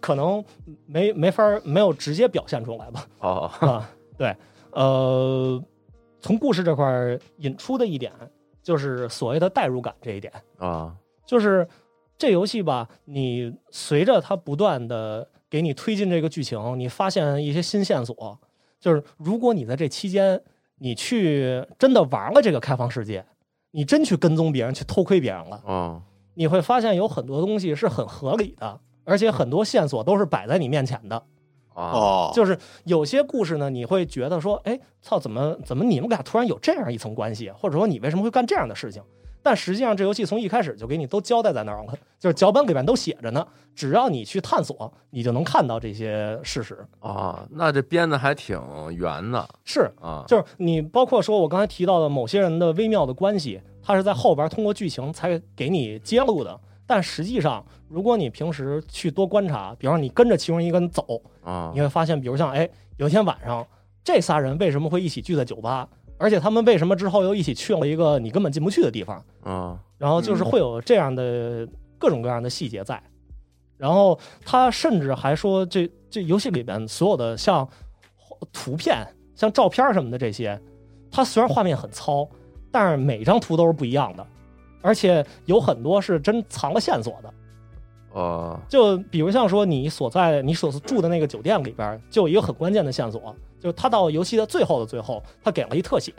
可能没没法儿没有直接表现出来吧。哦， 啊，对，呃，从故事这块儿引出的一点，就是所谓的代入感这一点，啊，就是这游戏吧，你随着它不断的给你推进这个剧情，你发现一些新线索，就是如果你在这期间，你去真的玩了这个开放世界，你真去跟踪别人，去偷窥别人了，哦，你会发现有很多东西是很合理的，而且很多线索都是摆在你面前的。啊，哦，就是有些故事呢，你会觉得说，哎，操，怎么怎么你们俩突然有这样一层关系，或者说你为什么会干这样的事情？但实际上，这游戏从一开始就给你都交代在那儿了，就是脚本里面都写着呢。只要你去探索，你就能看到这些事实。啊，那这编的还挺圆的是，啊，就是你包括说我刚才提到的某些人的微妙的关系，它是在后边通过剧情才给你揭露的。但实际上，如果你平时去多观察，比方说你跟着其中一个人走，啊你，会发现，比如像哎，有一天晚上，这仨人为什么会一起聚在酒吧？而且他们为什么之后又一起去了一个你根本进不去的地方？啊，然后就是会有这样的各种各样的细节在。然后他甚至还说这，这游戏里边所有的像图片、像照片什么的这些，它虽然画面很糙，但是每张图都是不一样的，而且有很多是真藏了线索的。哦，就比如像说你所在你所住的那个酒店里边儿，就有一个很关键的线索，就是他到游戏的最后的最后，他给了一特写，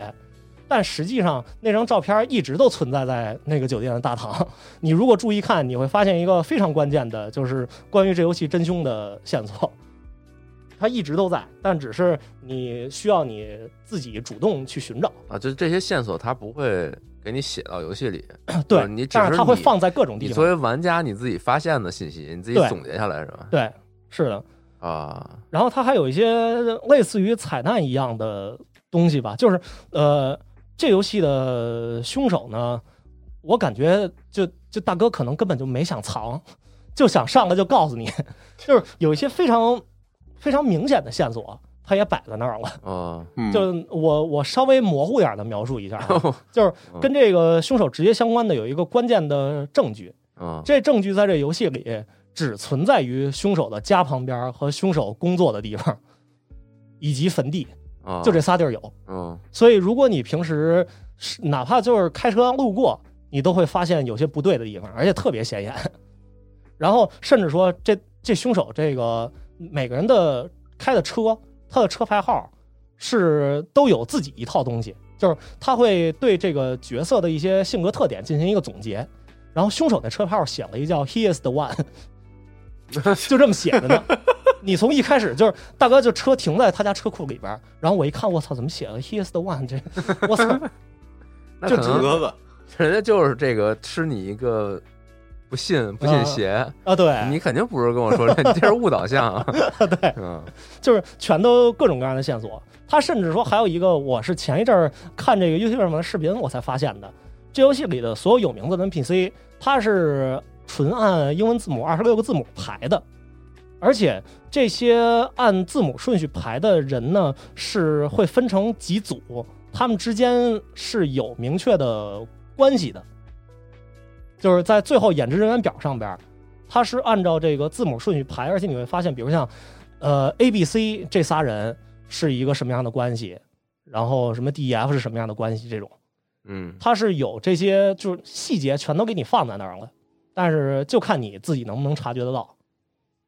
但实际上那张照片一直都存在在那个酒店的大堂。 你如果注意看，你会发现一个非常关键的，就是关于这游戏真凶的线索，它一直都在，但只是你需要你自己主动去寻找。啊，就是这些线索它不会给你写到游戏里，就对是，你只但是是它会你放在各种地你作方。为玩家你自己发现的信息，你自己对总结下来是吧？对，是的。啊，然后它还有一些类似于彩蛋一样的东西吧，就是呃，这游戏的凶手呢，我感觉就就大哥可能根本就没想藏，就想上来就告诉你，就是有一些非常非常明显的线索，他也摆在那儿了。哦，嗯就是我我稍微模糊点儿的描述一下啊，就是跟这个凶手直接相关的有一个关键的证据，嗯，这证据在这游戏里只存在于凶手的家旁边和凶手工作的地方，以及坟地，啊就这，仨地儿有。嗯，所以，如果你平时是哪怕就是开车路过，你都会发现有些不对的地方，而且特别显眼。 然后，甚至说这这凶手这个每个人的开的车，他的车牌号是都有自己一套东西，就是他会对这个角色的一些性格特点进行一个总结。然后凶手的车牌号写了一叫 “He is the one”，就这么写的呢。你从一开始就是大哥，就车停在他家车库里边儿，然后我一看，我操，怎么写了 “He is the one”？这，我操，那就可能折子， 人家就是这个吃你一个不信不信邪，啊，对，你肯定不是跟我说这，你这是误导 项啊。对，嗯就是全都各种各样的线索。他甚至说还有一个，我是前一阵儿看这个 YouTube 上的视频我才发现的，这游戏里的所有有名字的 NPC，它是纯按英文字母二十六个字母排的，而且这些按字母顺序排的人呢，是会分成几组，他们之间是有明确的关系的。就是在最后演职人员表上边儿，它是按照这个字母顺序排，而且你会发现，比如像呃 A、B、C 这仨人是一个什么样的关系，然后什么 D、E、F 是什么样的关系这种。嗯，它是有这些就是细节全都给你放在那儿了，但是就看你自己能不能察觉得到，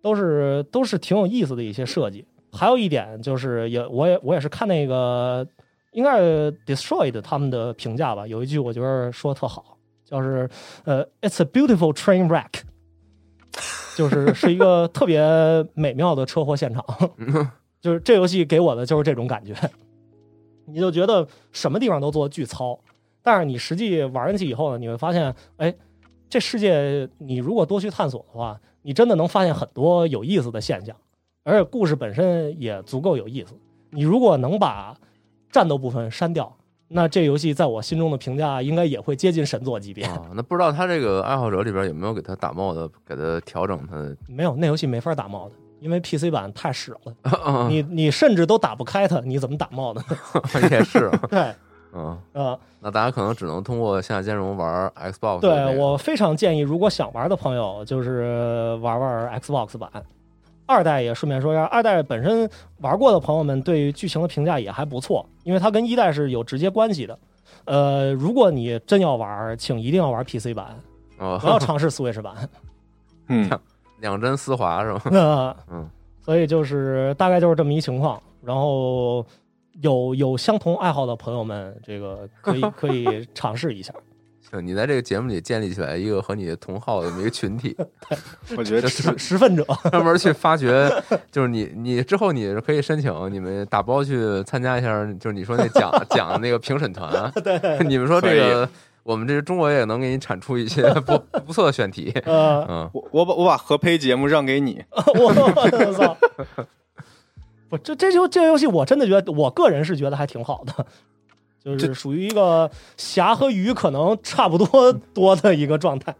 都是都是挺有意思的一些设计。还有一点就是也我也我也是看那个应该是 Destroyed 他们的评价吧，有一句我觉得说得特好，就是呃 It's a beautiful train wreck，就是是一个特别美妙的车祸现场。就是这游戏给我的就是这种感觉，你就觉得什么地方都做得巨糙，但是你实际玩进去以后呢，你会发现，哎，这世界你如果多去探索的话，你真的能发现很多有意思的现象，而且故事本身也足够有意思。你如果能把战斗部分删掉，那这游戏在我心中的评价应该也会接近神作级别。啊，那不知道他这个爱好者里边有没有给他打帽的，给他调整他的 没有，那游戏没法打帽的，因为 PC 版太屎了，嗯你你甚至都打不开它，你怎么打帽呢？也是，对，嗯， 呃，那大家可能只能通过下兼容玩 Xbox 的那个。对我非常建议，如果想玩的朋友，就是玩玩 Xbox 版。二代也顺便说一下，二代本身玩过的朋友们对于剧情的评价也还不错，因为它跟一代是有直接关系的。呃，如果你真要玩，请一定要玩 PC 版，不 要哦，尝试 Switch 版。嗯，两帧丝滑是吧？那嗯，啊所以就是大概就是这么一情况。然后有有相同爱好的朋友们，这个可以可以尝试一 下。行，你在这个节目里建立起来一个和你同好的这么一个群体， 我觉得是十分 者，专门去发掘，就是你你之后你可以申请，你们打包去参加一下，就是你说那讲讲那个评审团，对，你们说这个我们这个中国也能给你产出一些不不错的选题，呃，嗯，我我把我把合配节目让给 你， 我我操！不，这这就这个游戏，我真的觉得，我个人是觉得还挺好的，就是属于一个侠和鱼可能差不多多的一个状态。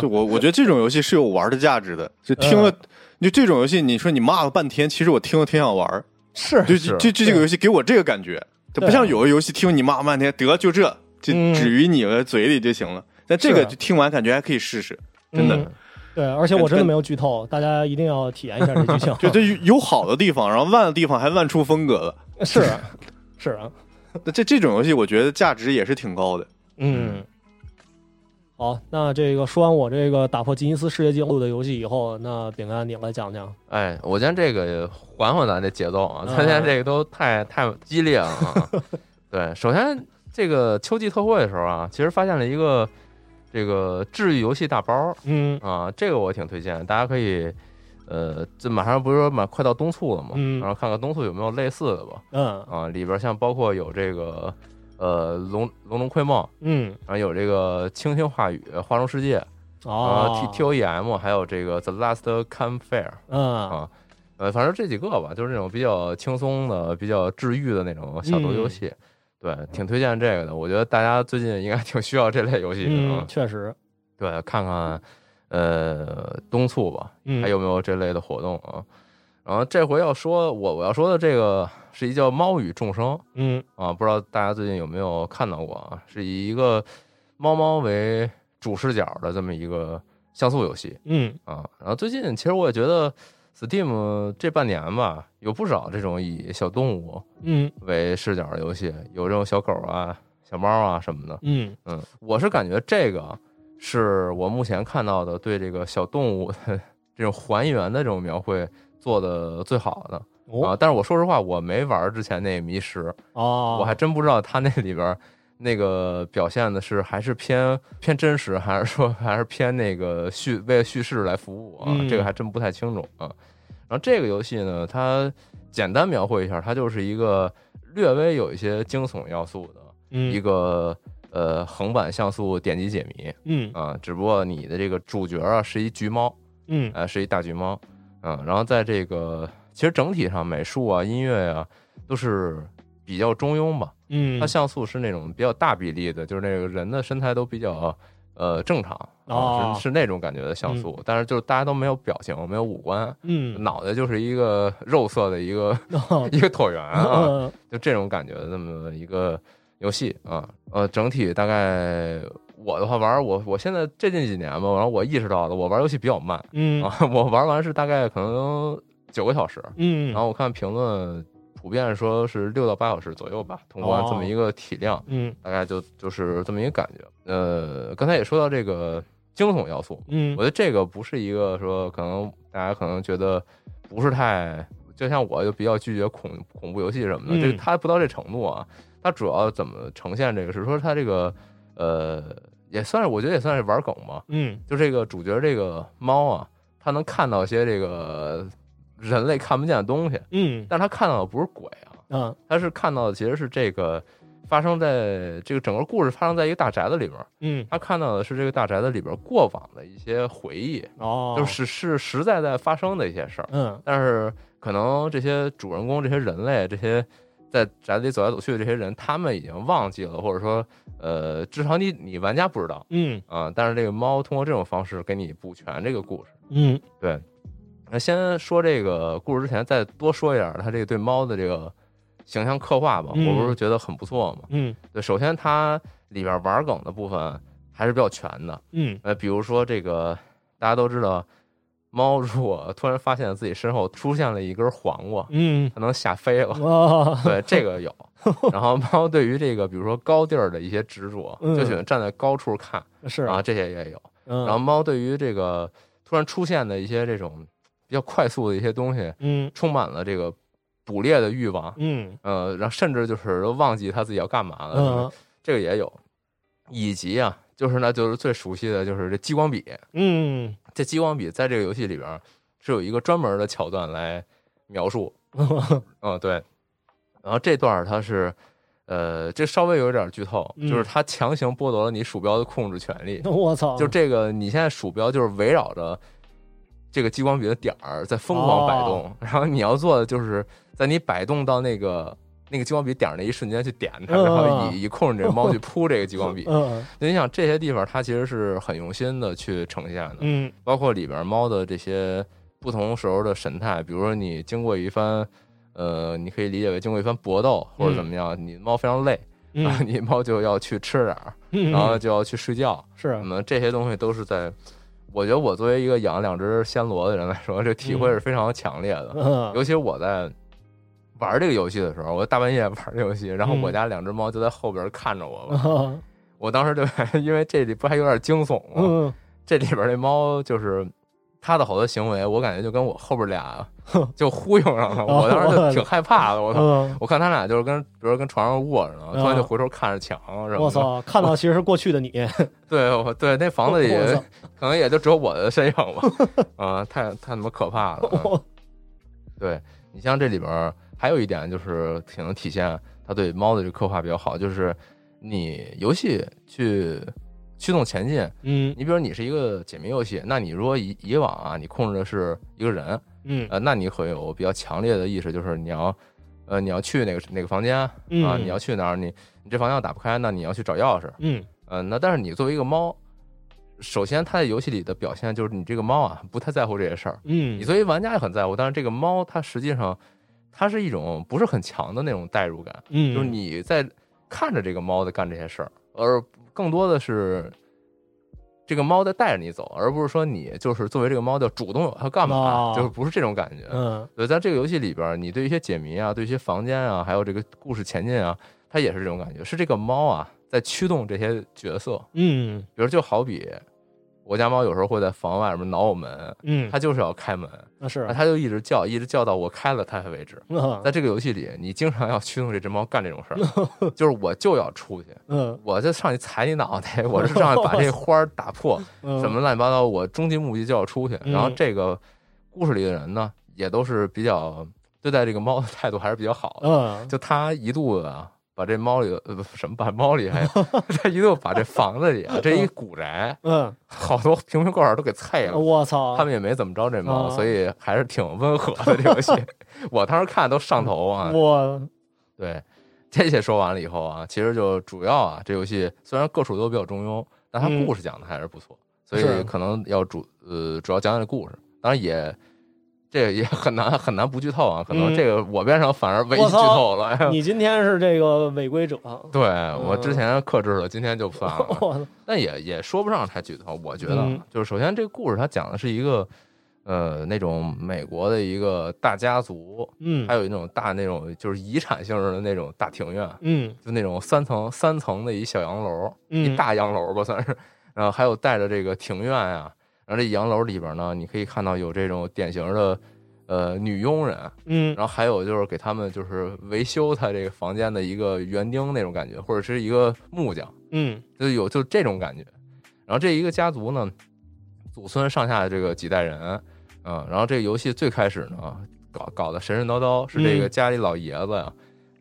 就我我觉得这种游戏是有玩的价值的，就听嗯了。就这种游戏，你说你骂了半天，其实我听了挺想玩儿。 是，就是就就这个游戏给我这个感觉，它不对像有的游戏听你骂半天，得就这，就嗯止于你的嘴里就行了。但这个是就听完感觉还可以试试，真的。嗯对，而且我真的没有剧透，大家一定要体验一下这 剧情。就它有有好的地方，然后烂的地方还烂出风格了。是是啊，那这这种游戏，我觉得价值也是挺高的。嗯。好，那这个说完我这个打破吉尼斯世界纪录的游戏以后，那饼干你来讲讲。哎，我今天这个缓缓咱这节奏啊，嗯咱今天这个都太太激烈了啊。对，首先这个秋季特惠的时候啊，其实发现了一个这个治愈游戏大包嗯啊，这个我挺推荐，大家可以。呃，这马上不是说马快到冬促了嘛，嗯然后看看冬促有没有类似的吧。嗯啊，里边像包括有这个呃龙龙龙窥梦，嗯，然后有这个清星话语、花中世界，然后哦 T T O E M，还有这个 The Last Can Fair，嗯啊呃，反正这几个吧，就是那种比较轻松的、比较治愈的那种嗯小游游戏。对，挺推荐这个的。我觉得大家最近应该 挺需要这类游戏的。啊嗯，确实，对，看看呃东促吧，嗯，还有没有这类的活动啊？然后这回要说我我要说的这个是一叫《猫与众生》，嗯啊，不知道大家最近有没有看到过啊？是以一个猫猫为主视角的这么一个像素游戏嗯。啊。然后最近其实我也觉得 Steam 这半年吧，有不少这种以小动物嗯为视角的游戏，有这种小狗啊、小猫啊什么的。嗯嗯，我是感觉这个是我目前看到的对这个小动物 的这种还原的这种描绘做的最好的啊。哦但是我说实话，我没玩之前那迷失。哦，我还真不知道他那里边儿那个表现的是还是偏偏真实，还是说还是偏那个叙为叙事来服务啊？嗯这个还真不太清楚啊。然后这个游戏呢，它简单描绘一下，它就是一个略微有一些惊悚要素的一一个、呃横版像素点击解谜嗯啊，只不过你的这个主角啊是一橘猫，嗯呃，是一大橘猫，嗯，然后在这个其实整体上美术啊、音乐啊都是比较中庸吧，嗯，它像素是那种比较大比例的，就是那个人的身材都比较呃正常哦啊，是是那种感觉的像素，但是就是大家都没有表情，没有五官，嗯， 脑袋就是一个肉色的一个一个椭圆 啊，嗯就这种感觉的那么一个游戏啊。呃，整体大概我的话玩儿我我现在最近几年吧，然后我意识到了我玩儿游戏比较慢嗯啊， 我玩完是大概可能九个小时，嗯，然后我看评论普遍说是六到八小时左右吧，通关这哦么一个体量，嗯大概就就是这么一个感觉。呃，刚才也说到这个惊悚要素，嗯我觉得这个不是一个说可能大家可能觉得不是太，就像我就比较拒绝恐恐怖游戏什么的，嗯这个它不到这程度啊。它主要怎么呈现这个是说它这个呃也算是我觉得也算是玩梗吧，嗯就这个主角这个猫啊，它能看到一些这个人类看不见的东西，嗯但它看到的不是鬼啊，啊它是看到的其实是这个发生在这个整个故事发生在一个大宅子里边儿，嗯它看到的是这个大宅子里边儿过往的一些回忆，哦，就是是实在在发生的一些事儿，嗯但是可能这些主人公、这些人类、这些在宅子里走来走去的这些人，他们已经忘记了，或者说呃，至少你你玩家不知道。嗯啊，但是这个猫通过这种方式给你补全这个故事。嗯对，那先说这个故事之前，再多说一点儿它这个对猫的这个形象刻画吧，嗯我不是觉得很不错嘛。嗯对，首先它里边玩梗的部分还是比较全的，嗯呃，比如说这个大家都知道，猫如果 突然发现自己身后出现了一根黄瓜，嗯它能吓飞了。哦，对，这 个有。然后猫对于这个，比如说高地儿的一些执着，就喜欢站在高处看嗯是嗯啊，，这些也有。然然后猫对于这个突然出现的一些这种比较快速的一些东西，嗯充满了这个捕猎的欲望，嗯呃，然后甚至就是都忘记它自己要干嘛了，嗯这个也有，以及啊，就是那就是最熟悉的就是这激光笔，嗯这激光笔在这个游戏里边是有一个专门的桥段来描 述，嗯，对，然后这段儿它是。呃，这稍微有点剧透，嗯哦就是它强行剥夺了你鼠标的控制权利。我操，就这个，你现在鼠标就是围绕着这个激光笔的点儿在疯狂摆动，哦然后你要做的就是在你摆动到那个那个激光笔点儿那一瞬间去点它，嗯然后以以控制这个猫去扑这个激 光笔。嗯就你想这些地方，它其实是很用心的去呈现的，嗯包括里边猫的这些不同时候的神态，比如说你经过一番。呃，你可以理解为经过一番搏斗或者怎么样，你猫非常累，然后嗯你猫就要去吃点儿，嗯，然后就嗯要去睡觉，是那么这些东西都是在，我觉得我作为一个养两只暹罗的人来说，这体会是非常强烈的。嗯尤其我在玩这个游戏的时候，我大半夜玩这游戏，然后嗯我家两只猫就在后边看着我吧。我当时就 因为这里不还有点惊悚吗？嗯这里边那猫就是它的好多行为，我感觉就跟我后边俩就忽悠上了，我当时就挺害怕的。我操！哦嗯，我看他俩就是跟，比如说跟床上卧着呢，突然就回头看着墙什么我的。操，看到其实是过去的你，对，我对那房子里我操可能也就只有我的身 影吧。啊、太太他妈可怕了！嗯我对你像这里边儿还有一点就是挺能体现他对猫的这个刻画比较好，就是你游戏去驱动前进。 嗯你比如你是一个解谜游戏，那你如果以以往啊，你控制的是一个人，嗯呃，那你会有比较强烈的意识，就是你要。呃，你要去哪个哪个房间啊？嗯你要去哪儿？你你这房间打不开，那你要去找钥匙。嗯嗯，那但是你作为一个猫，首先它在游戏里的表现就是你这个猫啊不太在乎这些事儿，嗯你作为玩家也很在乎，但是这个猫它实际上它是一种不是很强的那种代入感，嗯就是你在看着这个猫在干这些事儿，而更多的是。这个猫在带着你走，而不是说你就是作为这个猫的主动要干嘛，哦就是不是这种感觉。嗯对，在这个游戏里边儿，你对一些解谜啊，对一些房间啊，还有这个故事前进啊，它也是这种感觉，是这个猫啊在驱动这些角色。嗯比如就好比我家猫有时候会在房外面挠我门，嗯，它就是要开门，那是然后它就一直叫，一直叫到我开了它为止。嗯在这个游戏里，你经常要驱动这只猫干这种事儿， 就是我就要出去，嗯我就上去踩你脑袋，我是上去把这花儿 打破，什么乱七八糟，我终极目的就要出去。嗯然后这个故事里的人呢，也都是比较对待这个猫的态度还是比较好的。嗯就他一肚子啊，把这猫里呃不什么把猫里还， 他一肚子把这房子里啊这一古宅嗯，好多瓶瓶罐罐都给碎了。我操，他们也没怎么着这猫，啊所以还是挺温和的这 游戏。我当时看都上头啊，我对，这些说完了以后啊，其实就主要啊，这游戏虽然个数都比较中庸，但它嗯故事讲的还是不错，所以是可能要主呃主要讲讲这故事，当然也这也很难很难不剧透啊，可能嗯这个我边上反而唯一我剧操透了。哎呀你嗯今天是这个违规者，对啊我之前克制了，今天就算了。我 但也也说不上太剧透。我觉得啊，哦嗯就是首先这个故事它讲的是一个，呃，那种美国的一个大家族，嗯还有那种大那种就是遗产性质的那种大庭院，嗯就那种三层三层的一小洋楼，嗯一大洋楼吧算是，然后还有带着这个庭院呀、然后这洋楼里边呢，你可以看到有这种典型的。呃，女佣人，嗯然后还有就是给他们就是维修他这个房间的一个园丁那种感觉，或者是一个木匠，嗯就有就这种感觉。然后这一个家族呢，祖孙上下这个几代人，嗯，然后这个游戏最开始呢，搞搞得神神叨叨，是这个嗯家里老爷子呀、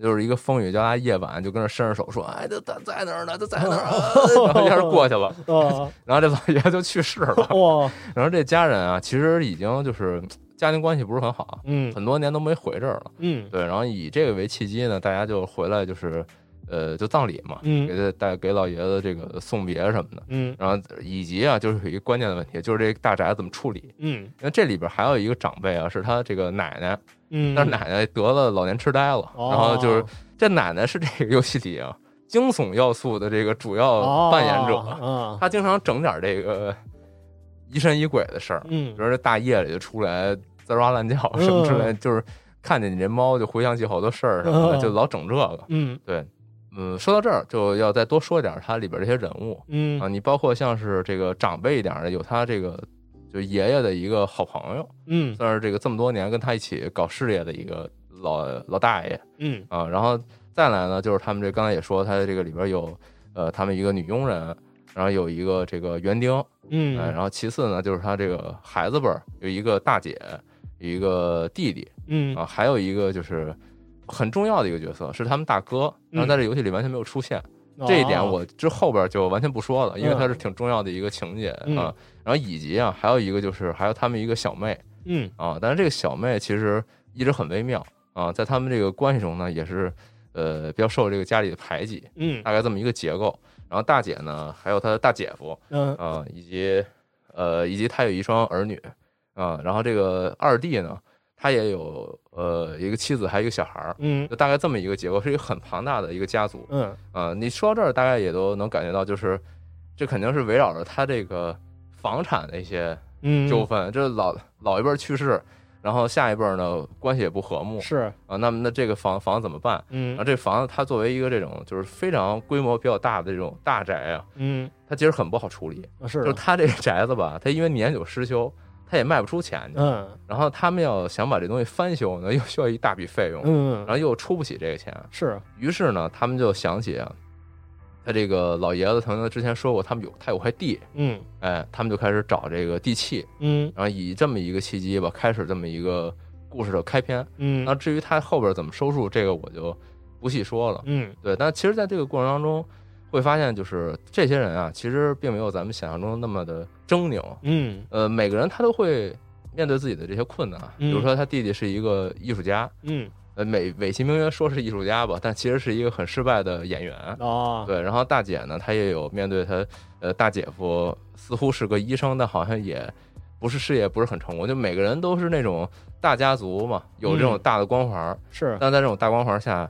就是一个风雨交加夜晚，就跟那伸着手说：“哎，这他在那儿呢，他在那 儿、啊。”然后一下就过去了，啊然后这老爷子就去世了。哇然后这家人啊，其实已经就是家庭关系不是很好，嗯很多年都没回这儿了。嗯对，然后以这个为契机呢，大家就回来就是，呃，就葬礼嘛，嗯给他带给老爷子这个送别什么的。嗯然后以及啊，就是有一个关键的问题，就是这个大宅怎么处理。嗯因为这里边还有一个长辈啊，是他这个奶奶，嗯，但是奶奶得了老年痴呆了，哦然后就是这奶奶是这个游戏里啊惊悚要素的这个主哦要呃扮演者，啊，他经常整点这个疑神疑鬼的事儿，嗯比如这大夜里就出来滋哇乱叫什么之类的，就是看见你这猫就回想起好多事儿什么的，嗯就老整这个。嗯对，嗯，说到这儿就要再多说点儿它里边这些人物，嗯啊，你包括像是这个长辈一点儿的，有他这个就爷爷的一个好朋友，嗯算是这个这么多年跟他一起搞事业的一个老老大爷嗯啊。然后再来呢，就是他们这刚才也说，他这个里边有呃，他们一个女佣人，然后有一个这个园丁，嗯，呃然后其次呢，就是他这个孩子辈儿有一个大姐，有一个弟弟嗯啊，还有一个就是。很重要的一个角色是他们大哥，嗯然后在这游戏里完全没有出现，哦这一点我之后边就完全不说了，因为它是挺重要的一个情节嗯啊。然后以及啊，还有一个就是还有他们一个小妹嗯啊，但是这个小妹其实一直很微妙啊，在他们这个关系中呢，也是呃比较受这个家里的排挤，嗯大概这么一个结构。然后大姐呢，还有她的大姐夫嗯啊，以及呃以及她有一双儿女啊，然后这个二弟呢，他也有呃一个妻子，还有一个小孩儿，嗯就大概这么一个结构，是一个很庞大的一个家族。嗯啊，你说到这儿，大概也都能感觉到，就是这肯定是围绕着他这个房产的一些嗯，纠纷。这老老一辈儿去世，然后下一辈儿呢关系也不和睦是啊，那么那这个房房怎么办？然后嗯这房子它作为一个这种就是非常规模比较大的这种大宅啊，嗯啊它其实很不好处理。是就是它这个宅子吧，它因为年久失修，它也卖不出钱去。嗯然后他们要想把这东西翻修呢，又需要一大笔费用，然嗯后又出不起这个钱。是啊于是呢，他们就想起啊，他这个老爷子曾经之前说过，他们有他有块地，嗯哎，他们就开始找这个地契，嗯然后以这么一个契机吧，开始这么一个故事的开篇。那嗯至于他后边怎么收束，这个我就不细说了。嗯对，但其实在这个过程当中，会发现就是这些人啊，其实并没有咱们想象中那么的狰狞。嗯呃，每个人他都会面对自己的这些困难，啊比嗯如说他弟弟是一个艺术家，嗯呃，美美其名曰说是艺术家吧，但其实是一个很失败的演员。啊对，然后大姐呢，她也有面对她，呃，大姐夫似乎是个医生，但好像也不是事业不是很成功。就每个人都是那种大家族嘛，有这种嗯大的光环儿，是啊但在这种大光环儿下，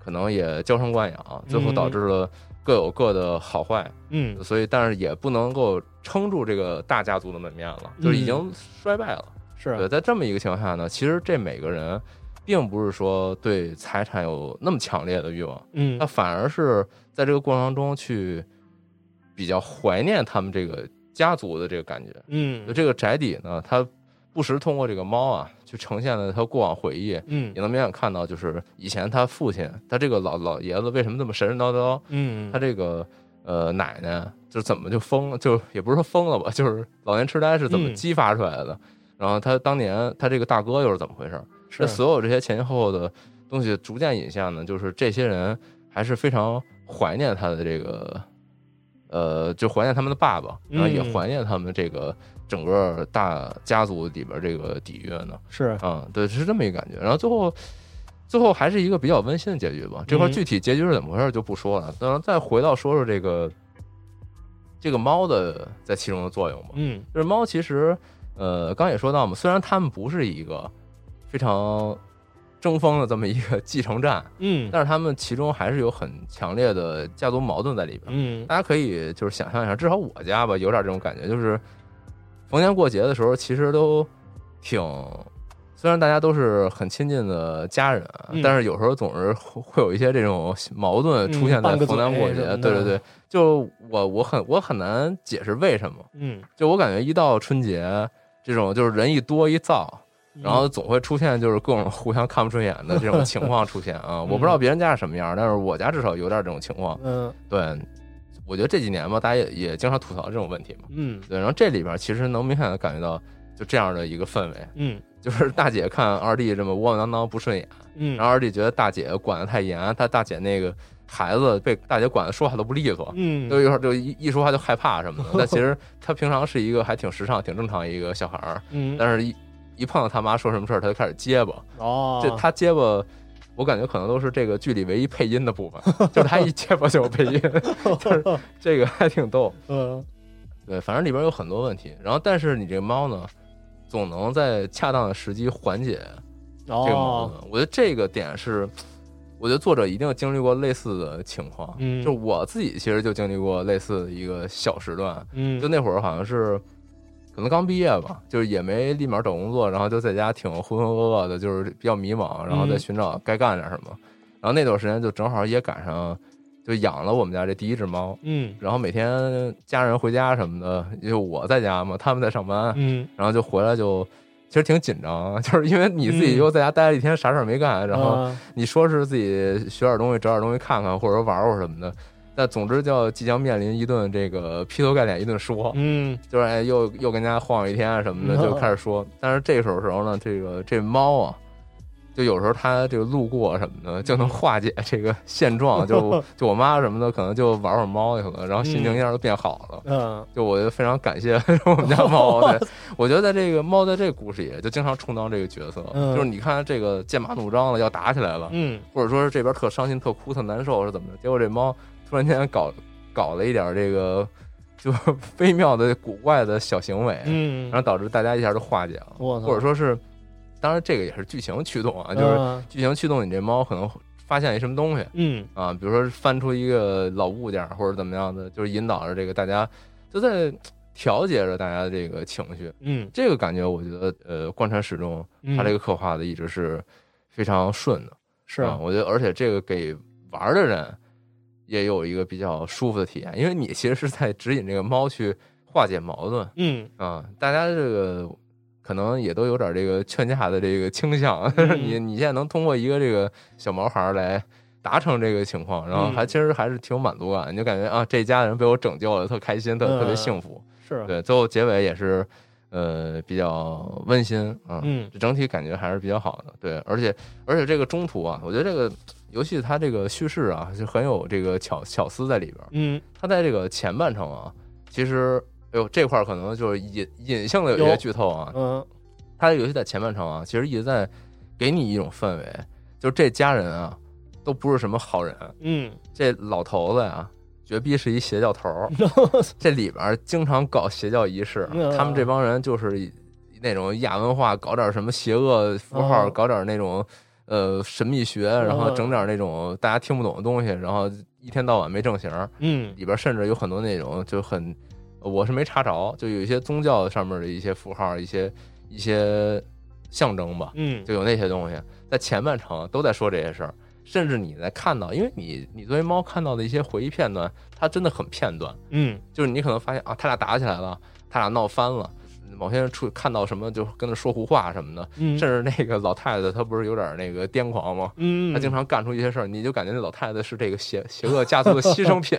可能也娇生惯养，最后导嗯致了各有各的好坏。嗯所以，但是也不能够撑住这个大家族的门面了，就是已嗯经衰败了。对，是啊在这么一个情况下呢，其实这每个人并不是说对财产有那么强烈的欲望，嗯他反而是在这个过程当中去比较怀念他们这个家族的这个感觉。嗯就这个宅邸呢，它不时通过这个猫啊，去呈现了他过往回忆，嗯也能明显看到，就是以前他父亲，他这个老老爷子为什么这么神神叨叨，嗯他这个呃奶奶就怎么就疯了，就也不是说疯了吧， 就是老年痴呆是怎么嗯激发出来的。然后他当年他这个大哥又是怎么回事？这是所有这些前前后后的东西逐渐引向呢，就是这些人还是非常怀念他的这个，呃，就怀念他们的爸爸，然后也嗯怀念他们这个整个大家族里边这个底蕴呢。是啊，对，是这么一个感觉。然后最后，最后还是一个比较温馨的结局吧。这块嗯具体结局是怎么回事就不说了。当然，再回到说说这个这个猫的在其中的作用吧。嗯就是猫其实，呃，刚也说到嘛，虽然它们不是一个非常争锋的这么一个 继承战，嗯但是它们其中还是有很强烈的家族矛盾在里边。嗯大家可以就是想象一下，至少我家吧，有点这种感觉，就是逢年过节的时候，其实都挺，虽然大家都是很亲近的家人啊，嗯但是有时候总是会会有一些这种矛盾出现嗯在拌个逢年嘴过节。什么的对对对，就我我很我很难解释为什么，嗯，就我感觉一到春节这种就是人一多一燥，然嗯后总会出现就是各种互相看不顺眼的这种情况出现 啊。我不知道别人家是什么样，但是我家至少有点这种情况。嗯对，我觉得这几年吧，大家也也经常吐槽这种问题嘛。嗯对，然后这里边其实能明显的感觉到，就这样的一个氛围， 嗯就是大姐看二弟这么窝窝囊囊不顺眼，嗯，然后二弟觉得大姐管得太严，他大姐那个孩子被大姐管的说话都不利索，嗯就有时候就一一说话就害怕什么的。但 其实他平常是一个还挺时尚、挺正常一个小孩儿，嗯但是一一碰到他妈说什么事儿，他就开始结巴。哦，这他结巴，我感觉可能都是这个剧里唯一配音的部 分，就是他一结巴就有配音，就是这个还挺逗。嗯对，反正里边有很多问题。然后，但是你这个猫呢，总能在恰当的时机缓解这个矛哦盾。我觉得这个点是，我觉得作者一定经历过类似的情况。嗯就我自己其实就经历过类似的一个小时段，嗯就那会儿好像是。可能刚毕业吧，就是也没立马找工作，然后就在家挺浑浑噩噩的，就是比较迷茫，然后在嗯寻找该干点什么。然后那段时间就正好也赶上，就养了我们家这第一只猫，嗯然后每天家人回家什么的，因为我在家嘛，他们在上班，嗯然后就回来就其实挺紧张，啊 就是因为你自己又在家待了一天，啥事儿没干，然后嗯啊你说是自己学点东西、找点东西看看，或者说玩玩什么的，但总之就要即将面临一顿这个劈头盖脸一顿说，嗯就是哎又又跟家晃悠一天啊什么的，嗯 就开始说。但是这时候时候呢，这个这猫啊。就有时候它这个路过什么的，就能化解这个现状。 就就我妈什么的，可能就玩会猫去了，然后心情一下就变好了。嗯就我就非常感谢 我们家猫，对，我觉得在这个猫在这个故事里就经常充当这个角色，嗯就是你看这个剑拔弩张了，要打起来了，嗯或者说是这边特伤心、特哭、特难受是怎么着，结果这猫突然间搞搞了一点这个 就微妙的古怪的小行为，嗯，然后导致大家一下就化解了，我操，或者说是，当然这个也是剧情驱动啊，就是嗯剧情驱动你这猫可能发现一什么东西，嗯啊，比如说翻出一个老物件儿或者怎么样的，就是引导着这个大家就在调节着大家的这个情绪。嗯这个感觉，我觉得呃，贯穿始终，嗯，它这个刻画的一直是非常顺的。是啊，我觉得而且这个给玩儿的人也有一个比较舒服的体验，因为你其实是在指引这个猫去化解矛盾嗯啊，大家这个。可能也都有点这个劝架的这个倾向，嗯 你你现在能通过一个这个小毛孩儿来达成这个情况，然后还嗯其实还是挺有满足感，你就感觉啊，这一家人被我拯救了，特开心，特特别嗯幸福。是对，最后结尾也是，呃，比较温馨啊，嗯这整体感觉还是比较好的。对，而且而且这个中途啊，我觉得这个游戏它这个叙事啊，就很有这个巧巧思在里边儿。嗯它在这个前半程啊，其实哎呦这块儿可能就是隐隐性的有一些有剧透啊，嗯它这个游戏在前半程啊，其实一直在给你一种氛围，就是这家人啊都不是什么好人，嗯这老头子呀，绝逼是一邪教头儿。这里边儿经常搞邪教仪式，啊嗯他们这帮人就是以那种亚文化，搞点什么邪恶符号，哦搞点那种呃神秘学，然后嗯整点那种大家听不懂的东西，然后一天到晚没正形儿。嗯里边儿甚至有很多那种就很，呃我是没查着，就有一些宗教上面的一些符号，一些一些象征吧。嗯就有那些东西，在前半程都在说这些事儿，甚至你在看到，因为你你作为猫看到的一些回忆片段，它真的很片段，嗯就是你可能发现啊，他俩打起来了，他俩闹翻了，某些人出看到什么就跟他说胡话什么的，嗯，甚至那个老太太她不是有点那个癫狂吗？嗯她经常干出一些事儿，你就感觉那老太太是这个邪邪恶家族的牺牲 品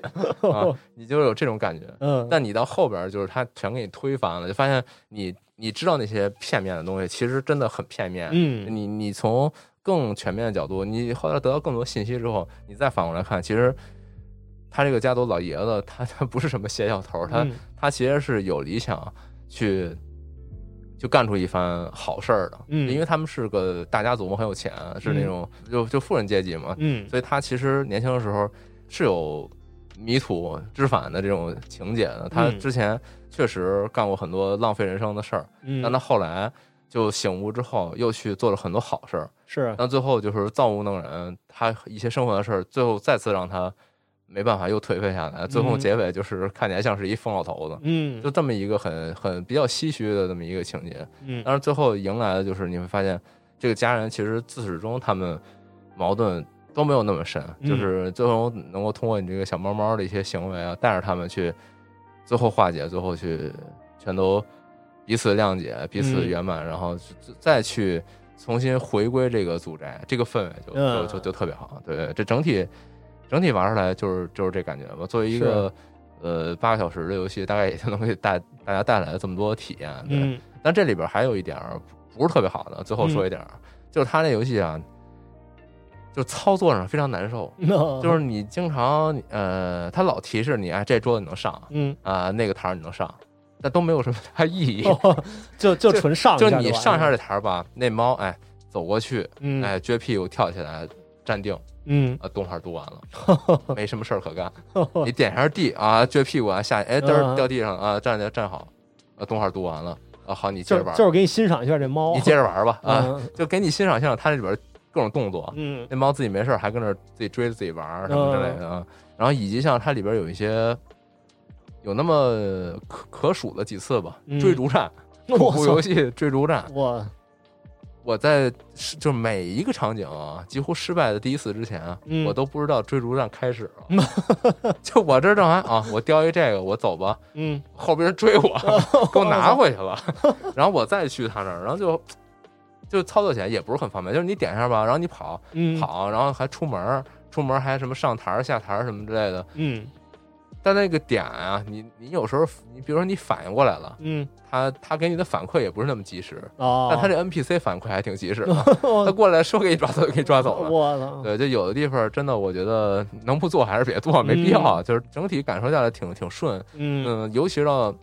啊，你就有这种感觉。嗯但你到后边儿就是他全给你推翻了，就发现你你知道那些片面的东西，其实真的很片面。嗯你你从更全面的角度，你后来得到更多信息之后，你再反过来看，其实他这个家族老爷子，他他不是什么邪教头儿，他、嗯他其实是有理想去。就干出一番好事儿的，嗯因为他们是个大家族嘛，很有钱，是那嗯种就就富人阶级嘛，嗯所以他其实年轻的时候是有迷途知返的这种情节的。他嗯之前确实干过很多浪费人生的事儿，嗯，但他后来就醒悟之后，又去做了很多好事儿。是啊但最后就是造物弄人，他一些生活的事儿，最后再次让他没办法又颓废下来。最后嗯结尾就是看起来像是一疯老头子，嗯就这么一个很很比较唏嘘的这么一个情节。嗯但是最后迎来的就是你会发现，这个家人其实自始至终他们矛盾都没有那么深，嗯就是最后能够通过你这个小猫猫的一些行为啊，带着他们去最后化解，最后去全都彼此谅解、彼此嗯圆满，然后再去重新回归这个祖宅，这个氛围就就嗯就就特别好。对，这整体整体玩出来就是就是这感觉吧。作为一个呃八个小时的游戏，大概也就能给大大家带来这么多体验。对，嗯但这里边还有一点儿不不是特别好的，最后说一点嗯儿，就是它这游戏啊，就操作上非常难受，那就是你经常呃，它老提示你，哎，这桌子你能上啊、嗯，那个台儿你能上，但都没有什么太意义。就就纯哦上一就下是就你完上了上这台儿吧，那猫哎走过去，嗯哎撅屁股跳起来站定，嗯啊，动画读完了， 没什么事儿可干。你点一下地啊，撅屁股啊，下去哎嘚儿嗯掉地上啊，站着站好，啊，动画读完了啊，好你接就着是玩就，是给你欣赏一下这猫，你接着玩吧啊，嗯就给你欣赏欣赏它这里边各种动作。嗯那猫自己没事儿还跟那儿自己追着自己玩儿什么之类的啊，嗯然后以及像它里边有一些有那么可可数的几次吧，嗯追逐战， 我恐怖操游戏追逐战，我我在是就每一个场景啊，几乎失败的第一次之前啊，嗯我都不知道追逐战开始了。 就我这正还啊，我叼一这个，我走吧，嗯后边人追我，给我拿回去了。 然后我再去他那儿，然后就就操作起来也不是很方便，就是你点一下吧，然后你跑嗯跑，然后还出门儿，出门儿还什么上台儿下台儿什么之类的。嗯但那个点啊，你你有时候你比如说你反应过来了，嗯他他给你的反馈也不是那么及时，啊，但他这 NPC 反馈还挺及时的。他我过来说给你抓走，给你抓走了。哦我操，对，就有的地方真的，我觉得能不做还是别做，没必要。就是整体感受下来挺挺顺，嗯嗯，尤其到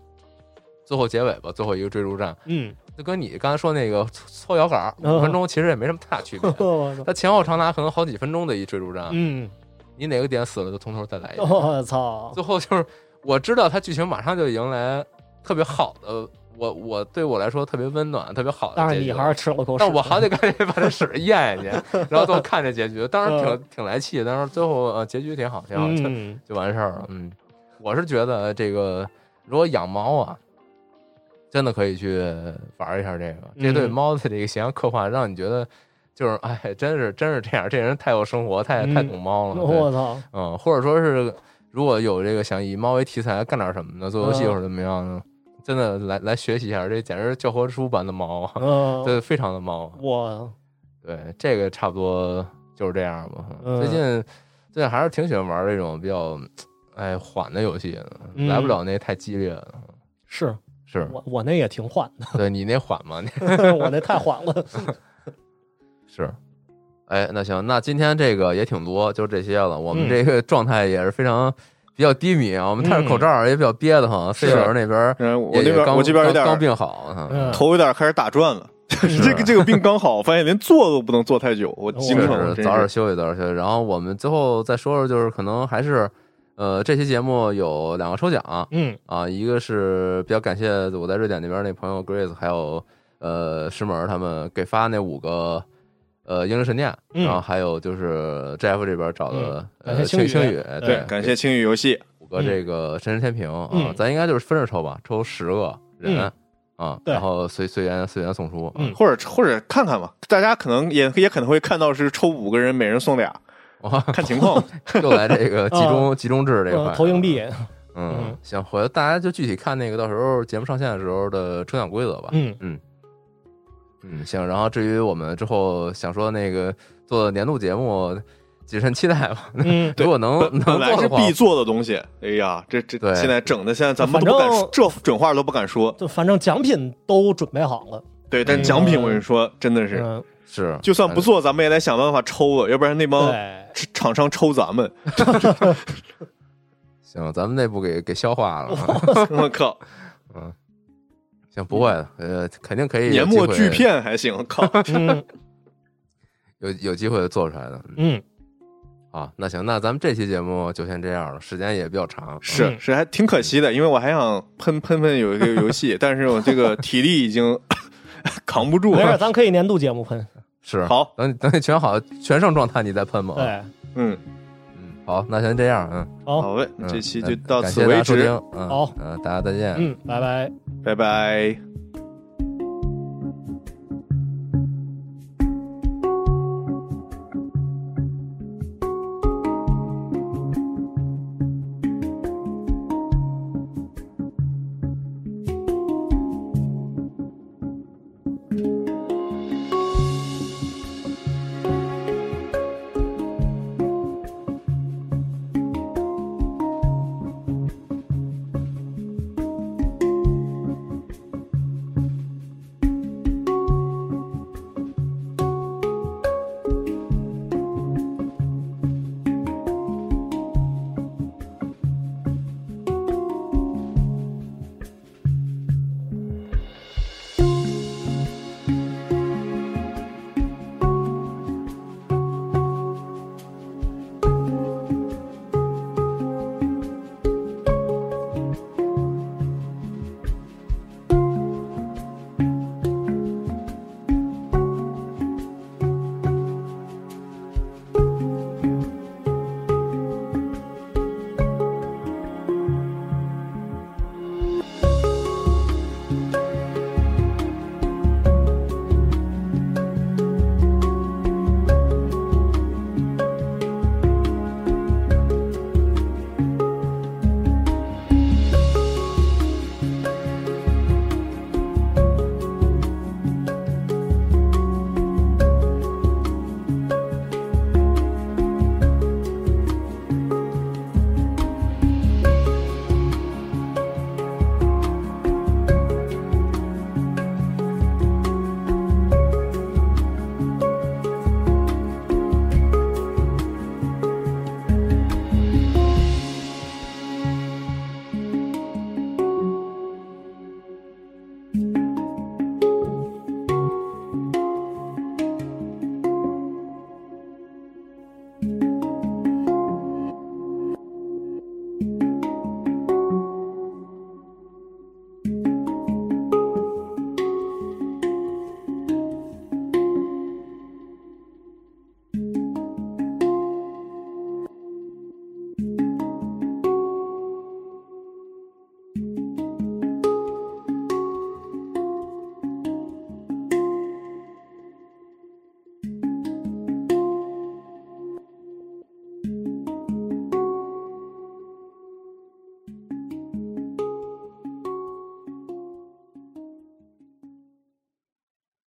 最后结尾吧，最后一个追逐战， 嗯，就跟你刚才说那个搓搓摇杆儿嗯。五分钟，其实也没什么太大区别 我操，它前后长达可能好几分钟的一追逐战，嗯哦你哪个点死了就从头再来一遍。我操，最后就是我知道它剧情马上就迎来特别好的，我我对我来说特别温暖、特别好的结局了。但是你还是吃了口屎，但我好得赶紧把这屎咽下去， 然后最后看这结局，当时挺挺来气，但是最后呃结局挺好，挺好，就嗯就完事儿了。嗯，我是觉得这个如果养猫啊，真的可以去玩一下这个，这对嗯猫的这个形象刻画，让你觉得就是哎，真是真是这样，这人太有生活，太嗯太懂猫了。对我操，嗯，或者说是如果有这个想以猫为题材干点什么的，做游戏嗯或者怎么样呢？真的来来学习一下，这简直是教科书般的猫啊！嗯， 对，非常的猫啊。我对，这个差不多就是这样吧。嗯最近最近还是挺喜欢玩这种比较哎缓的游戏的，嗯来不了那太激烈的。是是，我我那也挺缓的， 对你那缓 嘛，那我那太缓了，是。哎，那行，那今天这个也挺多，就这些了。我嗯们这个状态也是非常比较低迷啊，我们戴着口罩儿也比较憋得慌。嗯是飞友那边儿然后我也那也边刚我这边有刚刚点病好，嗯嗯头有点开始打转了， 这个这个病刚好，我发现连坐都不能坐太久，我精确神实真早点是休息，早点休息。然后我们最后再说说，就是可能还是呃，这期节目有两个抽奖，嗯啊，一个是比较感谢我在瑞典那边那朋友 Grace，还有呃师门儿他们给发那五个呃英灵神剑，嗯然后还有就是 JF 这边找的、嗯感呃谢青青青宇宇，对对，感谢青宇游戏，五个这个神神天平啊，嗯咱应该就是分着抽吧，抽十个人。嗯啊，对然后随随缘随缘送出，啊嗯或者或者看看吧，大家可能也也可能会看到是抽五个人，每人送俩，哇，看情况。又来这个集中集中制这嗯块儿，投硬币，嗯嗯，行，回头大家就具体看那个到时候节目上线的时候的抽奖规则吧。嗯嗯，行。然后至于我们之后想说那个做年度节目，谨慎期待吧。嗯，如果能本能本 来做是的话，必做的东西，哎呀，这这对现在整的，现在咱们都不敢反说正这准话都不敢说。就反正奖品都准备好了，对，但嗯奖品我跟你说，真的是，嗯，是就算不，做，咱们也得想办法抽啊，要不然那帮对。厂商抽咱 们，行，咱们内部给给消化了。我靠，行，不会的，呃，肯定可以有年机末会巨片还行，靠，嗯有有机会做出来的。嗯嗯啊，那行，那咱们这期节目就先这样了，时间也比较长，是嗯是，还挺可惜的，因为我还想喷喷喷有一个游戏，但是我这个体力已经 扛不住 没事，了。咱可以年度节目喷。是好，等你等你全好全胜状态，你再喷嘛。，对，嗯，嗯，好，那先这样，嗯，好，好嘞，嗯这期就嗯到感此谢大为家收止，听，嗯，好嗯，大家再见，嗯，拜拜。拜拜。